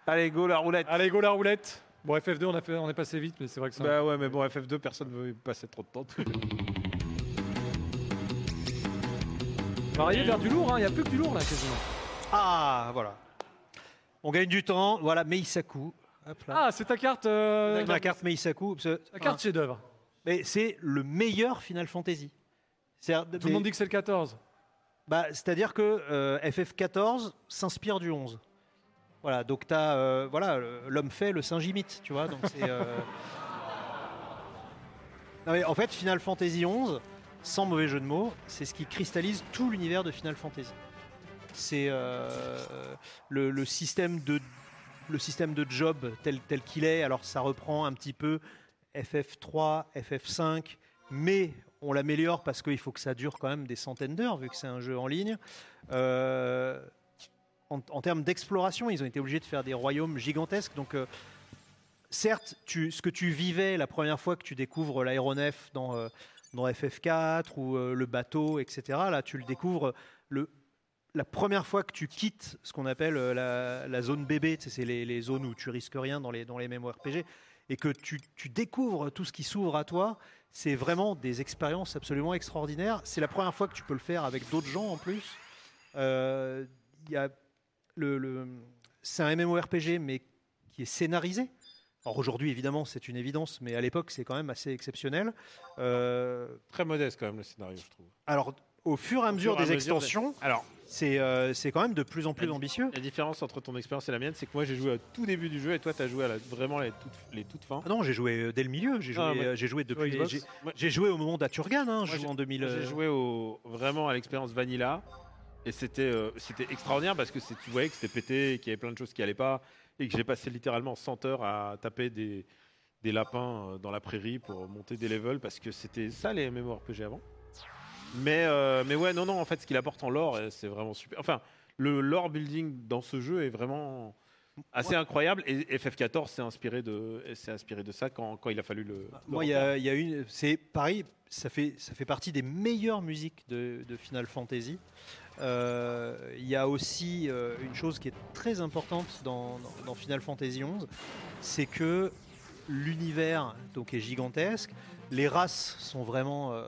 Allez, go la roulette.
Allez, go la roulette. Bon, FF2, on, a fait, on est passé vite, mais c'est vrai que ça.
Bah ouais, mais bon, FF2, personne ne veut y passer trop de temps.
on va arriver vers du lourd, hein. il n'y a plus que du lourd là quasiment.
Ah, voilà. On gagne du temps. Voilà, Meisaku. Hop là.
Ah, c'est ta carte. euh,
Ma carte Ah. Meisaku. parce que- hein,
Ta carte chef-d'œuvre.
Mais c'est le meilleur Final Fantasy. C'est-à-dire-
Tout le
mais-
monde dit que c'est le 14.
Bah, C'est-à-dire que euh, FF14 s'inspire du 11. Voilà, donc t'as euh, voilà le- l'homme fait, le singe imite, tu vois. Donc c'est. euh, Non, mais en fait, Final Fantasy 11, sans mauvais jeu de mots, c'est ce qui cristallise tout l'univers de Final Fantasy. C'est euh, le, le système de le système de job tel tel qu'il est. Alors ça reprend un petit peu FF3, FF5, mais on l'améliore parce qu'il faut que ça dure quand même des centaines d'heures vu que c'est un jeu en ligne. Euh, en, en termes d'exploration, ils ont été obligés de faire des royaumes gigantesques. Donc, euh, certes, tu, ce que tu vivais la première fois que tu découvres l'aéronef dans, euh, dans FF4 ou euh, le bateau, etc., là, tu le découvres le, la première fois que tu quittes ce qu'on appelle euh, la, la zone bébé, tu sais, c'est les, les zones où tu risques rien dans les, dans les mêmes RPG, et que tu, tu découvres tout ce qui s'ouvre à toi, c'est vraiment des expériences absolument extraordinaires. C'est la première fois que tu peux le faire avec d'autres gens en plus. Euh, il y a le, le- c'est un MMORPG, mais qui est scénarisé. Alors aujourd'hui, évidemment, c'est une évidence, mais à l'époque, c'est quand même assez exceptionnel. Euh,
Très modeste quand même le scénario, je trouve.
alors, au fur et à mesure
fur et à
des
mesure,
extensions,
Alors,
c'est euh, c'est quand même de plus en plus
La-
ambitieux.
la différence entre ton expérience et la mienne, c'est que moi j'ai joué au tout début du jeu et toi t'as joué à la- vraiment les toutes, les toutes fins.
Ah non, j'ai joué euh, dès le milieu, j'ai joué,
Ah, ouais.
euh, j'ai joué depuis.
Xbox.
j'ai-
Moi,
J'ai joué au moment d'Aturgan, hein, je
Moi,
joue en 2000. euh,
J'ai joué au, vraiment à l'expérience Vanilla et c'était euh, c'était extraordinaire parce que c'est- tu voyais que c'était pété, et qu'il y avait plein de choses qui allaient pas et que j'ai passé littéralement 100 heures à taper des, des lapins euh, dans la prairie pour monter des levels parce que c'était ça les MMORPG avant. Mais, euh, mais ouais, non, non, en fait, ce qu'il apporte en lore, euh, c'est vraiment super. Enfin, le lore building dans ce jeu est vraiment assez incroyable et FF14 s'est inspiré, de- s'est inspiré de ça quand, quand il a fallu le.
Bah, Moi,
le
il y a, il y a une. C'est pareil, ça fait, ça fait partie des meilleures musiques de, de Final Fantasy. Euh, Il y a aussi euh, une chose qui est très importante dans, dans- dans Final Fantasy XI, c'est que l'univers donc est gigantesque. Les races sont vraiment. euh,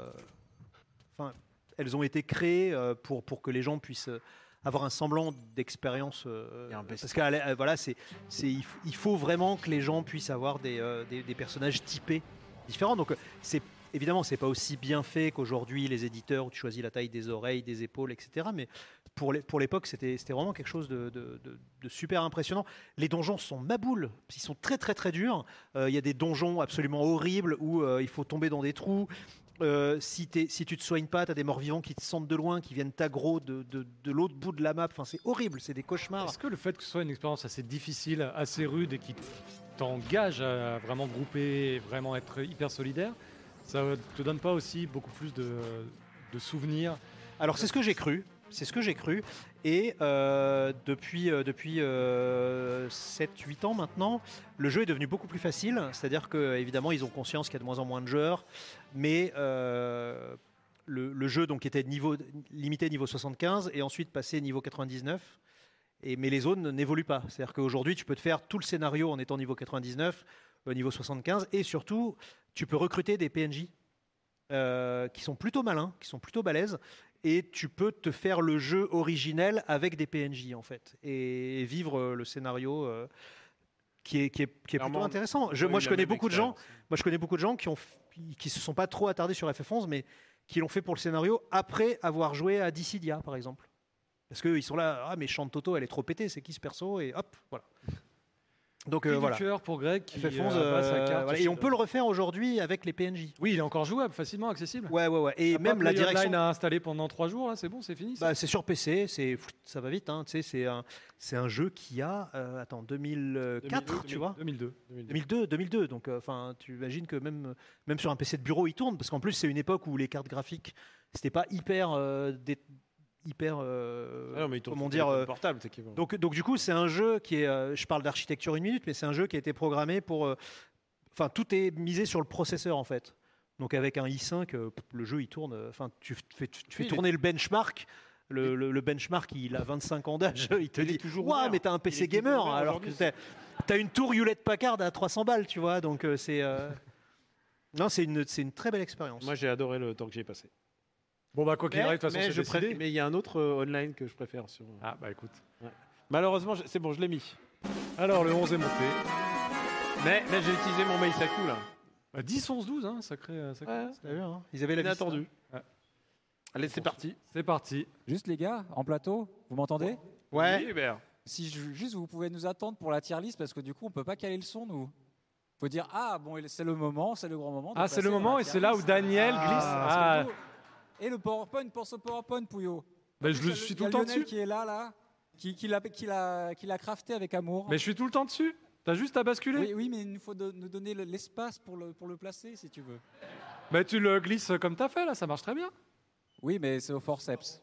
Enfin, elles ont été créées euh, pour, pour que les gens puissent euh, avoir un semblant d'expérience. euh,
Il y a un best-
parce que euh, voilà, c'est, c'est- il f- il faut vraiment que les gens puissent avoir des, euh, des- des personnages typés différents. Donc, euh, c'est évidemment, c'est pas aussi bien fait qu'aujourd'hui les éditeurs où tu choisis la taille des oreilles, des épaules, etc. Mais pour l'é- pour l'époque, c'était c'était vraiment quelque chose de, de- de- de super impressionnant. Les donjons sont maboules, ils sont très très très durs. Euh, Il y a des donjons absolument horribles où euh, il faut tomber dans des trous. Euh, si, t'es- si tu te soignes pas, tu as des morts-vivants qui te sentent de loin, qui viennent t'aggro de, de- de l'autre bout de la map. Enfin, c'est horrible, c'est des cauchemars.
Est-ce que le fait que ce soit une expérience assez difficile, assez rude et qui t'engage à vraiment grouper, et vraiment être hyper solidaire, ça te donne pas aussi beaucoup plus de, de souvenirs
Alors c'est ce que j'ai cru, c'est ce que j'ai cru. Et euh, depuis, euh, depuis 7-8 ans maintenant, le jeu est devenu beaucoup plus facile. C'est-à-dire que évidemment ils ont conscience qu'il y a de moins en moins de joueurs, mais euh, le, le jeu donc était de niveau, limité niveau 75 et ensuite passé niveau 99. Et, mais les zones n'évoluent pas. C'est-à-dire qu'aujourd'hui tu peux te faire tout le scénario en étant niveau 99, euh, niveau 75, et surtout tu peux recruter des PNJ. euh, qui sont plutôt malins, qui sont plutôt balèzes, et tu peux te faire le jeu originel avec des PNJ en fait et vivre euh, le scénario euh, qui est, qui est, qui est plutôt
Clairement,
intéressant. Je-
Ouais,
moi
il
je
a
connais
même
beaucoup de gens
l'expérience.
moi, je connais beaucoup de gens qui ont f- qui se sont pas trop attardés sur FF11, mais qui l'ont fait pour le scénario après avoir joué à Dissidia, par exemple. Parce qu'ils sont là, ah mais Chante Toto, elle est trop pétée, c'est qui ce perso Et hop, voilà. Donc euh,
Cri du
voilà.
cœur pour Greg qui
FF11,
euh, abat sa
euh,
carte
voilà.
chez-
et on peut le refaire aujourd'hui avec les PNJ.
Oui, il est encore jouable, facilement accessible.
Ouais, ouais, ouais. Et
T'as
même
pas
la
Play
direction.
Online à installer pendant trois jours, là, c'est bon, c'est fini. ça
Bah, c'est sur PC, c'est pff, ça va vite. Hein, tu sais, c'est un, c'est un jeu qui a, euh, attends, 2004,
2002,
tu vois
2002.
2002, 2002. Donc, euh, enfin, tu imagines que même, même sur un PC de bureau, il tourne, parce qu'en plus, c'est une époque où les cartes graphiques, c'était pas hyper, euh, dé- hyper. euh,
Ah non, mais ils tournent
comment
sur
dire
téléphone
euh,
portable, c'est qu'ils vont-
donc, donc du coup, c'est un jeu qui est. euh, je parle d'architecture une minute, mais c'est un jeu qui a été programmé pour. euh, Enfin, tout est misé sur le processeur en fait. Donc avec un i5, euh, pff, le jeu il tourne. euh, Enfin, tu, f- fais, tu, tu fais
Oui, il
tourner le benchmark. Le, le- le benchmark, il a 25 ans d'âge, il te
Il est
dit
toujours
Waouh,
ouvert.
mais t'as un
Il
PC
est toujours
gamer
ouvert
alors que
aujourd'hui,
t'as t'as une tour Hewlett Packard à 300 balles, tu vois. Donc euh, c'est. euh, Non, c'est une, c'est une très belle expérience.
Moi, j'ai adoré le temps que j'y ai passé.
Bon, bah, quoi qu'il
Mais-
arrive, de toute façon,
mais
c'est
je
décidé.
préfère- mais il y a un autre euh, online que je préfère. Sur... euh.
Ah, bah, écoute.
Malheureusement, je- c'est bon, je l'ai mis.
Alors, le 11 est monté.
Mais, mais j'ai utilisé mon Meisaku là.
Bah, 10, 11, 12, hein, sacré. euh, sacré-
Ouais,
T'as vu, hein Ils avaient la vista.
inattendu.
Ouais.
Allez, c'est parti.
C'est parti.
Juste les gars, en plateau, vous m'entendez
Ouais.
Oui, Hubert.
Si je- juste vous pouvez nous attendre pour la tier list parce que du coup on peut pas caler le son nous. Faut dire ah bon et c'est le moment, c'est le grand moment. de
Ah, c'est
passer
le
dans
moment
la
et
tier
c'est là où
list.
Daniel
Ah,
glisse. Ah,
Parce que nous- Et le PowerPoint, pense au PowerPoint, Pouillot.
bah, je
Il y
le
a
suis
il y
tout
a
le temps
Lionel
dessus.
qui est là, là, qui, qui l'a, qui l'a- qui l'a crafté avec amour.
Mais je suis tout le temps dessus. T'as juste à basculer.
oui, oui, mais il nous faut de- nous donner le- l'espace pour le, pour le placer si tu veux.
Bah, tu le glisses comme t'as fait, là, ça marche très bien.
Oui, mais c'est au forceps.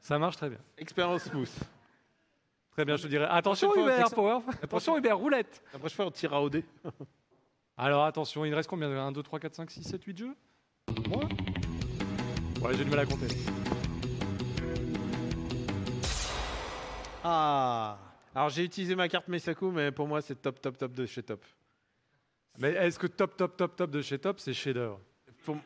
Ça marche très bien.
Expérience smooth.
Très bien, je te dirais. Attention,
prochaine fois,
Hubert,
Texas.
Power. Attention, Hubert, roulette.
La prochaine fois, on tira au dé.
Alors attention, il reste combien 1, 2, 3, 4, 5, 6, 7, 8 jeux Moi Ouais, j'ai du mal à compter.
Ah Alors, j'ai utilisé ma carte Meisaku, mais pour moi, c'est top, top, top de chez top.
Mais est-ce que top, top, top, top de chez top, c'est chef-d'œuvre
Pour-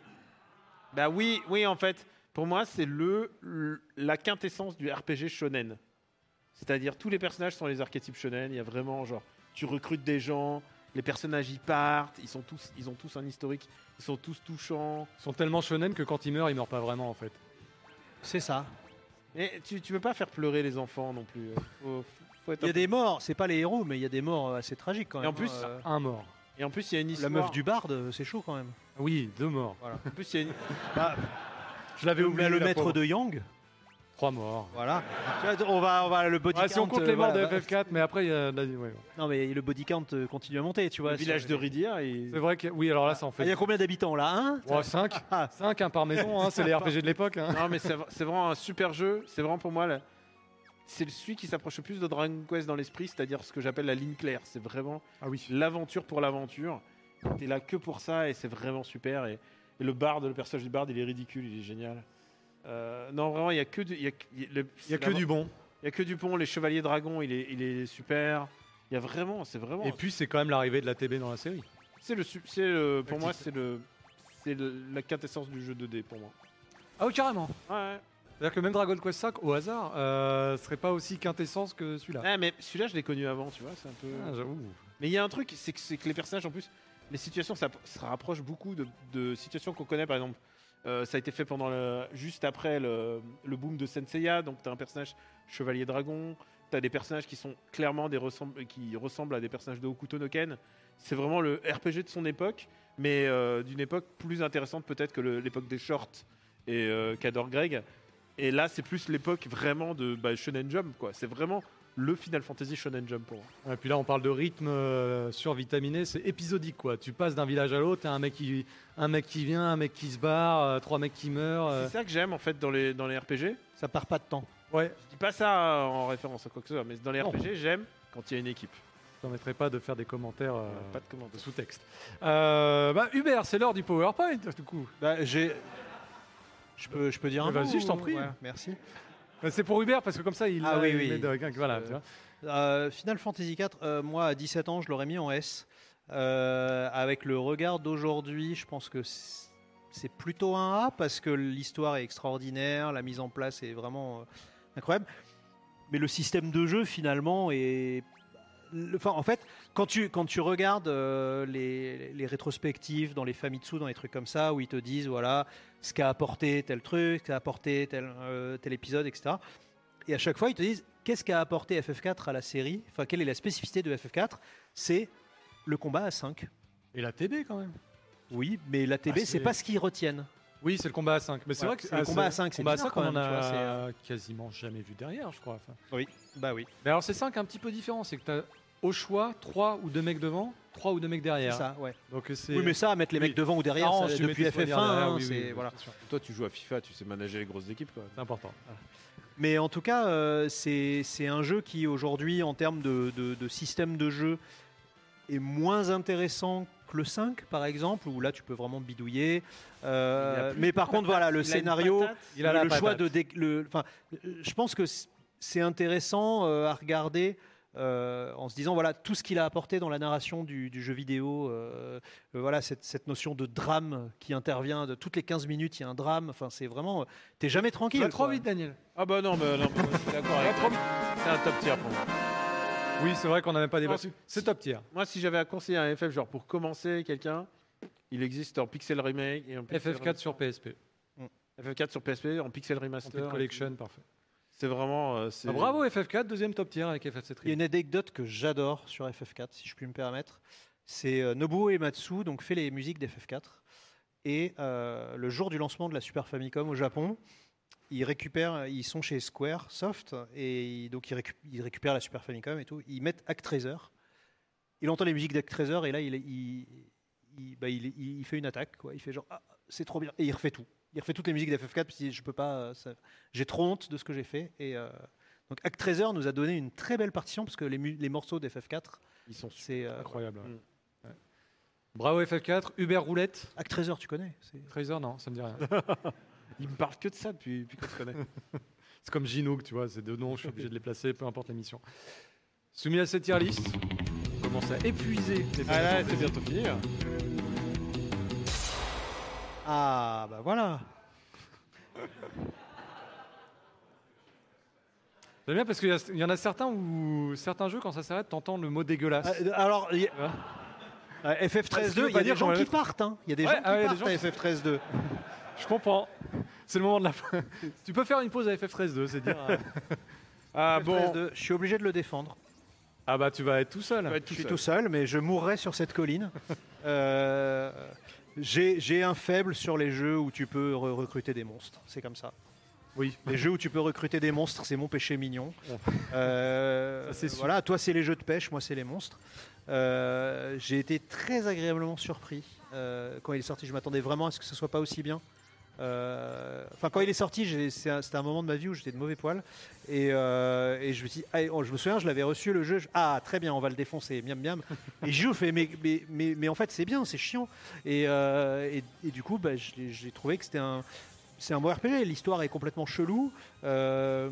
Bah oui, oui, en fait, pour moi, c'est le, le- la quintessence du RPG shonen. C'est-à-dire, tous les personnages sont les archétypes shonen. Il y a vraiment, genre, tu recrutes des gens, les personnages y partent, ils, sont tous, ils ont tous un historique, ils sont tous touchants.
Ils sont tellement shonen que quand ils meurent, ils meurent pas vraiment en fait.
C'est ça.
Et tu, tu veux pas faire pleurer les enfants non plus. Faut- faut être
Il y
un
a des morts, c'est pas les héros, mais il y a des morts assez tragiques quand
Et
même.
en plus,
hein. Euh,
Un mort.
peu- Et en plus, il y a une
la
histoire.
meuf du barde, c'est chaud quand même.
Oui, deux morts.
En plus, il y a une-
Je l'avais
Mais
oublié.
le
la
maître
pauvre.
de Yang,
Trois morts.
voilà. Tu vois, on va, on va le body
Ouais,
count.
si on compte les
euh,
morts
voilà,
de FF4, mais après, il y a de la- ouais.
Non mais le body count euh, continue à monter, tu vois.
le
sur-
village de Ridia. Et...
C'est vrai que. Oui, alors là, ça en
Ah, Il y
fait.
a combien d'habitants là hein
5
Ah.
5, un par maison, hein, c'est les RPG de l'époque. hein.
Non, mais c'est v- c'est vraiment un super jeu. C'est vraiment pour moi, la- c'est celui qui s'approche le plus de Dragon Quest dans l'esprit, c'est-à-dire ce que j'appelle la ligne claire. C'est vraiment
Ah oui.
l'aventure pour l'aventure. T'es là que pour ça et c'est vraiment super. Et, et le bard, le personnage du bard, il est ridicule, il est génial. Euh, non, vraiment, il y a que du, il y a, que- il y a le-
Il y a que du bon.
il y a que du pont. Les chevaliers dragons, il est, il est super. Il y a vraiment, c'est vraiment.
Et puis, c'est quand même l'arrivée de la TB dans la série.
c'est le, su- c'est le- pour
Tactique.
moi, c'est le, c'est le- la quintessence du jeu 2D pour moi.
Ah oui, carrément.
Ouais.
C'est-à-dire que même Dragon Quest 5, au hasard, euh, serait pas aussi quintessence que celui-là.
Ah, mais celui-là, je l'ai connu avant, tu vois. C'est un peu.
Ah, j'avoue.
Mais il y a un truc, c'est que, c'est que les personnages, en plus, les situations, ça, ça rapproche beaucoup de, de situations qu'on connaît, par exemple. euh, ça a été fait pendant le, juste après le, le boom de Senseiya, donc t'as un personnage chevalier dragon, t'as des personnages qui sont clairement des ressemb- qui ressemblent à des personnages de Hokuto no Ken. C'est vraiment le RPG de son époque, mais euh, d'une époque plus intéressante peut-être que le- l'époque des shorts et euh, qu'adore Greg. Et là, c'est plus l'époque vraiment de bah, Shonen Jump, quoi. C'est vraiment le Final Fantasy Shonen Jump pour moi.
Et puis là, on parle de rythme euh, survitaminé, c'est épisodique quoi. Tu passes d'un village à l'autre, t'as un mec qui, un mec qui vient, un mec qui se barre, euh, trois mecs qui meurent. euh.
C'est ça que j'aime en fait dans les, dans les RPG.
Ça part pas de temps.
Ouais,
Je dis pas ça en référence à quoi que ce soit, mais dans les
Non.
RPG, j'aime quand il y a une équipe.
je permettrai pas de faire des commentaires euh,
Pas de commande.
de sous-texte. Euh, bah, Hubert, c'est l'heure du PowerPoint du coup.
Bah, j'ai. Je peux, je peux dire un
Mais
mot
vas-y, Eh ben, je t'en
ou-
prie.
ouais, merci.
Bah, c'est pour Hubert parce que comme ça, il
Ah
a-
oui,
il
oui.
met de- voilà,
Euh,
tu vois.
Euh, Final Fantasy IV, euh, moi à 17 ans, je l'aurais mis en S. Euh, avec le regard d'aujourd'hui, je pense que c- c'est plutôt un A parce que l'histoire est extraordinaire, la mise en place est vraiment euh, incroyable. Mais le système de jeu finalement est. le- Enfin, en fait, quand tu, quand tu regardes euh, les, les rétrospectives dans les Famitsu, dans les trucs comme ça, où ils te disent voilà ce qu'a apporté tel truc, ce qu'a apporté tel, euh, tel épisode, etc. Et à chaque fois, ils te disent qu'est-ce qu'a apporté FF4 à la série Enfin, quelle est la spécificité de FF4 C'est le combat à 5.
Et la TB quand même.
Oui, mais la TB,
Ah, c'est-
c'est pas ce qu'ils retiennent.
Oui, c'est le combat à 5. Mais c'est
Voilà,
vrai que
c'est le combat à
cinq,
cinq, c'est
combat à
bizarre
cinq, on
quand
en
même, tu vois, c'est,
a quasiment jamais vu derrière, je crois. Enfin,
Bah oui,
Mais alors c'est 5 un petit peu différent, c'est que tu as au choix 3 ou 2 mecs devant, 3 ou 2 mecs
c'est
derrière.
ça, ouais.
Donc euh, c'est
Oui, mais ça, mettre les
Oui.
mecs devant ou derrière,
Arrange,
ça,
tu mets
depuis
tes soins
FF1,
derrière,
hein,
oui, oui,
c'est-
oui,
voilà.
c'est sûr.
Toi, tu joues à FIFA, tu sais manager les grosses équipes, quoi.
C'est important.
Mais en tout cas, euh, c'est c'est un jeu qui, aujourd'hui, en termes de, de- de système de jeu, est moins intéressant que le 5, par exemple, où là, tu peux vraiment bidouiller. Euh,
Il a plus
mais par contre, voilà, le scénario.
Il a la
le choix
patate.
de dé- le, enfin, euh, je pense que c- c'est intéressant euh, à regarder euh, en se disant voilà tout ce qu'il a apporté dans la narration du, du jeu vidéo euh, euh, voilà cette, cette notion de drame qui intervient de toutes les 15 minutes il y a un drame enfin c'est vraiment euh, t'es jamais
Il
tranquille
va trop
quoi.
vite Daniel.
Ah bah non, mais non, je suis d'accord avec toi. C'est un top tier pour moi.
Oui, c'est vrai qu'on n'a même pas débattu.
débattu.
C'est top tier.
Moi, si j'avais à conseiller un FF, genre pour commencer quelqu'un, il existe en pixel remake et en pixel
FF4 sur PSP.
rem- FF4 sur PSP, en pixel remaster.
Complete Collection, parfait.
C'est vraiment. euh, c'est-
Ah, bravo FF4, deuxième top tier avec FFC
il y a
Trio.
une anecdote que j'adore sur FF4 si je puis me permettre c'est euh, Nobuo Ematsu donc fait les musiques d'FF4 et euh, le jour du lancement de la Super Famicom au Japon ils récupèrent, ils sont chez Square Soft et ils- donc ils, récu- ils récupèrent la Super Famicom et tout. Ils mettent Act 13 Il entend les musiques d'Act 13 et là il, il, il- bah, il- il fait une attaque quoi. Il fait genre ah, c'est trop bien. Et il refait tout. Il refait toutes les musiques d'FF4 parce que je peux pas. euh, ça- J'ai trop honte de ce que j'ai fait. Et euh, donc Act Treasure nous a donné une très belle partition parce que les, mu- les morceaux d'FF4,
Ils sont su-
c'est euh,
incroyables. ouais.
Bravo FF4, Uber Roulette.
Act Treasure, tu connais. c'est-
Treasure, non, ça me dit rien.
Ils me parlent que de ça depuis, depuis qu'on se connaît.
C'est comme Ginoog, tu vois, c'est deux noms, je suis obligé de les placer, peu importe l'émission. Soumis à cette tier list, on commence à épuiser les
Ah là,
Final
c'est bientôt fini. là.
Ah bah voilà.
J'aime bien parce qu'il y, a- il y en a certains où certains jeux, quand ça s'arrête, t'entends le mot dégueulasse.
Ah, euh, Alors il y a-
Ah.
Euh,
Parce que
FF13.2, il y
pas
a des
dire qu'on
gens
va
qui
mettre-
partent. hein. Il y a des
Ouais,
gens qui
ah ouais, des
partent
gens
à FF13.2.
Je comprends. C'est le moment de la fin. tu peux faire une pause à FF13 c'est dire. euh,
Ah bon.
FF13.2, je suis obligé de le défendre.
Ah bah tu vas être tout seul.
Tu vas être
Je
tout
suis
seul.
tout seul, mais je mourrai sur cette colline. Euh, J'ai j'ai un faible sur les jeux où tu peux re- recruter des monstres. C'est comme ça.
Oui.
Les jeux où tu peux recruter des monstres, c'est mon péché mignon. Euh,
Ça, c'est sûr.
voilà, toi c'est les jeux de pêche, moi c'est les monstres. Euh, J'ai été très agréablement surpris euh, quand il est sorti. Je m'attendais vraiment à ce que ce soit pas aussi bien. Euh, Enfin, quand il est sorti, j'ai- c'est un- c'était un moment de ma vie où j'étais de mauvais poil. Et, euh, et je me suis dit, ah, oh, je me souviens, je l'avais reçu le jeu. je- ah, très bien, on va le défoncer, miam miam. Et je fais, mais, mais, mais, mais en fait, c'est bien, c'est chiant. Et, euh, et, et du coup, bah, je l'ai- j'ai trouvé que c'était un, c'est un bon RPG. L'histoire est complètement chelou. Euh,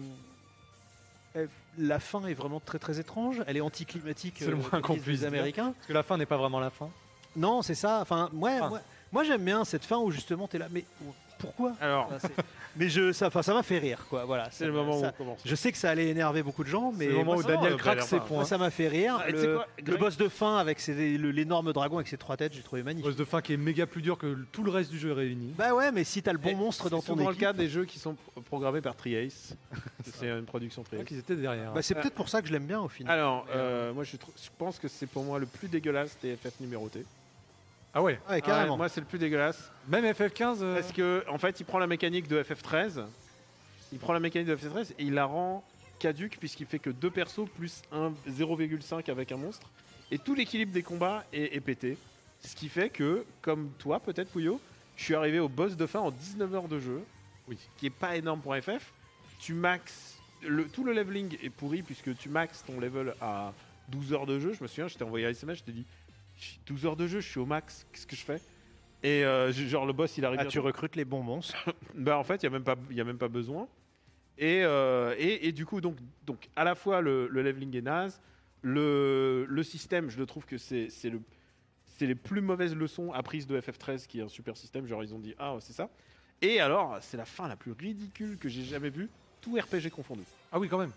euh, la fin est vraiment très très étrange. Elle est anticlimatique.
C'est le
euh,
moins
comme
qu'on
disent
puisse
les
dire.
Américains.
Parce que la fin n'est pas vraiment la fin.
Non, c'est ça. Enfin, moi,
Ah.
moi, moi, j'aime bien cette fin où justement t'es là. Mais pourquoi
Alors,
Enfin, c'est- Mais je, ça, enfin, ça m'a fait rire, quoi. Voilà.
c'est
Ah, Ça-
le moment où
ça-
on commence.
Je sais que ça allait énerver beaucoup de gens, mais
C'est le moment
moi,
où
ça-
ça va,
Daniel
on a
craque
l'air
ses
pas.
points.
moi, bah, ça m'a fait rire.
Ah, et tu sais
le,
quoi,
le
Greg
boss de fin avec ses- le- l'énorme dragon avec ses trois têtes, j'ai trouvé magnifique.
Boss de fin qui est méga plus dur que le- tout le reste du jeu réuni.
Bah ouais, mais si t'as le bon
Et
monstre dans
Eh, C'est
ton
souvent le
équipe,
cas des jeux qui sont pro- programmés par Triace. c'est une production
Je crois
Triace.
qu'ils étaient derrière. hein.
bah, c'est
Euh,
peut-être pour ça que je l'aime bien au final.
Alors,
Mais, euh,
euh, moi je, trou- je pense que c'est pour moi le plus dégueulasse des FF numérotés.
ah ouais,
ouais, Eh, carrément.
Ouais, moi c'est le plus dégueulasse.
même FF15. euh,
Parce que en fait, il prend la mécanique de FF13. Il prend la mécanique de FF13 et il la rend caduque puisqu'il fait que deux persos plus un 0,5 avec un monstre. Et tout l'équilibre des combats est, est pété. Ce qui fait que, comme toi peut-être Pouillot, je suis arrivé au boss de fin en 19 heures de jeu.
Oui.
Qui est pas énorme pour FF. Tu maxes. Le, tout le leveling est pourri puisque tu maxes ton level à 12 heures de jeu. Je me souviens, je t'ai envoyé un SMS, je t'ai dit 12 heures de jeu, je suis au max, qu'est-ce que je fais Et euh, je- genre le boss il arrive.
Ah,
bientôt.
tu recrutes les bons monstres.
Bah en fait, il n'y a, même pas- y a même pas besoin. Et, euh, et, et du coup, donc, donc à la fois le, le leveling est naze, le, le système, je le trouve que c'est c'est le, c'est les plus mauvaises leçons apprises de FF13, qui est un super système, genre ils ont dit, ah c'est ça. Et alors, c'est la fin la plus ridicule que j'ai jamais vue, tout RPG confondu.
Ah oui, quand même.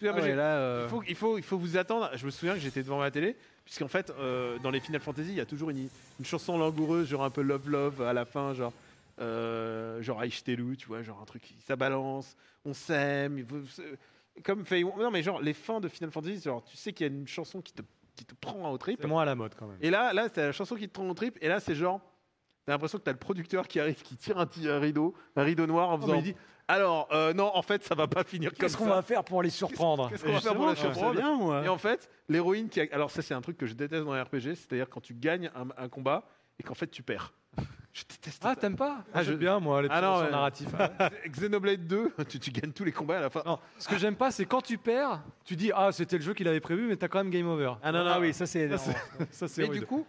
Tout
Ah
RPG
ouais, là, euh,
il faut, il, faut, il faut vous attendre. Je me souviens que j'étais devant ma télé, puisqu'en fait, euh, dans les Final Fantasy, il y a toujours une, une chanson langoureuse, genre un peu Love Love à la fin, genre. Euh, genre Aïch Telou, tu vois, genre un truc, ça balance, on s'aime, il faut- c'est- comme fait. Non, mais genre, les fins de Final Fantasy, genre, tu sais qu'il y a une chanson qui te, qui te prend au trip.
C'est moins à la mode quand même.
Et là, là, t'as la chanson qui te prend au trip, et là, c'est genre, t'as l'impression que t'as le producteur qui arrive, qui tire un, petit- un rideau, un rideau noir en
Oh,
faisant.
mais il dit,
Alors, euh, non, en fait, ça va pas finir comme
Qu'est-ce
ça.
qu'on va faire pour les surprendre
Qu'est-ce qu'on va faire pour la
justement, je trouve
surprendre
ça bien, moi.
et en fait, l'héroïne qui a... Alors ça c'est un truc que je déteste dans les RPG, c'est-à-dire quand tu gagnes un, un combat et qu'en fait tu perds. Je déteste
Ah,
ça.
t'aimes pas
Ah,
Ah,
je-
j'aime bien moi les
Ah,
petits
non,
morceaux
ouais.
narratifs.
Xenoblade 2, tu, tu gagnes tous les combats à la fin.
Non, ce que j'aime pas, c'est quand tu perds, tu dis ah c'était le jeu qu'il avait prévu, mais t'as quand même game over.
Ah non, non, oui, ça c'est.
Ça,
énervant.
c'est- ça c'est
Ah. Mais
rude.
du coup,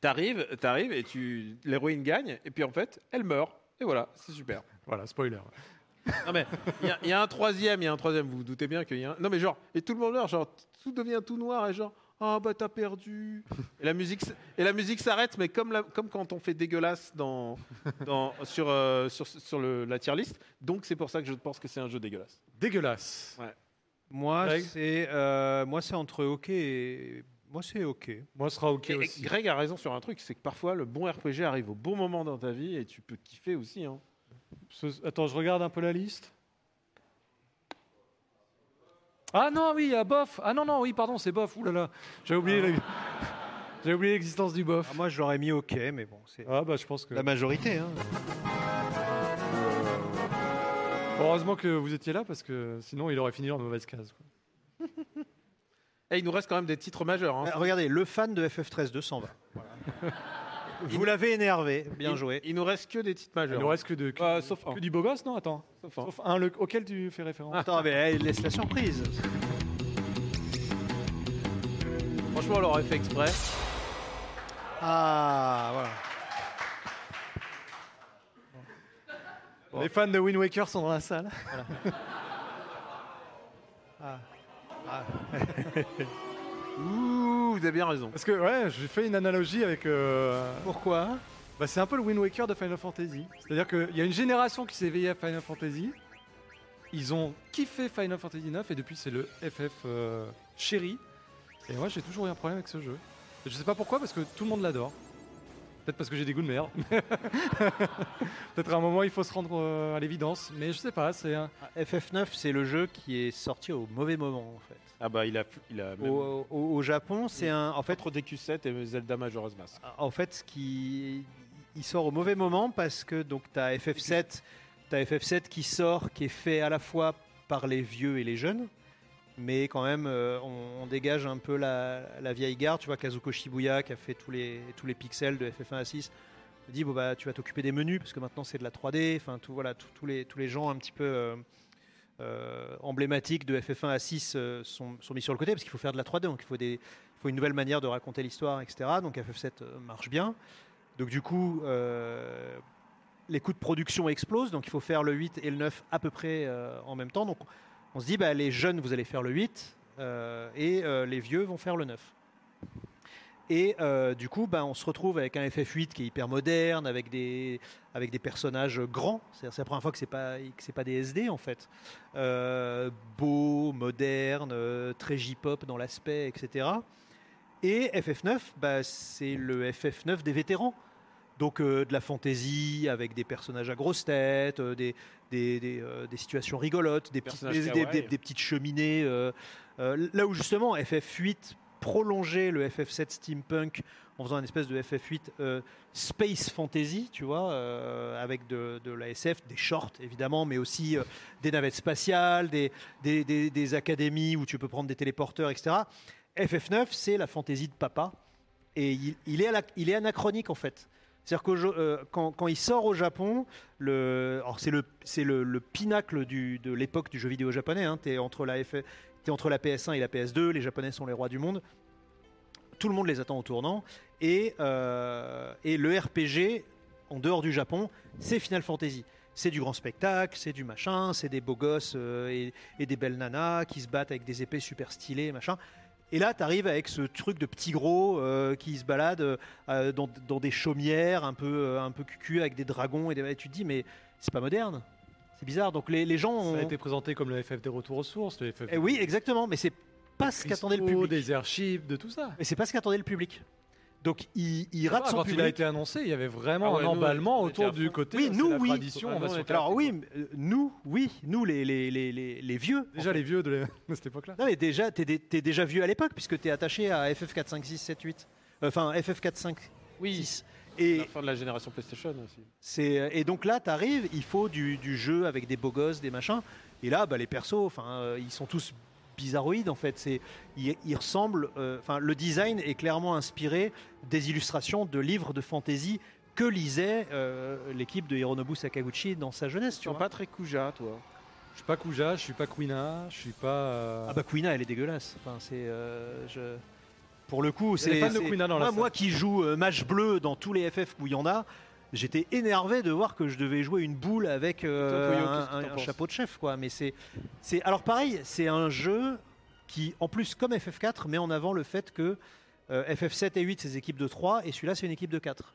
t'arrives, t'arrives et tu l'héroïne gagne et puis en fait, elle meurt. Et voilà, c'est super.
Voilà, spoiler.
Non mais il y a- il y, a un troisième, il y a un troisième. Vous vous doutez bien qu'il y a un. Non mais genre et tout le monde meurt, genre tout devient tout noir et genre ah bah t'as perdu. Et la musique s- et la musique s'arrête, mais comme la- comme quand on fait dégueulasse dans dans sur euh, sur sur le, la tier list. Donc c'est pour ça que je pense que c'est un jeu dégueulasse.
Dégueulasse.
Moi,
Greg
c'est euh, moi, c'est entre OK et moi, c'est OK.
Moi, ce sera ok
Et- et
aussi.
Greg a raison sur un truc, c'est que parfois le bon RPG arrive au bon moment dans ta vie et tu peux kiffer aussi. hein.
Ce- Attends, je regarde un peu la liste. Ah non, oui, à bof. Ah non, non, oui, pardon, c'est bof. Ouh là là, j'ai oublié,
Ah.
la- j'ai oublié l'existence du bof.
Ah, moi, je l'aurais mis OK, mais bon, c'est
Ah bah, je pense que.
la majorité. Hein.
Heureusement que vous étiez là parce que sinon, il aurait fini dans de mauvaise case. quoi.
Eh,
Ah,
Et il nous reste quand même des titres majeurs. hein.
Ah, regardez, le fan de FF13 200 va. Vous l'avez énervé, bien
Il-
joué.
Il nous reste que des titres majeurs.
Il Bah, nous reste que, de, que,
Euh, sauf un.
que du beau gosse, non Attends.
Sauf un.
Sauf un, le- auquel tu fais référence
Attends, mais eh, laisse la surprise.
Franchement, on l'aurait fait exprès.
Ah, voilà.
Les fans de Wind Waker sont dans la salle.
Ouh, vous avez bien raison.
Parce que, ouais, j'ai fait une analogie avec. euh,
Pourquoi
bah, c'est un peu le Wind Waker de Final Fantasy. C'est-à-dire qu'il y a une génération qui s'est éveillée à Final Fantasy. Ils ont kiffé Final Fantasy 9 et depuis, c'est le FF euh, chéri. Et moi, j'ai toujours eu un problème avec ce jeu. Je sais pas pourquoi, parce que tout le monde l'adore. Peut-être parce que j'ai des goûts de merde. Peut-être à un moment, il faut se rendre euh, à l'évidence. Mais je sais pas, c'est un.
Ah, FF9, c'est le jeu qui est sorti au mauvais moment, en fait.
Ah bah, il a, il a même
Au, au- au Japon, c'est un. En fait,
entre DQ7 et Zelda Majora's Mask.
en fait, ce qui, il sort au mauvais moment parce que donc t'as FF7, t'as FF7 qui sort, qui est fait à la fois par les vieux et les jeunes, mais quand même euh, on, on dégage un peu la, la vieille garde. Tu vois Kazuko Shibuya qui a fait tous les tous les pixels de FF1 à 6. il Dit bon bah tu vas t'occuper des menus parce que maintenant c'est de la 3D. Enfin tout voilà tout- tous les tous les gens un petit peu euh, euh, emblématiques de FF1 à 6 euh, sont, sont mis sur le côté parce qu'il faut faire de la 3D donc il faut des il faut une nouvelle manière de raconter l'histoire, etc. Donc FF7 euh, marche bien. Donc du coup, euh, les coûts de production explosent, donc il faut faire le 8 et le 9 à peu près euh, en même temps. Donc on se dit, bah, les jeunes, vous allez faire le 8 euh, et euh, les vieux vont faire le 9. Et euh, du coup, bah, on se retrouve avec un FF8 qui est hyper moderne, avec des, avec des personnages grands. C'est-à-dire, C'est la première fois que ce n'est pas, que c'est pas des SD, en fait. Euh, beau, moderne, euh, très J-pop dans l'aspect, etc. Et FF9, bah, c'est le FF9 des vétérans. Donc euh, de la fantaisie avec des personnages à grosse tête, euh, des, des, des, euh, des situations rigolotes, des, petites,
personnages
des- des-
kawaii.
des petites cheminées. euh, euh, là où justement FF8 prolongeait le FF7 steampunk en faisant une espèce de FF8 euh, space fantasy, tu vois, euh, avec de, de la SF, des shorts évidemment, mais aussi euh, des navettes spatiales, des, des, des- des académies où tu peux prendre des téléporteurs, etc. FF9, c'est la fantaisie de papa. Et il, il est, à la- il est anachronique, en fait. C'est-à-dire que quand, quand il sort au Japon, le, alors c'est le, c'est le, le pinacle du, de l'époque du jeu vidéo japonais. Hein, t'es, entre la F- t'es entre la PS1 et la PS2, les Japonais sont les rois du monde. Tout le monde les attend au tournant. Et, euh, et le RPG, en dehors du Japon, c'est Final Fantasy. C'est du grand spectacle, c'est du machin, c'est des beaux gosses euh, et, et des belles nanas qui se battent avec des épées super stylées, machin. Et là, tu arrives avec ce truc de petit gros euh, qui se balade euh, dans, dans des chaumières un peu, euh, un peu cucu avec des dragons. Et, des- et tu te dis, mais c'est pas moderne. C'est bizarre. Donc les, les gens ont.
Ça a été présenté comme le FF des retours aux sources, le FF.
Oh. Eh oui, exactement. Mais c'est pas ce qu'attendait le public.
des archives, de tout ça.
Mais c'est pas ce qu'attendait le public. Donc il, il rate
Ah,
son
quand
public.
il a été annoncé, il y avait vraiment
Ah ouais,
un
nous,
emballement
on était à
autour du
fond.
côté.
Oui,
c'est
nous,
la
oui.
Tradition, on va
Nous, on
sur
était
Terre.
Alors oui, mais, euh, nous, oui, nous les, les, les, les, les vieux.
Déjà les vieux de, la- de cette époque-là.
Non mais déjà, t'es, dé- t'es déjà vieux à l'époque puisque t'es attaché à FF 4, 5, 6, 7, 8. Enfin, FF 4, 5, 6. Et,
La fin de la génération PlayStation aussi.
C'est- euh, et donc là, tu arrives, il faut du, du jeu avec des beaux gosses, des machins. Et là, bah, les persos, enfin, euh, ils sont tous bizarroïdes en fait. C'est, ils, ils ressemblent. euh, Enfin, le design est clairement inspiré des illustrations de livres de fantasy que lisait euh, l'équipe de Hironobu Sakaguchi dans sa jeunesse. Tu
Tu es
vois.
pas très Kuja, toi.
Je suis pas Kouja, je suis pas Quina, je suis pas. euh,
Ah bah Quina, elle est dégueulasse. Enfin, c'est. euh, je- Pour le coup, c'est
des fans de
c'est-
Quina dans la
moi,
salle.
moi qui joue euh, match bleu dans tous les FF où il y en a, j'étais énervé de voir que je devais jouer une boule avec euh,
Puyo,
un-
qu'est-ce que
un,
t'en
un
penses
chapeau de chef, quoi. Mais c'est, c'est alors pareil, c'est un jeu qui, en plus, comme FF4, met en avant le fait que euh, FF7 et 8, c'est des équipes de 3 et celui-là, c'est une équipe de 4.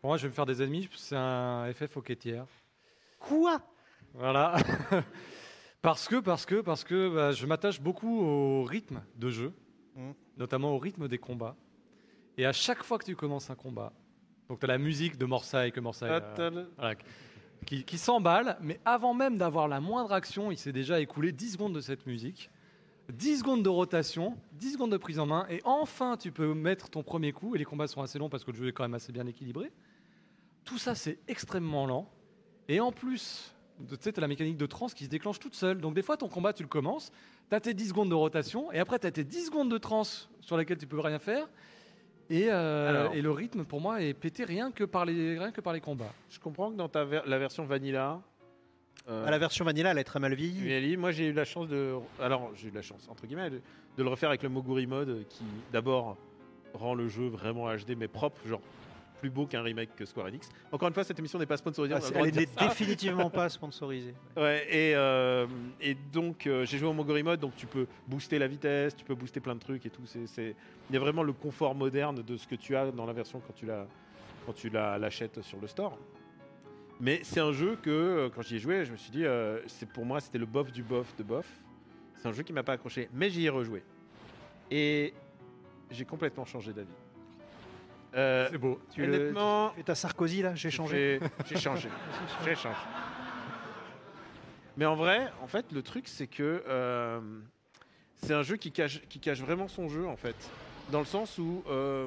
Pour moi, je vais me faire des ennemis. C'est un FF au quêtière.
Quoi
Voilà. parce que, parce que, parce que bah, je m'attache beaucoup au rythme de jeu,
Mmh.
Mm.
notamment au rythme des combats. Et à chaque fois que tu commences un combat, donc tu as la musique de Morsay, que Morsay. euh, voilà, qui, qui s'emballe, mais avant même d'avoir la moindre action, il s'est déjà écoulé 10 secondes de cette musique, 10 secondes de rotation, 10 secondes de prise en main, et enfin tu peux mettre ton premier coup, et les combats sont assez longs parce que le jeu est quand même assez bien équilibré. Tout ça c'est extrêmement lent, et en plus, tu sais, tu la mécanique de transe qui se déclenche toute seule, donc des fois ton combat tu le commences, tu as tes 10 secondes de rotation, et après tu as tes 10 secondes de transe sur lesquelles tu peux rien faire, Et, euh,
Alors.
et le rythme, pour moi, est pété rien que par les, rien que par les combats.
Je comprends que dans ta ver- la version Vanilla. euh,
Ah, la version vanilla, elle est très mal vieillie.
Mais Ali, moi j'ai eu la chance de. Alors, j'ai eu la chance, entre guillemets, de de le refaire avec le Moguri Mode euh, qui, d'abord, rend le jeu vraiment HD, mais propre, genre plus beau qu'un remake que Square Enix. Encore une fois, cette émission n'est pas sponsorisée.
Ah,
on a le
c'est-
droit
elle
de dire
n'est
ça.
définitivement pas sponsorisée.
Ouais, et, euh, et donc, euh, j'ai joué au Moguri Mode, donc tu peux booster la vitesse, tu peux booster plein de trucs et tout. c'est- c'est- Il y a vraiment le confort moderne de ce que tu as dans la version quand tu la- quand tu la- l'achètes sur le store. Mais c'est un jeu que, euh, quand j'y ai joué, je me suis dit, euh, c'est pour moi, c'était le bof du bof de bof. C'est un jeu qui m'a pas accroché, mais j'y ai rejoué. Et j'ai complètement changé d'avis. Euh,
C'est beau.
Tu le-
honnêtement,
Et t'as Sarkozy là, j'ai changé.
j'ai j'ai changé. J'ai changé. Mais en vrai, en fait, le truc, c'est que euh, c'est un jeu qui cache, qui cache vraiment son jeu, en fait. Dans le sens où euh,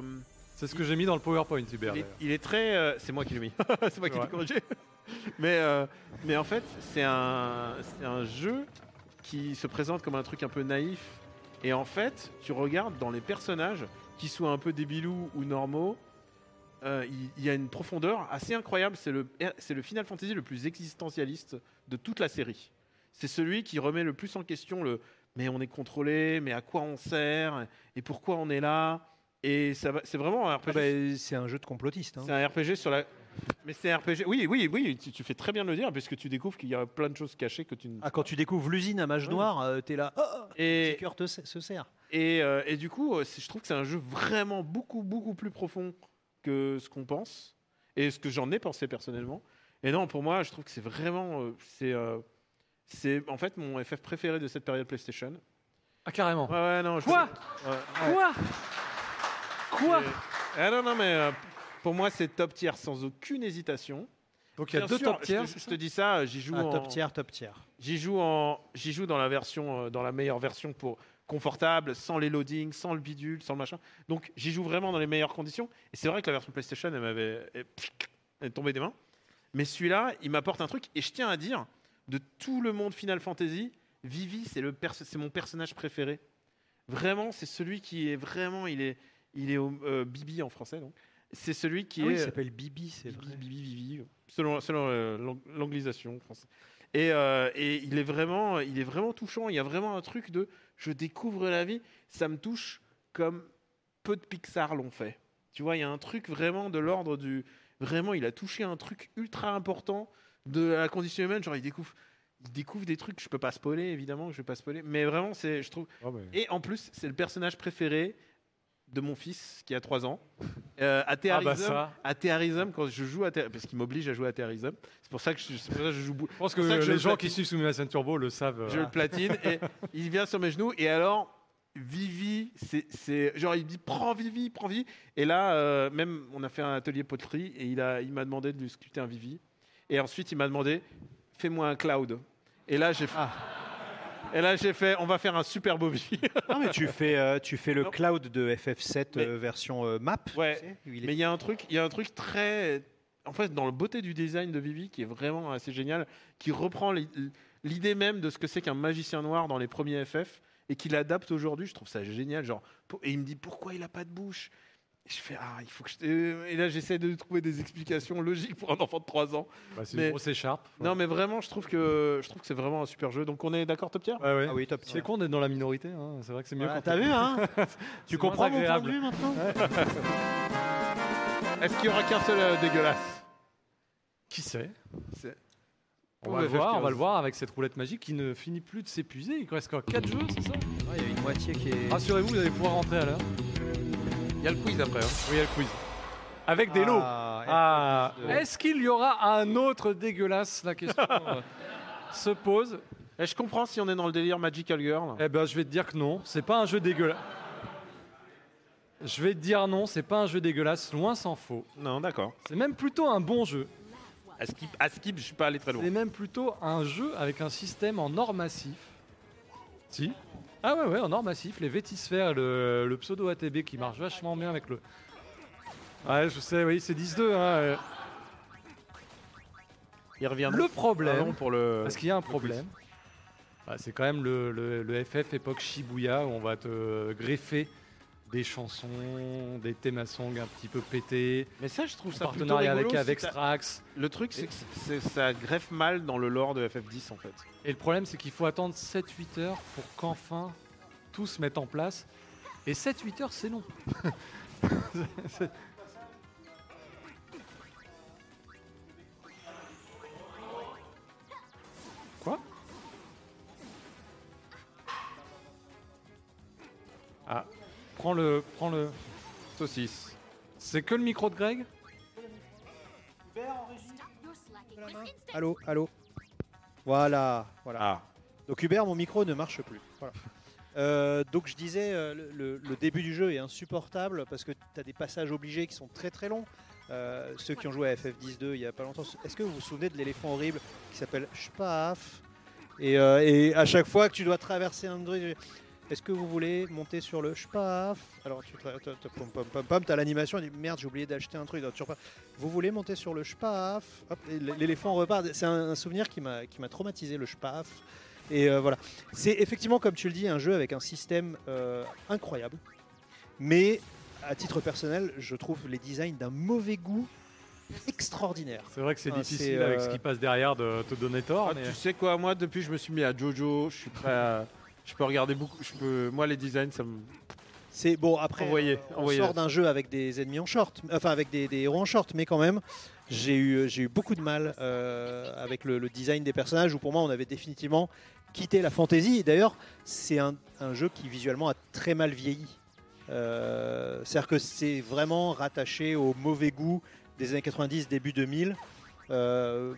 C'est ce que j'ai mis dans le PowerPoint, Hubert.
il, est,
d'ailleurs.
il est très. euh, c'est moi qui l'ai mis. c'est moi qui l'ai
Ouais.
corrigé. mais, euh, mais en fait, c'est un, c'est un jeu qui se présente comme un truc un peu naïf. Et en fait, tu regardes dans les personnages, qu'ils soient un peu débilous ou normaux, euh, il il y, a une profondeur assez incroyable. C'est le, c'est le Final Fantasy le plus existentialiste de toute la série. C'est celui qui remet le plus en question le mais on est contrôlé, mais à quoi on sert, et pourquoi on est là. Et ça va- c'est vraiment un RPG.
Ah bah, c'est un jeu de complotiste. hein.
C'est un RPG sur la. Mais c'est un RPG. Oui, oui, oui, tu, tu fais très bien de le dire, puisque tu découvres qu'il y a plein de choses cachées que tu ne.
Ah, quand tu découvres l'usine à Mage
Ouais.
Noir, euh, t'es là, Ah,
et,
petit cœur te se se serre.
et, euh, et du coup, euh, c'est- je trouve que c'est un jeu vraiment beaucoup, beaucoup plus profond que ce qu'on pense, et ce que j'en ai pensé personnellement. Et non, pour moi, je trouve que c'est vraiment. euh, C'est. euh, c'est en fait mon FF préféré de cette période PlayStation.
Ah, carrément.
Ouais, ouais, non. je-
Quoi
Ouais.
Quoi Quoi
Et- Ah non, non, mais euh, pour moi, c'est top tier sans aucune hésitation.
Donc il y a
Bien
deux
sûr,
top tiers.
Je, te- je te dis ça, euh, j'y joue
Ah,
en-
top tiers, top tiers.
J'y joue en, j'y joue dans la version, euh, dans la meilleure version pour confortable, sans les loadings, sans le bidule, sans le machin. Donc j'y joue vraiment dans les meilleures conditions. Et c'est vrai que la version PlayStation, elle m'avait elle- elle est tombée des mains. Mais celui-là, il m'apporte un truc. Et je tiens à dire, de tout le monde Final Fantasy, Vivi, c'est le perso- c'est mon personnage préféré. Vraiment, c'est celui qui est vraiment, il est, il est au- euh, Bibi en français donc. C'est celui qui
Ah oui,
est.
il s'appelle Bibi, c'est
Bibi,
vrai.
Bibi, Vivi, selon, selon euh, l'ang- l'anglisation française. Et, euh, et il, est vraiment, il est vraiment touchant. Il y a vraiment un truc de je découvre la vie, ça me touche comme peu de Pixar l'ont fait. Tu vois, il y a un truc vraiment de l'ordre du. Vraiment, il a touché un truc ultra important de la condition humaine. Genre, il découvre, il découvre des trucs. Je peux pas spoiler, évidemment, que je vais pas spoiler. Mais vraiment, c'est, je trouve. Et en plus, c'est le personnage préféré de mon fils qui a 3 ans. Euh, à
Ah
Terrorism,
bah ça.
à Terrorism, quand je joue à Ter- parce qu'il m'oblige à jouer à Terrorism. C'est pour ça que je, c'est pour ça que je joue. bou-
Je pense que
C'est pour ça que je
les
le
gens
platine.
qui suivent Soumission Turbo le savent. euh,
Je le platine et il vient sur mes genoux. Et alors, Vivi, c'est- c'est genre il me dit prends Vivi, prends Vivi. Et là, euh, même on a fait un atelier poterie et il a, il m'a demandé de lui sculpter un Vivi. Et ensuite, il m'a demandé fais-moi un cloud. Et là, j'ai fait. Et là, j'ai fait, on va faire un super beau Vivi.
Non, mais tu fais, euh, tu fais le
Non.
cloud de FF7
Mais-
euh, version euh, map.
Ouais.
tu sais, où il est-
Mais il y a un truc, il y a un truc très, en fait, dans le beauté du design de Vivi qui est vraiment assez génial, qui reprend l'i- l'idée même de ce que c'est qu'un magicien noir dans les premiers FF et qui l'adapte aujourd'hui. Je trouve ça génial. Genre, pour- et il me dit pourquoi il a pas de bouche. Et je fais ah, il faut que je... euh, et là j'essaie de trouver des explications logiques pour un enfant de 3 ans.
bah, c'est
mais-
une grosse écharpe.
Non mais vraiment, je trouve que je trouve que c'est vraiment un super jeu. Donc on est d'accord, Top Tier
Ouais, ouais.
Ah oui, top tier.
C'est con d'être dans la minorité. hein. C'est vrai que c'est mieux
Voilà,
quand
T'as vu, hein Tu
C'est
comprends
moins
mon point de
agréable.
vue maintenant
Est-ce qu'il y aura qu'un seul euh, dégueulasse
Qui sait
C'est-
On
Pour
va, le
FF15.
voir, on va le voir avec cette roulette magique qui ne finit plus de s'épuiser. Il reste encore 4 jeux, c'est ça
Il y a une moitié qui est.
Rassurez-vous, vous allez pouvoir rentrer à l'heure.
Il y a le quiz après. hein.
Oui, il y a le quiz. Avec des lots.
Ah,
Ah,
de-
Est-ce qu'il y aura un autre dégueulasse La question euh, se pose.
Et Eh, je comprends si on est dans le délire Magical Girl.
Eh ben, je vais te dire que non, c'est pas un jeu dégueulasse. Je vais te dire non, c'est pas un jeu dégueulasse, loin s'en faut.
Non, d'accord.
C'est même plutôt un bon jeu.
À skip, à skip, je suis pas allé très loin.
C'est même plutôt un jeu avec un système en or massif. Si Ah ouais, ouais, en or massif, les vétisphères, le, le pseudo ATB qui marche vachement bien avec le. Ouais, je sais, oui, c'est 10-2. hein, euh.
Il revient
Le problème,
Pardon pour le.
Parce qu'il y a un problème. Bah, c'est quand même le, le- le FF époque Shibuya où on va te greffer des chansons, des thèmes à song un petit peu pétés,
Mais ça, je trouve
en
ça plutôt
partenariat avec,
rigolo,
avec
c'est-
Strax.
Le truc, c'est que c'est- ça greffe mal dans le lore de FF10 en fait.
Et le problème, c'est qu'il faut attendre 7-8 heures pour qu'enfin tout se mette en place. Et 7-8 heures, c'est long. C'est- Quoi Ah, prends le, prends le.
Saucisse.
C'est que le micro de Greg
Allô, allô. Voilà, voilà.
Ah.
Donc Hubert, mon micro ne marche plus. Voilà. Euh, donc je disais, euh, le- le, le début du jeu est insupportable parce que tu as des passages obligés qui sont très très longs. Euh, ceux qui ont joué à FF10-2 il y a pas longtemps, est-ce que vous vous souvenez de l'éléphant horrible qui s'appelle Spaf et, euh, et à chaque fois que tu dois traverser un truc, est-ce que vous voulez monter sur le Spaf Alors tu tra- t'as- t'as- pom, pom, pom, pom, t'as l'animation, tu dis merde j'ai oublié d'acheter un truc, Donc, tu repars. vous voulez monter sur le Spaf Hop, et l- L'éléphant repart, c'est un, un souvenir qui m'a qui m'a traumatisé le Spaf. Et euh, voilà. C'est effectivement, comme tu le dis, un jeu avec un système euh, incroyable. Mais à titre personnel, je trouve les designs d'un mauvais goût extraordinaire.
C'est vrai que c'est
Ah,
difficile
c'est, euh,
avec ce qui passe derrière de te donner tort.
Ah,
Oh, mais-
Tu sais quoi, moi depuis je me suis mis à Jojo, je suis prêt à... Je peux regarder beaucoup, je peux... moi les designs ça me...
C'est bon après
Envoyez,
euh, on
envoyez.
sort d'un jeu avec des ennemis en short, enfin avec des, des héros en short, mais quand même j'ai eu j'ai eu beaucoup de mal euh, avec le, le design des personnages où pour moi on avait définitivement quitté la fantaisie. Et D'ailleurs c'est un, un jeu qui visuellement a très mal vieilli. Euh, C'est-à-dire que c'est vraiment rattaché au mauvais goût des années 90, début 2000. Euh,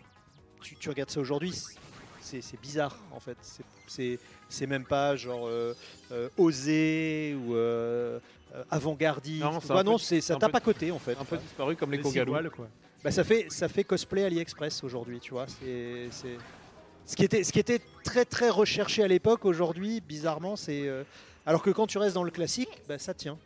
tu, tu regardes ça aujourd'hui, c'est- c'est c'est bizarre en fait. C'est- C'est c'est même pas genre euh, euh, osé ou euh, euh, avant-gardiste.
Non, c'est
Ouais,
un
non,
peu-
c'est- ça
un
tape
peu-
à côté en fait.
un peu disparu comme les
Les
Kogalou.
cigales, quoi.
Bah, ça, fait, ça fait cosplay AliExpress aujourd'hui, tu vois. C'est, c'est- Ce, qui était, ce qui était très très recherché à l'époque, aujourd'hui, bizarrement, c'est. euh, Alors que quand tu restes dans le classique, bah, ça tient.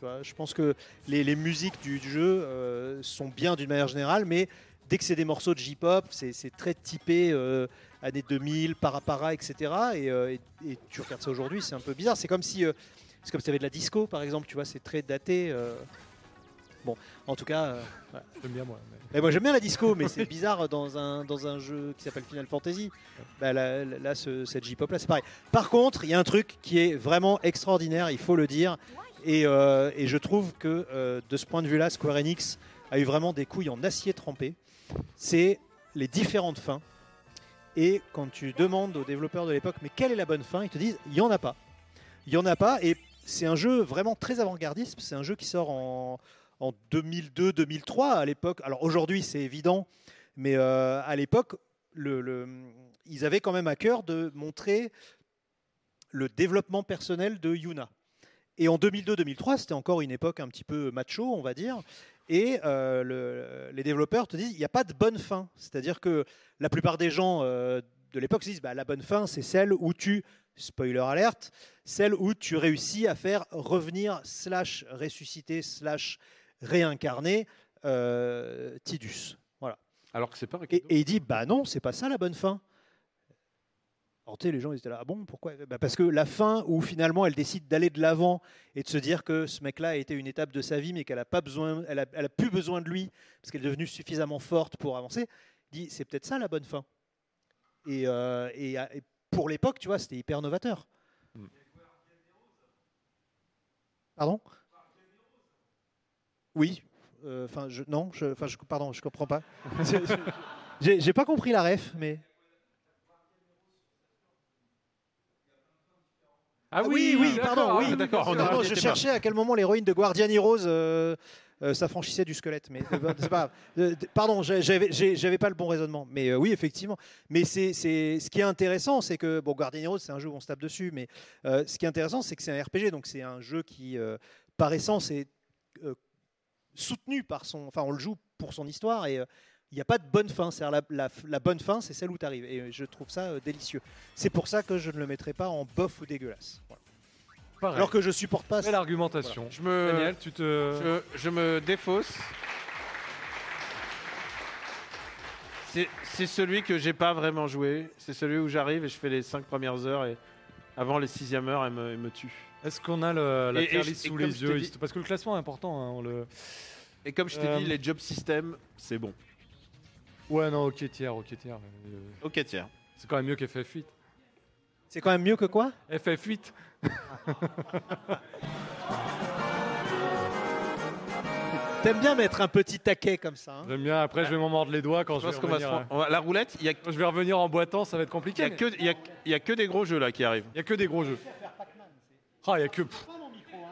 Tu vois, je pense que les, les musiques du, du jeu euh, sont bien d'une manière générale, mais dès que c'est des morceaux de J-pop, c'est, c'est très typé euh, années 2000, parapara, etc. Et, euh, et- et tu regardes ça aujourd'hui, c'est un peu bizarre. C'est comme si. euh, c'est comme si tu avais de la disco, par exemple, tu vois, c'est très daté. euh. Bon, en tout cas. euh,
J'aime bien moi. mais-
mais Eh, moi j'aime bien la disco, mais c'est bizarre dans un, dans un jeu qui s'appelle Final Fantasy. Bah, là, là, là, ce- cette J-pop là, c'est pareil. Par contre, il y a un truc qui est vraiment extraordinaire, il faut le dire. Et, euh, et je trouve que euh, de ce point de vue-là, Square Enix a eu vraiment des couilles en acier trempé. C'est les différentes fins. Et quand tu demandes aux développeurs de l'époque, mais quelle est la bonne fin Ils te disent, il n'y en a pas. Il n'y en a pas. Et c'est un jeu vraiment très avant-gardiste. C'est un jeu qui sort en, en 2002-2003 à l'époque. Alors aujourd'hui, c'est évident, mais euh, à l'époque, le- le- ils avaient quand même à cœur de montrer le développement personnel de Yuna. Et en 2002-2003, c'était encore une époque un petit peu macho, on va dire. Et euh, le- les développeurs te disent, il n'y a pas de bonne fin. C'est-à-dire que la plupart des gens euh, de l'époque se disent, bah, la bonne fin, c'est celle où tu, spoiler alerte, celle où tu réussis à faire revenir, slash, ressusciter, slash, réincarner euh, Tidus. Voilà.
Alors que c'est pas un
Et,
cadeau.
et il dit bah non, c'est pas ça la bonne fin. Alors tu sais, les gens ils étaient là ah bon pourquoi Bah, Parce que la fin où finalement elle décide d'aller de l'avant et de se dire que ce mec-là a été une étape de sa vie mais qu'elle a pas besoin, elle a, elle a plus besoin de lui parce qu'elle est devenue suffisamment forte pour avancer. Dit c'est peut-être ça la bonne fin. Et, euh, et, à- et pour l'époque tu vois c'était hyper novateur.
Hmm.
Pardon Oui. euh, Enfin je non je, enfin, je pardon je comprends pas. J'ai j'ai pas compris la ref, mais.
Ah
oui, oui,
d'accord,
pardon,
ah
oui,
d'accord.
on
bien
a-
sûr.
Pardon,
on
je
était
cherchais à quel moment l'héroïne de Guardian Heroes euh, euh, s'affranchissait du squelette, mais euh, bah, c'est pas grave. Euh, d- Pardon, j'ai- j'avais j'ai- j'avais pas le bon raisonnement, mais euh, oui, effectivement. Mais c'est c'est- ce qui est intéressant, c'est que bon, Guardian Heroes, c'est un jeu où on se tape dessus, mais euh, ce qui est intéressant, c'est que c'est un RPG, donc c'est un jeu qui, euh, par essence, est euh, soutenu par son, enfin, on le joue pour son histoire et euh, il n'y a pas de bonne fin. C'est-à-dire la, la- la bonne fin, c'est celle où tu arrives. Et euh, je trouve ça euh, délicieux. C'est pour ça que je ne le mettrai pas en bof ou dégueulasse. Voilà.
Pareil.
Alors que je supporte pas.
Belle argumentation. Euh,
Je me...
Daniel, tu te.
Je, je me défausse. C'est- C'est celui que j'ai pas vraiment joué. C'est celui où j'arrive et je fais les 5 premières heures et Avant les 6 heures, elle me, elle me tue.
Est-ce qu'on a le- la
Et- et
tier
je-
list
et
sous
comme
les
je t'ai
yeux
dit-
hist- Parce que le classement est important. hein, on le...
Et comme je t'ai
Euh,
dit, les job systems, c'est bon.
Ouais, non, ok, tiers, ok, tiers. mais, euh,
Ok, tiens.
C'est quand même mieux qu'FF8.
C'est quand même mieux que quoi
FF8
T'aimes bien mettre un petit taquet comme ça. hein
J'aime bien, après je vais m'en mordre les doigts quand
Je
je,
pense
vais
qu'on va se
revenir,
prendre- on va- La roulette, il y a,
euh, je vais revenir en boitant, ça va être
il y
compliqué.
a
mais
que, il y a- il y a que des gros jeux là qui arrivent.
Il y a que des gros jeux. Ah, il y a que.
hein.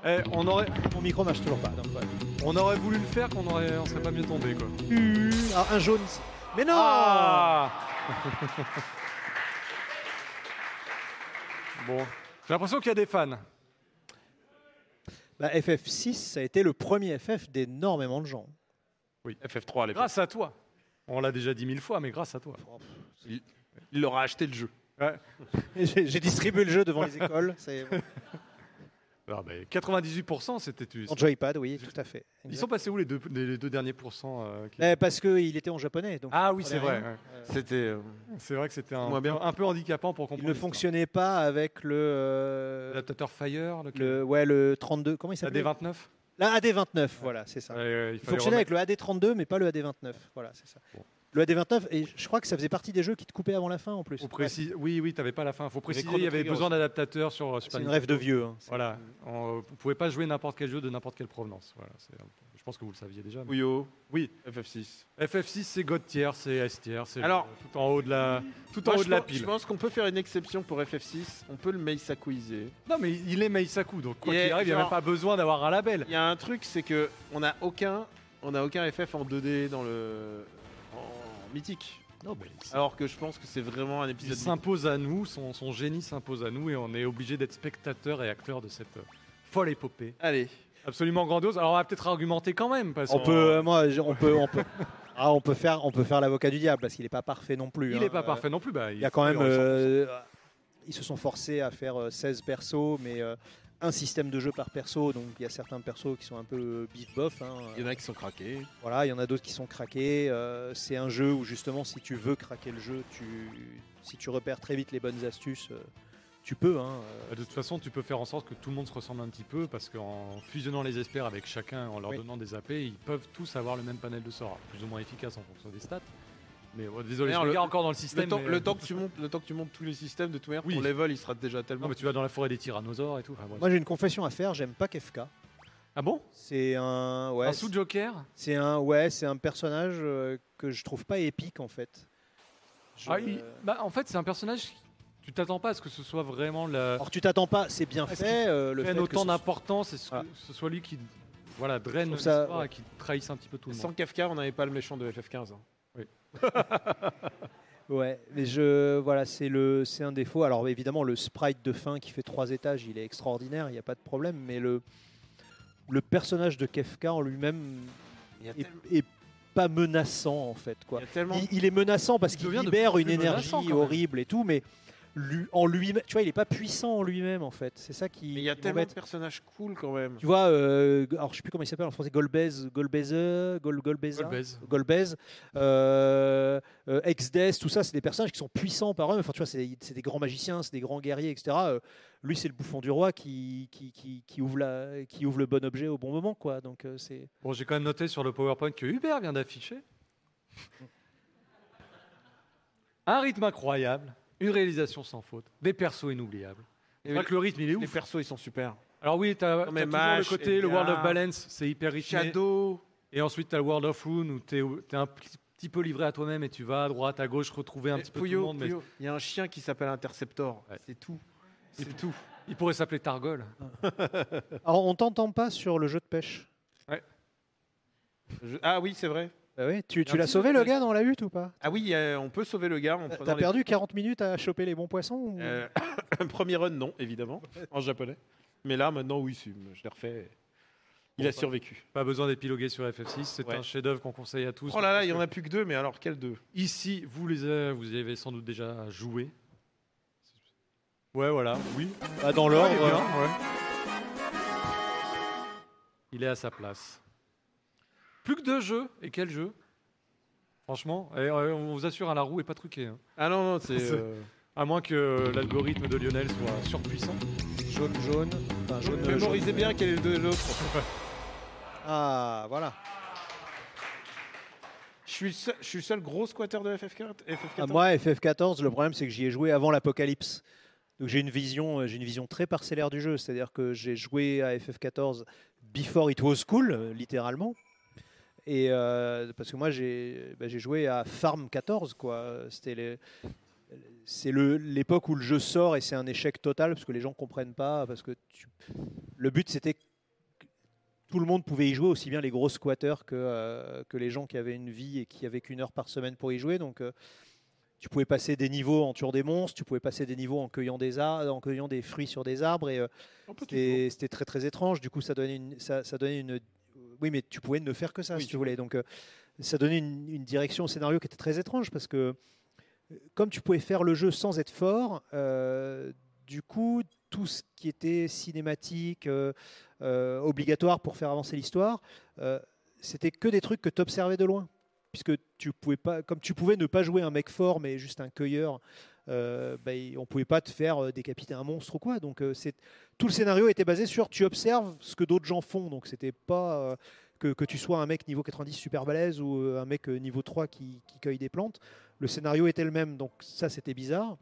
Eh, on, aurait,
Mon micro marche toujours pas. donc, ouais.
on aurait voulu le faire, qu'on aurait, on serait pas mieux tombé quoi.
Hum, ah, un jaune. c'est- Mais non
Ah. bon, j'ai l'impression qu'il y a des fans.
Bah, FF6, ça a été le premier FF d'énormément de gens.
FF3 à l'époque.
Grâce à toi. On l'a déjà dit mille fois, mais grâce à toi.
Il leur a acheté le jeu.
Et J'ai j'ai distribué le jeu devant les écoles. C'est
Alors, Ah, mais 98%, c'était. tu-
en joypad, oui, tout à fait.
Ils sont passés où les deux, les deux derniers pourcents euh, qui-
Eh, parce qu'il était en japonais, donc
Ah oui,
on
c'est
avait
vrai.
rien.
ouais.
C'était. euh,
C'est vrai que c'était un,
Moins bien.
un peu handicapant pour comprendre.
il ne
l'histoire.
fonctionnait pas avec le, euh,
L'adaptateur Fire, le,
le, ouais, le 32. Comment il
la
s'appelait
D29
La AD29, voilà, c'est ça.
Ouais, ouais, il
Ah,
fallait
Il fonctionnait
remettre-
avec le AD32, mais pas le AD29. Voilà, c'est ça.
Bon.
Le AD29, et je crois que ça faisait partie des jeux qui te coupaient avant la fin en plus.
Faut préciser- Oui, oui, t'avais pas la fin. Faut préciser,
Chrono
il y avait
Trigger
besoin d'adaptateurs sur euh,
Ouais,
Super
c'est une
Nintendo.
rêve de vieux. hein.
Voilà, on ne pouvait pas jouer n'importe quel jeu de n'importe quelle provenance. Voilà, c'est un peu- je pense que vous le saviez déjà. mais-
Puyo.
Oui.
FF6.
FF6, c'est God tier, c'est S tier, c'est
Alors-
le- tout en haut de la, tout en
Moi,
haut
je
de la
pense-
pile.
Je pense qu'on peut faire une exception pour FF6. On peut le Meisakuiser.
Non, mais il est Meisaku, donc quoi
Il
qu'il
est
arrive, il n'y a même
genre-
pas besoin d'avoir un label.
Il y a un truc, c'est que on n'a aucun, on a aucun FF en 2D dans le en mythique.
Non, mais il s-
Alors que je pense que c'est vraiment un
il
épisode. mythique.
s'impose à nous, son, son génie s'impose à nous, et on est obligé d'être spectateur et acteur de cette euh, folle épopée.
Allez,
Absolument grandiose. Alors, on va peut-être argumenter quand même, parce
On
qu'on-
peut, euh, moi, je- on peut, on peut, ah, on peut faire, on peut faire l'avocat du diable parce qu'il n'est pas parfait non plus.
Il
n'est
n'est pas parfait non plus. bah,
hein, euh, Il y a quand même,
ressent-
euh, ils se sont forcés à faire euh, 16 persos, mais euh, un système de jeu par perso, donc il y a certains persos qui sont un peu bif bof. hein.
il y en a qui sont craqués.
Voilà, il y en a d'autres qui sont craqués. euh, c'est un jeu où justement, si tu veux craquer le jeu, tu, si tu repères très vite les bonnes astuces, euh, tu peux. hein, euh,
Bah, De toute façon, tu peux faire en sorte que tout le monde se ressemble un petit peu parce qu'en fusionnant les experts avec chacun, en leur
Oui.
donnant des AP, ils peuvent tous avoir le même panel de sorts, plus ou moins efficace en fonction des stats. Mais oh, désolé, je
D'ailleurs,
me
le-
gare encore dans le
Le
système.
temps,
mais,
le
euh,
temps que tu montes, le temps que tu montes tous les systèmes de tout manière,
Oui.
ton level, il sera déjà
euh, Non,
tellement.
mais tu vas dans la forêt des tyrannosaures et tout. enfin, bref.
Moi, j'ai une confession à faire. J'aime pas Kefka.
Ah bon
C'est un, ouais,
Un sous-joker
c'est un, ouais, c'est un personnage euh, que je trouve pas épique en fait. Je-
Ah, il- bah, En fait, c'est un personnage. qui- Tu t'attends pas à ce que ce soit vraiment la.
Alors tu t'attends pas, c'est bien
Est-ce
fait. euh, le fait
prenne
que
autant
ce soit-
d'importance et ce
Voilà.
que ce soit lui qui voilà, draine
trouve ça-
l'histoire et qui trahisse un petit peu tout le
Sans
monde.
Kafka, on n'avait pas le méchant de FF15. hein.
Ouais, mais je voilà, c'est le c'est un défaut. Alors évidemment, le sprite de fin qui fait trois étages, il est extraordinaire, il n'y a pas de problème, mais le le personnage de Kefka en lui-même
Il y a,
est,
tellement-
est pas menaçant en fait quoi.
il y a tellement.
Il, il est menaçant parce
Il
qu'il
devient de
libère
plus en
une
plus
énergie
menaçant, quand même.
horrible et tout, mais lui, en lui-même, tu vois, il est pas puissant en lui-même en fait. C'est ça qui
mais il y a
qui
tellement
m'embête.
de personnages cool quand même.
Tu vois, euh, alors je sais plus comment il s'appelle en français, Golbez, Golbeze, Gol, Golbeza,
Golbez.
Golbez, euh, euh, Exdes, tout ça, c'est des personnages qui sont puissants par eux. Enfin, tu vois, c'est c'est des grands magiciens, c'est des grands guerriers, etc. Euh, lui, c'est le bouffon du roi qui, qui, qui, qui ouvre la, qui ouvre le bon objet au bon moment, quoi. Donc euh, c'est.
Bon, j'ai quand même noté sur le PowerPoint que Hubert vient d'afficher. Un rythme incroyable, une réalisation sans faute, des persos inoubliables. C'est
Et
vrai que le rythme, il est
les
ouf.
persos, ils sont super.
Alors oui, t'as as
Non, mais eh
toujours
Mash,
le côté, le
Edgar,
World of Balance, c'est hyper rythmé.
Shadow.
Et ensuite, t'as le World of Rune, où t'es es un petit petit peu livré à toi-même et tu vas à droite, à gauche, retrouver un
Et
petit peu
Eh, Puyo,
tout le monde. mais
Puyo. Il y a un chien qui s'appelle Interceptor.
Ouais.
C'est tout.
Il-
C'est tout.
il pourrait s'appeler Targol.
Alors, on t'entend pas sur le jeu de pêche.
Je- Ah oui, c'est vrai.
Bah oui, tu
un
tu l'as
petit
sauvé
jeu de
le
pêche.
gars dans la hutte ou pas
Ah oui, euh, on peut sauver le gars en prenant
T'as
les-
perdu 40 minutes à choper les bons poissons ou-
Euh, premier run, non, évidemment, en japonais. Mais là, maintenant, oui, si, je l'ai refait. Il
Bon,
a
bah.
survécu.
Pas besoin d'épiloguer sur FF6, c'est
Ouais.
un chef-d'œuvre qu'on conseille à tous.
Oh là là, il y
Parce
en a plus que deux, mais alors quel deux
Ici, vous les avez- vous y avez sans doute déjà joué. Ouais, voilà, oui.
Ah, Dans
il, est
l'ordre.
bien, ouais. Il est à sa place. Plus que deux jeux, et quel jeu Franchement, eh, euh, on vous assure, à la roue est pas truqué. hein.
Ah non, non, c'est.
C'est-
euh, À moins que l'algorithme de Lionel soit surpuissant.
Jaune, jaune. Enfin, jaune, euh,
Mémorisez
jaune.
bien quel est le- l'autre.
Ah, voilà.
Je suis, le seul, je suis le seul gros squatter de FF4. FF4
Ah, moi, FF14, le problème, c'est que j'y ai joué avant l'apocalypse. Donc j'ai une vision, euh, j'ai une vision très parcellaire du jeu. C'est-à-dire que j'ai joué à FF14 before it was cool, euh, littéralement. Et euh, parce que moi, j'ai bah, j'ai joué à Farm 14, quoi. C'était les- C'est le- l'époque où le jeu sort et c'est un échec total parce que les gens comprennent pas. Parce que tu- le but c'était que tout le monde pouvait y jouer, aussi bien les gros squatteurs que, euh, que les gens qui avaient une vie et qui avaient qu'une heure par semaine pour y jouer. Donc euh, tu pouvais passer des niveaux en tuant des monstres, tu pouvais passer des niveaux en cueillant des, ar- en cueillant des fruits sur des arbres, et euh,
On peut toujours.
c'était c'était très très étrange. Du coup, ça donnait une, ça, ça donnait une, oui, mais tu pouvais ne faire que ça
Oui,
si tu voulais. Donc, euh, ça donnait une, une direction au scénario qui était très étrange parce que euh, comme tu pouvais faire le jeu sans être fort, euh, du coup, tout ce qui était cinématique, euh, euh, obligatoire pour faire avancer l'histoire, euh, c'était que des trucs que tu observais de loin. Puisque tu pouvais pas, comme tu pouvais ne pas jouer un mec fort mais juste un cueilleur, euh, bah, il- on pouvait pas te faire euh, décapiter un monstre ou quoi. Donc euh, c'est tout le scénario était basé sur tu observes ce que d'autres gens font. Donc c'était pas euh, que, que tu sois un mec niveau 90 super balèze ou euh, un mec euh, niveau 3 qui, qui cueille des plantes. Le scénario était le même. Donc ça c'était bizarre.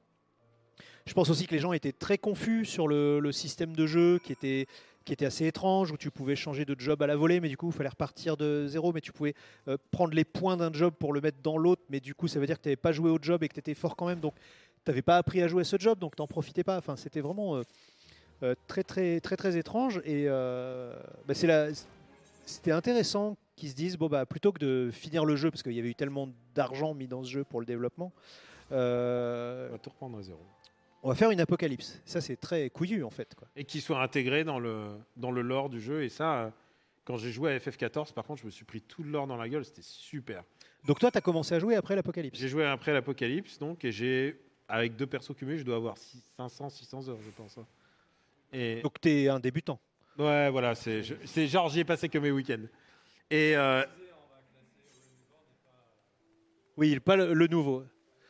Je pense aussi que les gens étaient très confus sur le, le système de jeu qui était qui était assez étrange où tu pouvais changer de job à la volée mais du coup il fallait repartir de zéro mais tu pouvais euh, prendre les points d'un job pour le mettre dans l'autre mais du coup ça veut dire que tu n'avais pas joué au job et que tu étais fort quand même donc t'avais pas appris à jouer à ce job, donc t'en profitais pas. Enfin, c'était vraiment euh, euh, très très très très étrange et euh, bah, c'est la- c'était intéressant qu'ils se disent bon bah plutôt que de finir le jeu parce qu'il y avait eu tellement d'argent mis dans ce jeu pour le développement. euh,
On va tout reprendre à zéro.
on va faire une apocalypse. Ça, c'est très couillu en fait. Quoi.
Et qu'il soit intégré dans le, dans le lore du jeu. Et ça, euh, quand j'ai joué à FF14, par contre, je me suis pris tout le lore dans la gueule. C'était super.
Donc, toi, tu as commencé à jouer après l'apocalypse.
J'ai joué après l'Apocalypse, donc, et j'ai. Avec deux persos cumulés, je dois avoir six- 500, 600 heures, je pense. hein. Et,
Donc, tu es un débutant.
Ouais, voilà, c'est je- c'est genre j'y ai passé que mes week-ends. Et euh,
Oui, pas le, le nouveau.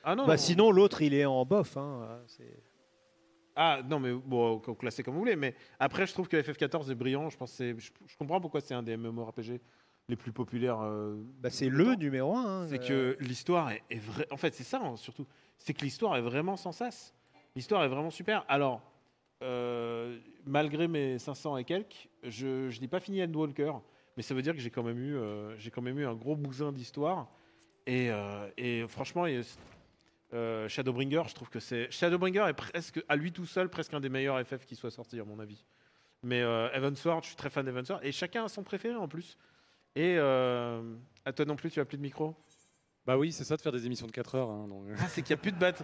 ah non,
Bah,
non.
sinon, l'autre, il est en bof. hein. C'est-
ah non, mais bon, vous classez comme vous voulez. Mais après, je trouve que FF14 est brillant. Je pense, que c'est- je, je comprends pourquoi c'est un des MMORPG les plus populaires. euh,
Bah, c'est le numéro un. hein.
c'est
Euh,
que l'histoire est, est vraie. En fait, c'est ça hein, surtout. C'est que l'histoire est vraiment sans sas. L'histoire est vraiment super. Alors, euh, malgré mes 500 et quelques, je, je n'ai pas fini Endwalker. Mais ça veut dire que j'ai quand même eu, euh, j'ai quand même eu un gros bousin d'histoire. Et, euh, et franchement, il y a- euh, Shadowbringer, je trouve que c'est. Shadowbringer est presque, à lui tout seul, presque un des meilleurs FF qui soit sorti, à mon avis. Mais euh, Heaven's Sword, je suis très fan d'Evan's Sword. Et chacun a son préféré en plus. Et euh, à toi non plus, tu as plus de micro
Bah oui, c'est ça de faire des émissions de 4 heures. hein, donc, euh.
ah, c'est qu'il n'y a plus de batte.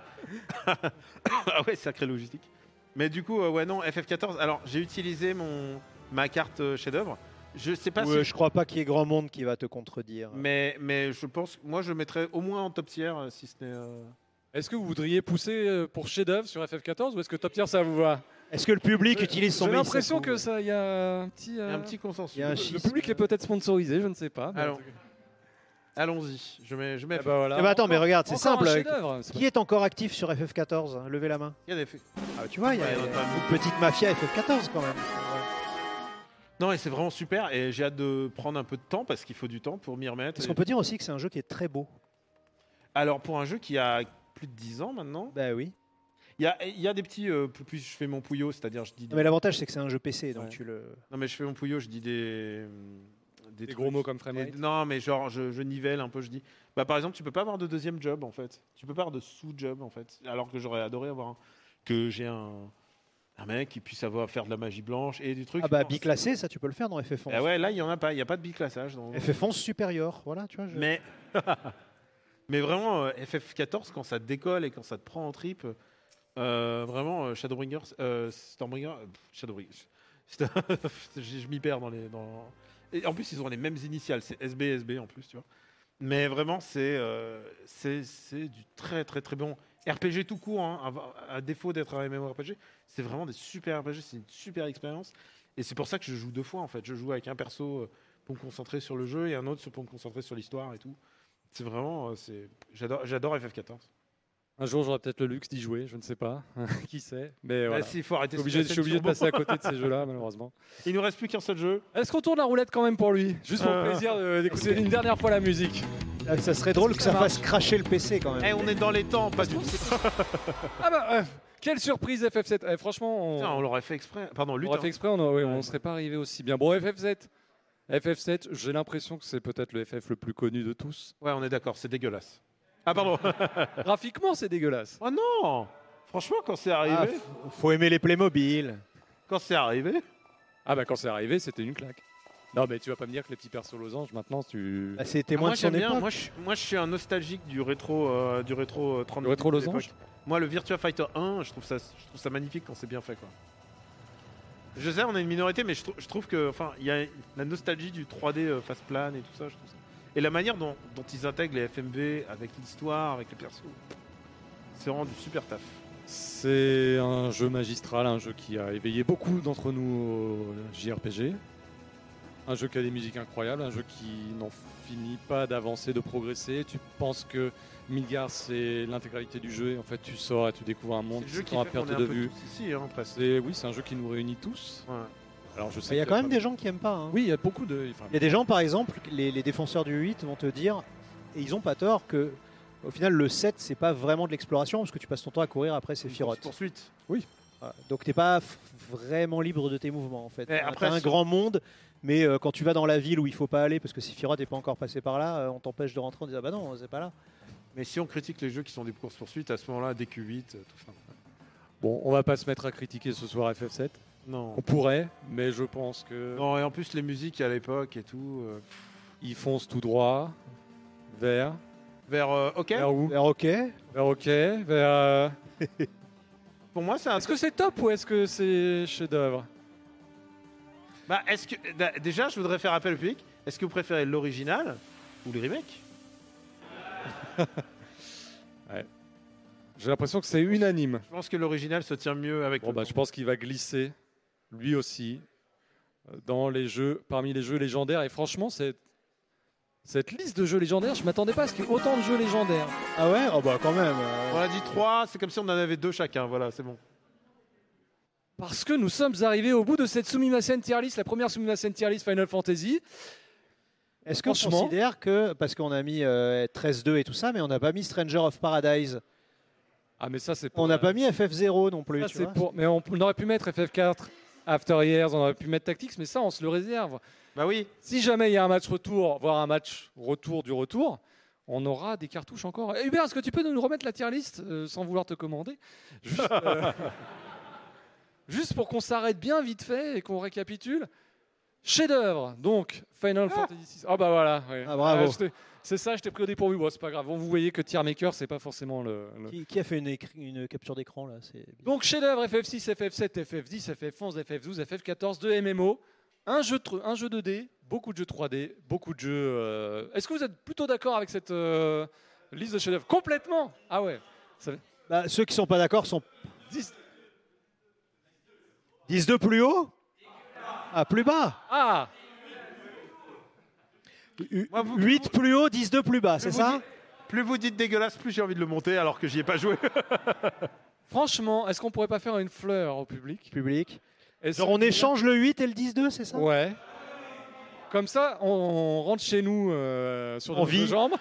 ah ouais, sacrée logistique. Mais du coup, euh, ouais, non, FF14. Alors, j'ai utilisé mon, ma carte euh, chef-d'œuvre. Je sais pas
ouais,
si.
je crois pas qu'il y ait grand monde qui va te contredire.
Mais, mais je pense. Moi, je mettrais au moins en top tiers, euh, si ce n'est. euh,
Est-ce que vous voudriez pousser euh, pour chef-d'œuvre sur FF14 ou est-ce que top tier ça vous va
Est-ce que le public utilise son
J'ai
mail,
l'impression
ça se
que
trouve
ça, il y a un petit. euh,
un petit consensus.
Il y a un
le-
schisme.
le public est peut-être sponsorisé, je ne sais pas. mais-
Alors, Allons-y. Je mets. Je mets
Ah bah voilà.
Eh ben attends, mais regarde, c'est
Encore un
simple. euh,
chef-d'œuvre, c'est
Qui est encore actif sur FF14 hein Levez la main.
Il y a des faits.
Ah, tu vois, il y a,
Ouais,
il y a
il y en a
une petite mafia FF14 quand même. Voilà.
Non, et c'est vraiment super. Et j'ai hâte de prendre un peu de temps parce qu'il faut du temps pour m'y remettre.
Est-ce qu'on peut dire aussi que c'est un jeu qui est très beau
Alors, pour un jeu qui a plus de 10 ans maintenant,
Bah oui.
il y a, il y a des petits. euh, plus je fais mon pouillot, c'est-à-dire je dis. des-
Non, Ah, mais l'avantage, c'est que c'est un jeu PC, donc
Ouais.
tu le.
Non, mais je fais mon pouillot, je dis des.
Des
trucs.
gros mots comme
Des-
Fremrate.
non, mais genre, je, je nivelle un peu, je dis. Bah, par exemple, tu peux pas avoir de deuxième job, en fait. Tu peux pas avoir de sous-job, en fait. Alors que j'aurais adoré avoir un- que j'ai un, un mec qui puisse avoir faire de la magie blanche et du truc.
Ah bah
Non,
biclassé, ça tu peux le faire dans FF11.
c'est- Ah ouais, là, il y en a pas. Il y a pas de biclassage. dans-
FF11 supérieur, voilà, tu vois. je-
Mais, mais vraiment, euh, FF14, quand ça décolle et quand ça te prend en trip, euh, vraiment, euh, Shadowbringer, euh, Stormbringer, euh, pff, Shadowbringer. c'est- je je m'y perds dans les. Dans... Et en plus, ils ont les mêmes initiales, c'est SBSB en plus, tu vois. Mais vraiment, c'est euh, c'est c'est du très très très bon RPG tout court, hein, à, à défaut d'être un MMORPG. C'est vraiment des super RPG, c'est une super expérience. Et c'est pour ça que je joue deux fois en fait. Je joue avec un perso euh, pour me concentrer sur le jeu et un autre pour me concentrer sur l'histoire et tout. C'est vraiment, euh, c'est j'adore, j'adore FF14.
Un jour, j'aurai peut-être le luxe d'y jouer, je ne sais pas. Qui sait Mais voilà.
Ah, si, faut arrêter
Je suis obligé-
cette
je suis obligé de
turbo.
passer à côté de ces jeux-là, malheureusement.
Il nous reste plus qu'un seul jeu.
Est-ce qu'on tourne la roulette quand même pour lui Juste pour le
Euh.
plaisir de- d'écouter une dernière fois la musique.
Ah, Ça serait drôle que ça fasse cracher le PC quand même.
Eh, on est dans les temps, pas du tout.
Ah bah, euh, quelle surprise FF7 Eh, Franchement, on,
Putain, on l'aurait fait exprès. Pardon,
on
lutte. hein.
aurait fait exprès, on aurait- ouais, on
Ouais.
serait pas arrivé aussi bien. Bon, FF7. FF7, j'ai l'impression que c'est peut-être le FF le plus connu de tous.
Ouais, on est d'accord, c'est dégueulasse. Ah, pardon.
Graphiquement, c'est dégueulasse.
oh non Franchement, quand c'est
Ah,
arrivé,
f- faut aimer les Playmobil.
quand c'est arrivé,
Ah bah quand c'est arrivé, c'était une claque. Non mais tu vas pas me dire que les petits persos losanges maintenant tu
Ah, c'est
Ah,
témoin de
moi,
son
j'aime bien.
époque.
Moi, je, suis- moi, je suis un nostalgique du rétro, euh, du rétro euh, 30.
Le rétro
de
losange
l'époque. Moi, le Virtua Fighter 1, je trouve ça, je trouve ça magnifique quand c'est bien fait, quoi. Je sais, on est une minorité, mais je, trou- je trouve que, enfin, il y a la nostalgie du 3D euh, face plane et tout ça, je trouve ça. Et la manière dont, dont ils intègrent les FMV avec l'histoire, avec les persos, c'est vraiment du super taf.
C'est un jeu magistral, un jeu qui a éveillé beaucoup d'entre nous au JRPG. Un jeu qui a des musiques incroyables, un jeu qui n'en finit pas d'avancer, de progresser. Tu penses que Midgar c'est l'intégralité du jeu et en fait tu sors et tu découvres un monde
C'est le jeu
qui
qui
sera à
fait qu'on
perte
est un
de
peu
vue.
tous ici, hein, presque.
C'est oui, c'est un jeu qui nous réunit tous.
Ouais.
Alors je sais
Il y a
que-
quand même des gens qui aiment pas. hein.
Oui, il y a beaucoup de enfin,
Il y a des gens, par exemple, les, les défenseurs du 8 vont te dire, et ils ont pas tort, que au final, le 7, c'est pas vraiment de l'exploration, parce que tu passes ton temps à courir après ces
Une
firottes.
course-poursuite.
Voilà. Donc t'es pas f- vraiment libre de tes mouvements, en fait.
Eh,
T'as
après,
un
c'est-
grand monde, mais euh, quand tu vas dans la ville où il faut pas aller, parce que si Firotte n'est pas encore passé par là, euh, on t'empêche de rentrer en disant, ah bah non, c'est pas là.
Mais si on critique les jeux qui sont des courses-poursuites, à ce moment-là, DQ8, euh, tout ça.
bon, on va pas se mettre à critiquer ce soir FF7.
Non.
On pourrait, mais je pense que
Non, et en plus, les musiques à l'époque et tout. euh,
ils foncent tout droit vers
Vers euh, OK
vers où
Alors Eh, ok,
Vers OK, vers euh,
Pour moi, c'est un
Est-ce que c'est top ou est-ce que c'est chef-d'œuvre
Bah, est-ce que d'a- déjà, je voudrais faire appel au public. Est-ce que vous préférez l'original ou le remake
J'ai l'impression que c'est unanime.
Je pense que l'original se tient mieux avec.
Bon,
le
bah,
temps.
je pense qu'il va glisser, lui aussi, euh, dans les jeux, parmi les jeux légendaires. Et franchement, cette, cette liste de jeux légendaires, je m'attendais pas à ce qu'il y ait autant de jeux légendaires.
ah ouais, oh bah quand même. euh,
On a dit trois. C'est comme si on en avait deux chacun. Voilà, c'est bon.
Parce que nous sommes arrivés au bout de cette Sumimasen tier list, la première Sumimasen tier list Final Fantasy.
Est-ce qu'on
Franchement-
considère que, parce qu'on a mis euh, 13-2 et tout ça, mais on n'a pas mis Stranger of Paradise,
Ah, mais ça, c'est pour.
on n'a
la-
pas mis FF0 non plus,
ça,
tu
c'est
vois.
pour- Mais on, on aurait pu mettre FF4, After Years, on aurait pu mettre Tactics, mais ça, on se le réserve.
Bah oui.
Si jamais il y a un match retour, voire un match retour du retour, on aura des cartouches encore. Eh, Hubert, est-ce que tu peux nous remettre la tier list euh, sans vouloir te commander Juste, euh, juste pour qu'on s'arrête bien vite fait et qu'on récapitule. Chef-d'œuvre, donc Final Fantasy VI. Ah bah voilà. ouais.
Ah, bravo.
je t'ai- c'est ça, je t'ai pris au dépourvu. Bon, c'est pas grave. Bon, vous voyez que Tier Maker, c'est pas forcément le. le-
Qui, qui a fait une, écri- une capture d'écran là c'est-
Donc chef-d'œuvre FF6, FF7, FF10, FF11, FF12, FF14, 2 MMO, un jeu, tr- un jeu 2D, beaucoup de jeux 3D, beaucoup de jeux. euh, Est-ce que vous êtes plutôt d'accord avec cette euh, liste de chefs-d'œuvre Complètement Ah ouais
Bah, Ceux qui sont pas d'accord sont
10
10 de plus haut Ah, plus bas
Ah
U-
Moi, vous-
8 plus haut, 10 de plus bas, c'est
vous
ça
dites- Plus vous dites dégueulasse, plus j'ai envie de le monter, alors que j'y ai pas joué.
Franchement, est-ce qu'on pourrait pas faire une fleur au public
Public.
Est-ce-
Genre on échange le 8 et le 10-2, c'est ça
Ouais. Comme ça, on, on rentre chez nous euh, sur
En
nos deux
vie.
jambes.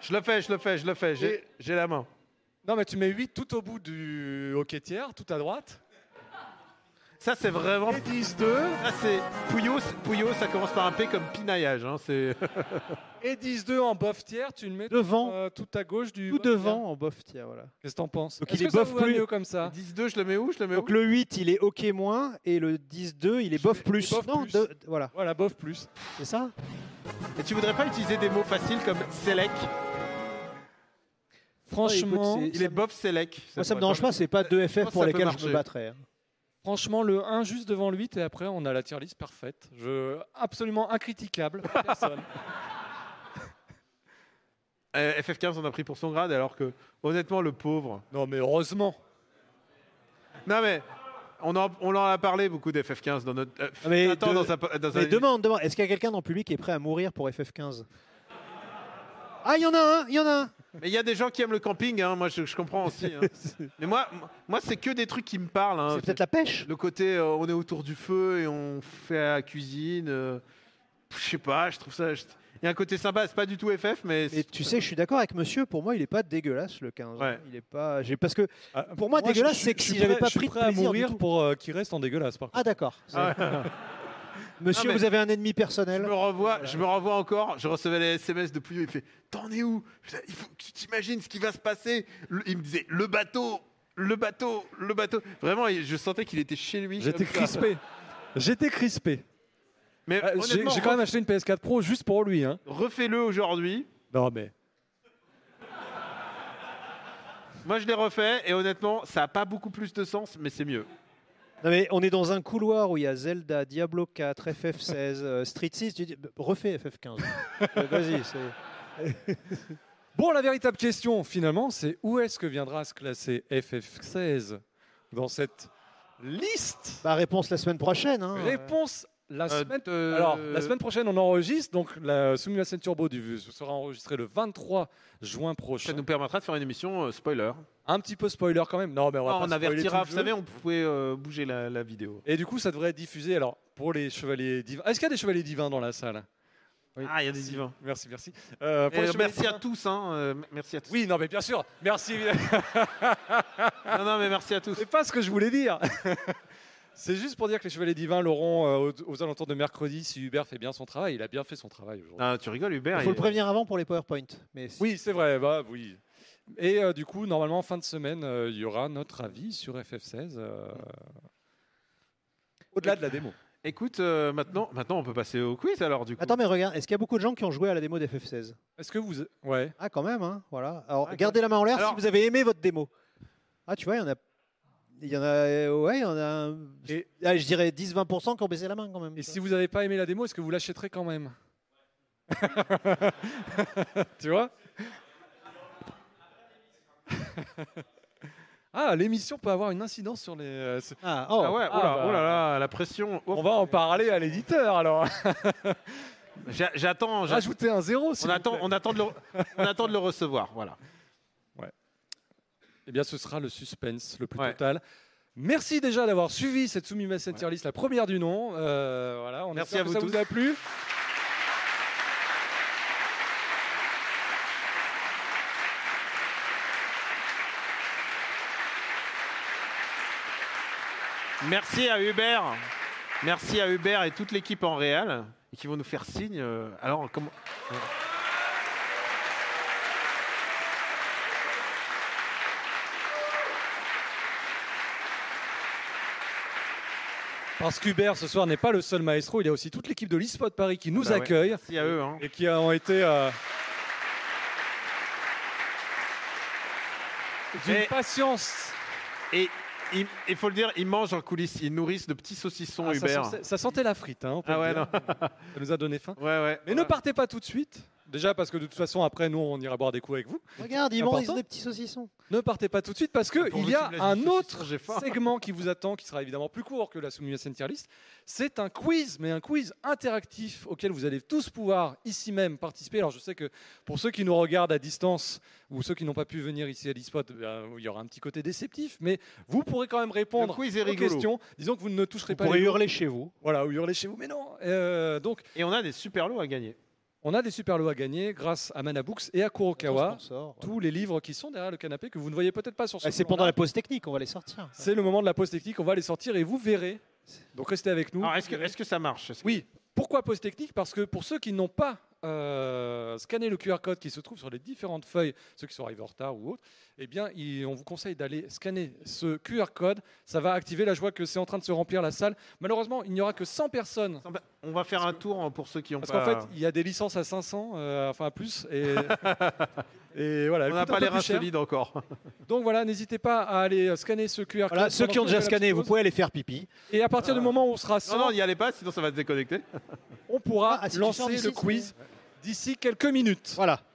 je le fais, je le fais, je le fais. J'ai j'ai la main.
Non, mais tu mets 8 tout au bout du hockey tiers, tout à droite.
Ça, c'est vraiment.
Et 10, 2.
Ça, c'est Pouillot. Pouillot, ça commence par un P comme pinaillage. hein, c'est.
Et 10-2 en bof tiers, tu le mets
Devant,
Euh, tout à gauche du.
tout
bof, tiens.
devant en bof, tiens, voilà.
Qu'est-ce que t'en penses
Donc
Est-ce
il est
que ça
bof
vous va
plus-
mieux comme ça
10-2, je le mets où Je le mets où
Donc le 8, il est OK moins et le 10-2, il est bof plus.
bof
non,
plus.
de- voilà,
Voilà, bof plus.
c'est ça
Et tu voudrais pas utiliser des mots faciles comme select
Franchement,
écoute, c'est-
Il est bof select.
Moi, ça me dérange pas, c'est pas deux
Je
FF
pense
pour
que ça peut
lesquels je me
marcher.
battrais. hein.
franchement, le 1 juste devant le 8 et après on a la tier list parfaite. Je... Absolument incritiquable. Personne.
Euh, FF15 on a pris pour son grade alors que honnêtement le pauvre.
non mais heureusement.
Non mais on en, on en a parlé beaucoup d'FF15 dans notre. euh,
Ah, mais
Nathan,
de-
dans sa- dans sa-
Mais demande, demande, est-ce qu'il y a quelqu'un dans le public qui est prêt à mourir pour FF15 Ah, il y en a un, il y en a un
Mais il y a des gens qui aiment le camping, hein, moi je, je comprends aussi. hein. Mais moi, moi c'est que des trucs qui me parlent. hein.
C'est peut-être la pêche.
Le côté euh, on est autour du feu et on fait la cuisine. euh, je sais pas, je trouve ça. je- Il y a un côté sympa, c'est pas du tout FF, mais.
Et tu sais, je suis d'accord avec monsieur, pour moi, il est pas dégueulasse le 15.
Ouais.
Il est pas. j'ai- Parce que
Ah,
pour moi,
je-
dégueulasse,
je-
c'est que
je
si
suis
j'avais
prêt-
pas
je suis
pris de
prêt à
plaisir du
mourir
tout.
pour euh, qu'il reste en dégueulasse, par
Ah,
contre.
d'accord.
Ah ouais,
Monsieur,
Non, mais-
vous avez un ennemi
je,
personnel.
me revois, je me revois encore, je recevais les SMS de Puyo, il fait T'en es où Putain, Il faut que tu t'imagines ce qui va se passer. Le- il me disait Le bateau, le bateau, le bateau. Vraiment, il- je sentais qu'il était chez lui.
J'étais
comme ça.
crispé. J'étais crispé.
Mais
Ah, J'ai
honnêtement,
j'ai quand même acheté une PS4 Pro juste pour lui. Hein.
refais-le aujourd'hui.
Non, mais.
Moi, je l'ai refait et honnêtement, ça a pas beaucoup plus de sens, mais c'est mieux.
Non, mais on est dans un couloir où il y a Zelda, Diablo 4, FF16, euh, Street 6. Tu dis, refais FF15. Euh, Vas-y, c'est.
Bon, la véritable question, finalement, c'est où est-ce que viendra se classer FF16 dans cette liste
Bah, réponse la semaine prochaine. hein.
Réponse la
Euh,
semaine.
euh,
Alors, la semaine prochaine, on enregistre. Donc, la Soumission Turbo du, sera enregistrée le 23 juin
Ça
prochain.
nous permettra de faire une émission euh, spoiler.
Un petit peu spoiler quand même. Non, mais on va
Ah,
pas
on
spoiler tout
avertira,
le
vous
jeu.
savez, on pouvait euh, bouger la, la vidéo.
Et du coup, ça devrait être diffusé. Alors, pour les chevaliers divins. Est-ce qu'il y a des chevaliers divins dans la salle Oui.
Ah, il y a des divins.
Merci, merci. Euh, pour
Et
les chevaliers
Eh, merci à
divins-
tous, hein, euh, m- merci à tous.
Oui, non, mais bien sûr. Merci.
Non, non, mais merci à tous.
C'est pas ce que je voulais dire. C'est juste pour dire que les Chevaliers Divins l'auront euh, aux, aux alentours de mercredi si Hubert fait bien son travail. Il a bien fait son travail aujourd'hui.
Ah, tu rigoles, Hubert.
Il faut
il-
le prévenir avant pour les PowerPoint. Mais
Oui, c'est vrai. Bah oui. Et euh, du coup, normalement, fin de semaine, euh, il y aura notre avis sur FF16. euh, Au-delà de la démo.
Écoute, euh, maintenant, maintenant, on peut passer au quiz alors, du coup.
Attends, mais regarde, est-ce qu'il y a beaucoup de gens qui ont joué à la démo d'FF16
Est-ce que vous. Ouais.
Ah, quand même, hein, voilà. Alors,
Ah,
gardez la main en l'air
Alors-
si vous avez aimé votre démo. Ah, tu vois, il y en a. Il y en a. euh, Ouais, il y en a. un-
Et-
Ah, je dirais 10-20% qui ont baissé la main quand même.
Et si vous n'avez pas aimé la démo, est-ce que vous l'achèterez quand même Tu vois Ah, l'émission peut avoir une incidence sur les. euh, c'est-
Ah, oh.
Ah ouais, oh là,
bah.
oh là là, la pression. Oh,
On va en parler à l'éditeur alors.
j'a- J'attends, j'a-
Rajoutez un zéro. Ah, s'il
on
vous
attend,
plaît.
on attend de le, on attend de le recevoir, voilà.
Eh bien, ce sera le suspense le plus
Ouais.
total. Merci déjà d'avoir suivi cette Soumimasen Tier List, la première du nom. Euh, voilà, on
Merci
espère
à vous
que ça
tous.
vous a plu.
Merci à Hubert. Merci à Hubert et toute l'équipe en réel et qui vont nous faire signe. euh, Alors, comment
Parce qu'Hubert, ce soir, n'est pas le seul maestro. Il y a aussi toute l'équipe de l'eSpot Paris qui nous
Bah ouais.
accueille
Merci à eux. hein.
et qui ont été euh, d'une
Et-
patience.
Et il il faut le dire, ils mangent en coulisses, ils nourrissent de petits saucissons
Ah, ça,
Oh, Hubert.
sentait, ça sentait la frite. hein, on peut
Ah
le
ouais,
dire.
non.
Ça nous a donné faim.
Ouais, ouais.
Mais ne partez pas tout de suite. Déjà parce que de toute façon après nous on ira boire des coups avec vous.
Regarde, ils mangent ils
Important.
ont des petits saucissons.
Ne partez pas tout de suite parce que
Pour
il
vous,
y
tu
a
me laisses
un
du saucisson,
autre
j'ai faim.
segment qui vous attend, qui sera évidemment plus court que la soumission tier list. C'est un quiz, mais un quiz interactif auquel vous allez tous pouvoir ici même participer. Alors je sais que pour ceux qui nous regardent à distance ou ceux qui n'ont pas pu venir ici à l'eSpot, ben, il y aura un petit côté déceptif, mais vous pourrez quand même
Le
répondre
quiz est
aux
rigolo.
questions. Disons que vous ne toucherez
Vous
pas.
pourrez
les-
hurler chez vous.
Voilà, ou hurler chez vous, mais non. Euh, donc
Et on a des super lots à gagner.
on a des super lots à gagner grâce à Mana Books et à Kurokawa.
Notre sponsor, voilà.
Tous les livres qui sont derrière le canapé que vous ne voyez peut-être pas sur ce
Eh,
Ah, C'est
plan-là.
pendant la pause technique, on va les sortir.
C'est le moment de la pause technique, on va les sortir et vous verrez. Donc restez avec nous.
Alors, est-ce que, est-ce que ça marche Est-ce que-
Oui, pourquoi pause technique Parce que pour ceux qui n'ont pas euh, scanné le QR code qui se trouve sur les différentes feuilles, ceux qui sont arrivés en retard ou autres, eh bien, il- on vous conseille d'aller scanner ce QR code. Ça va activer. Là, je vois que c'est en train de se remplir la salle. Malheureusement, il n'y aura que 100 personnes.
On va faire un tour hein, pour ceux qui ont
Parce
pas.
qu'en
Bah.
fait, il y a des licences à 500, euh, enfin à plus, et, et voilà. elles
on
coûtent
n'a
un peu
pas les
plus
reins
cher.
solides encore.
Donc voilà, n'hésitez pas à aller scanner ce QR
Voilà,
code.
ceux
pendant
qui ont
que
déjà
je fais la
scanné,
petite
vous
pause.
pouvez Euh. aller faire pipi.
Et à partir du moment où on sera
Non,
100,
non, n'y allez pas, sinon ça va se déconnecter.
on pourra
Ah, ah, si tu sors
lancer
d'ici,
le
c'est-
quiz d'ici quelques minutes.
Voilà.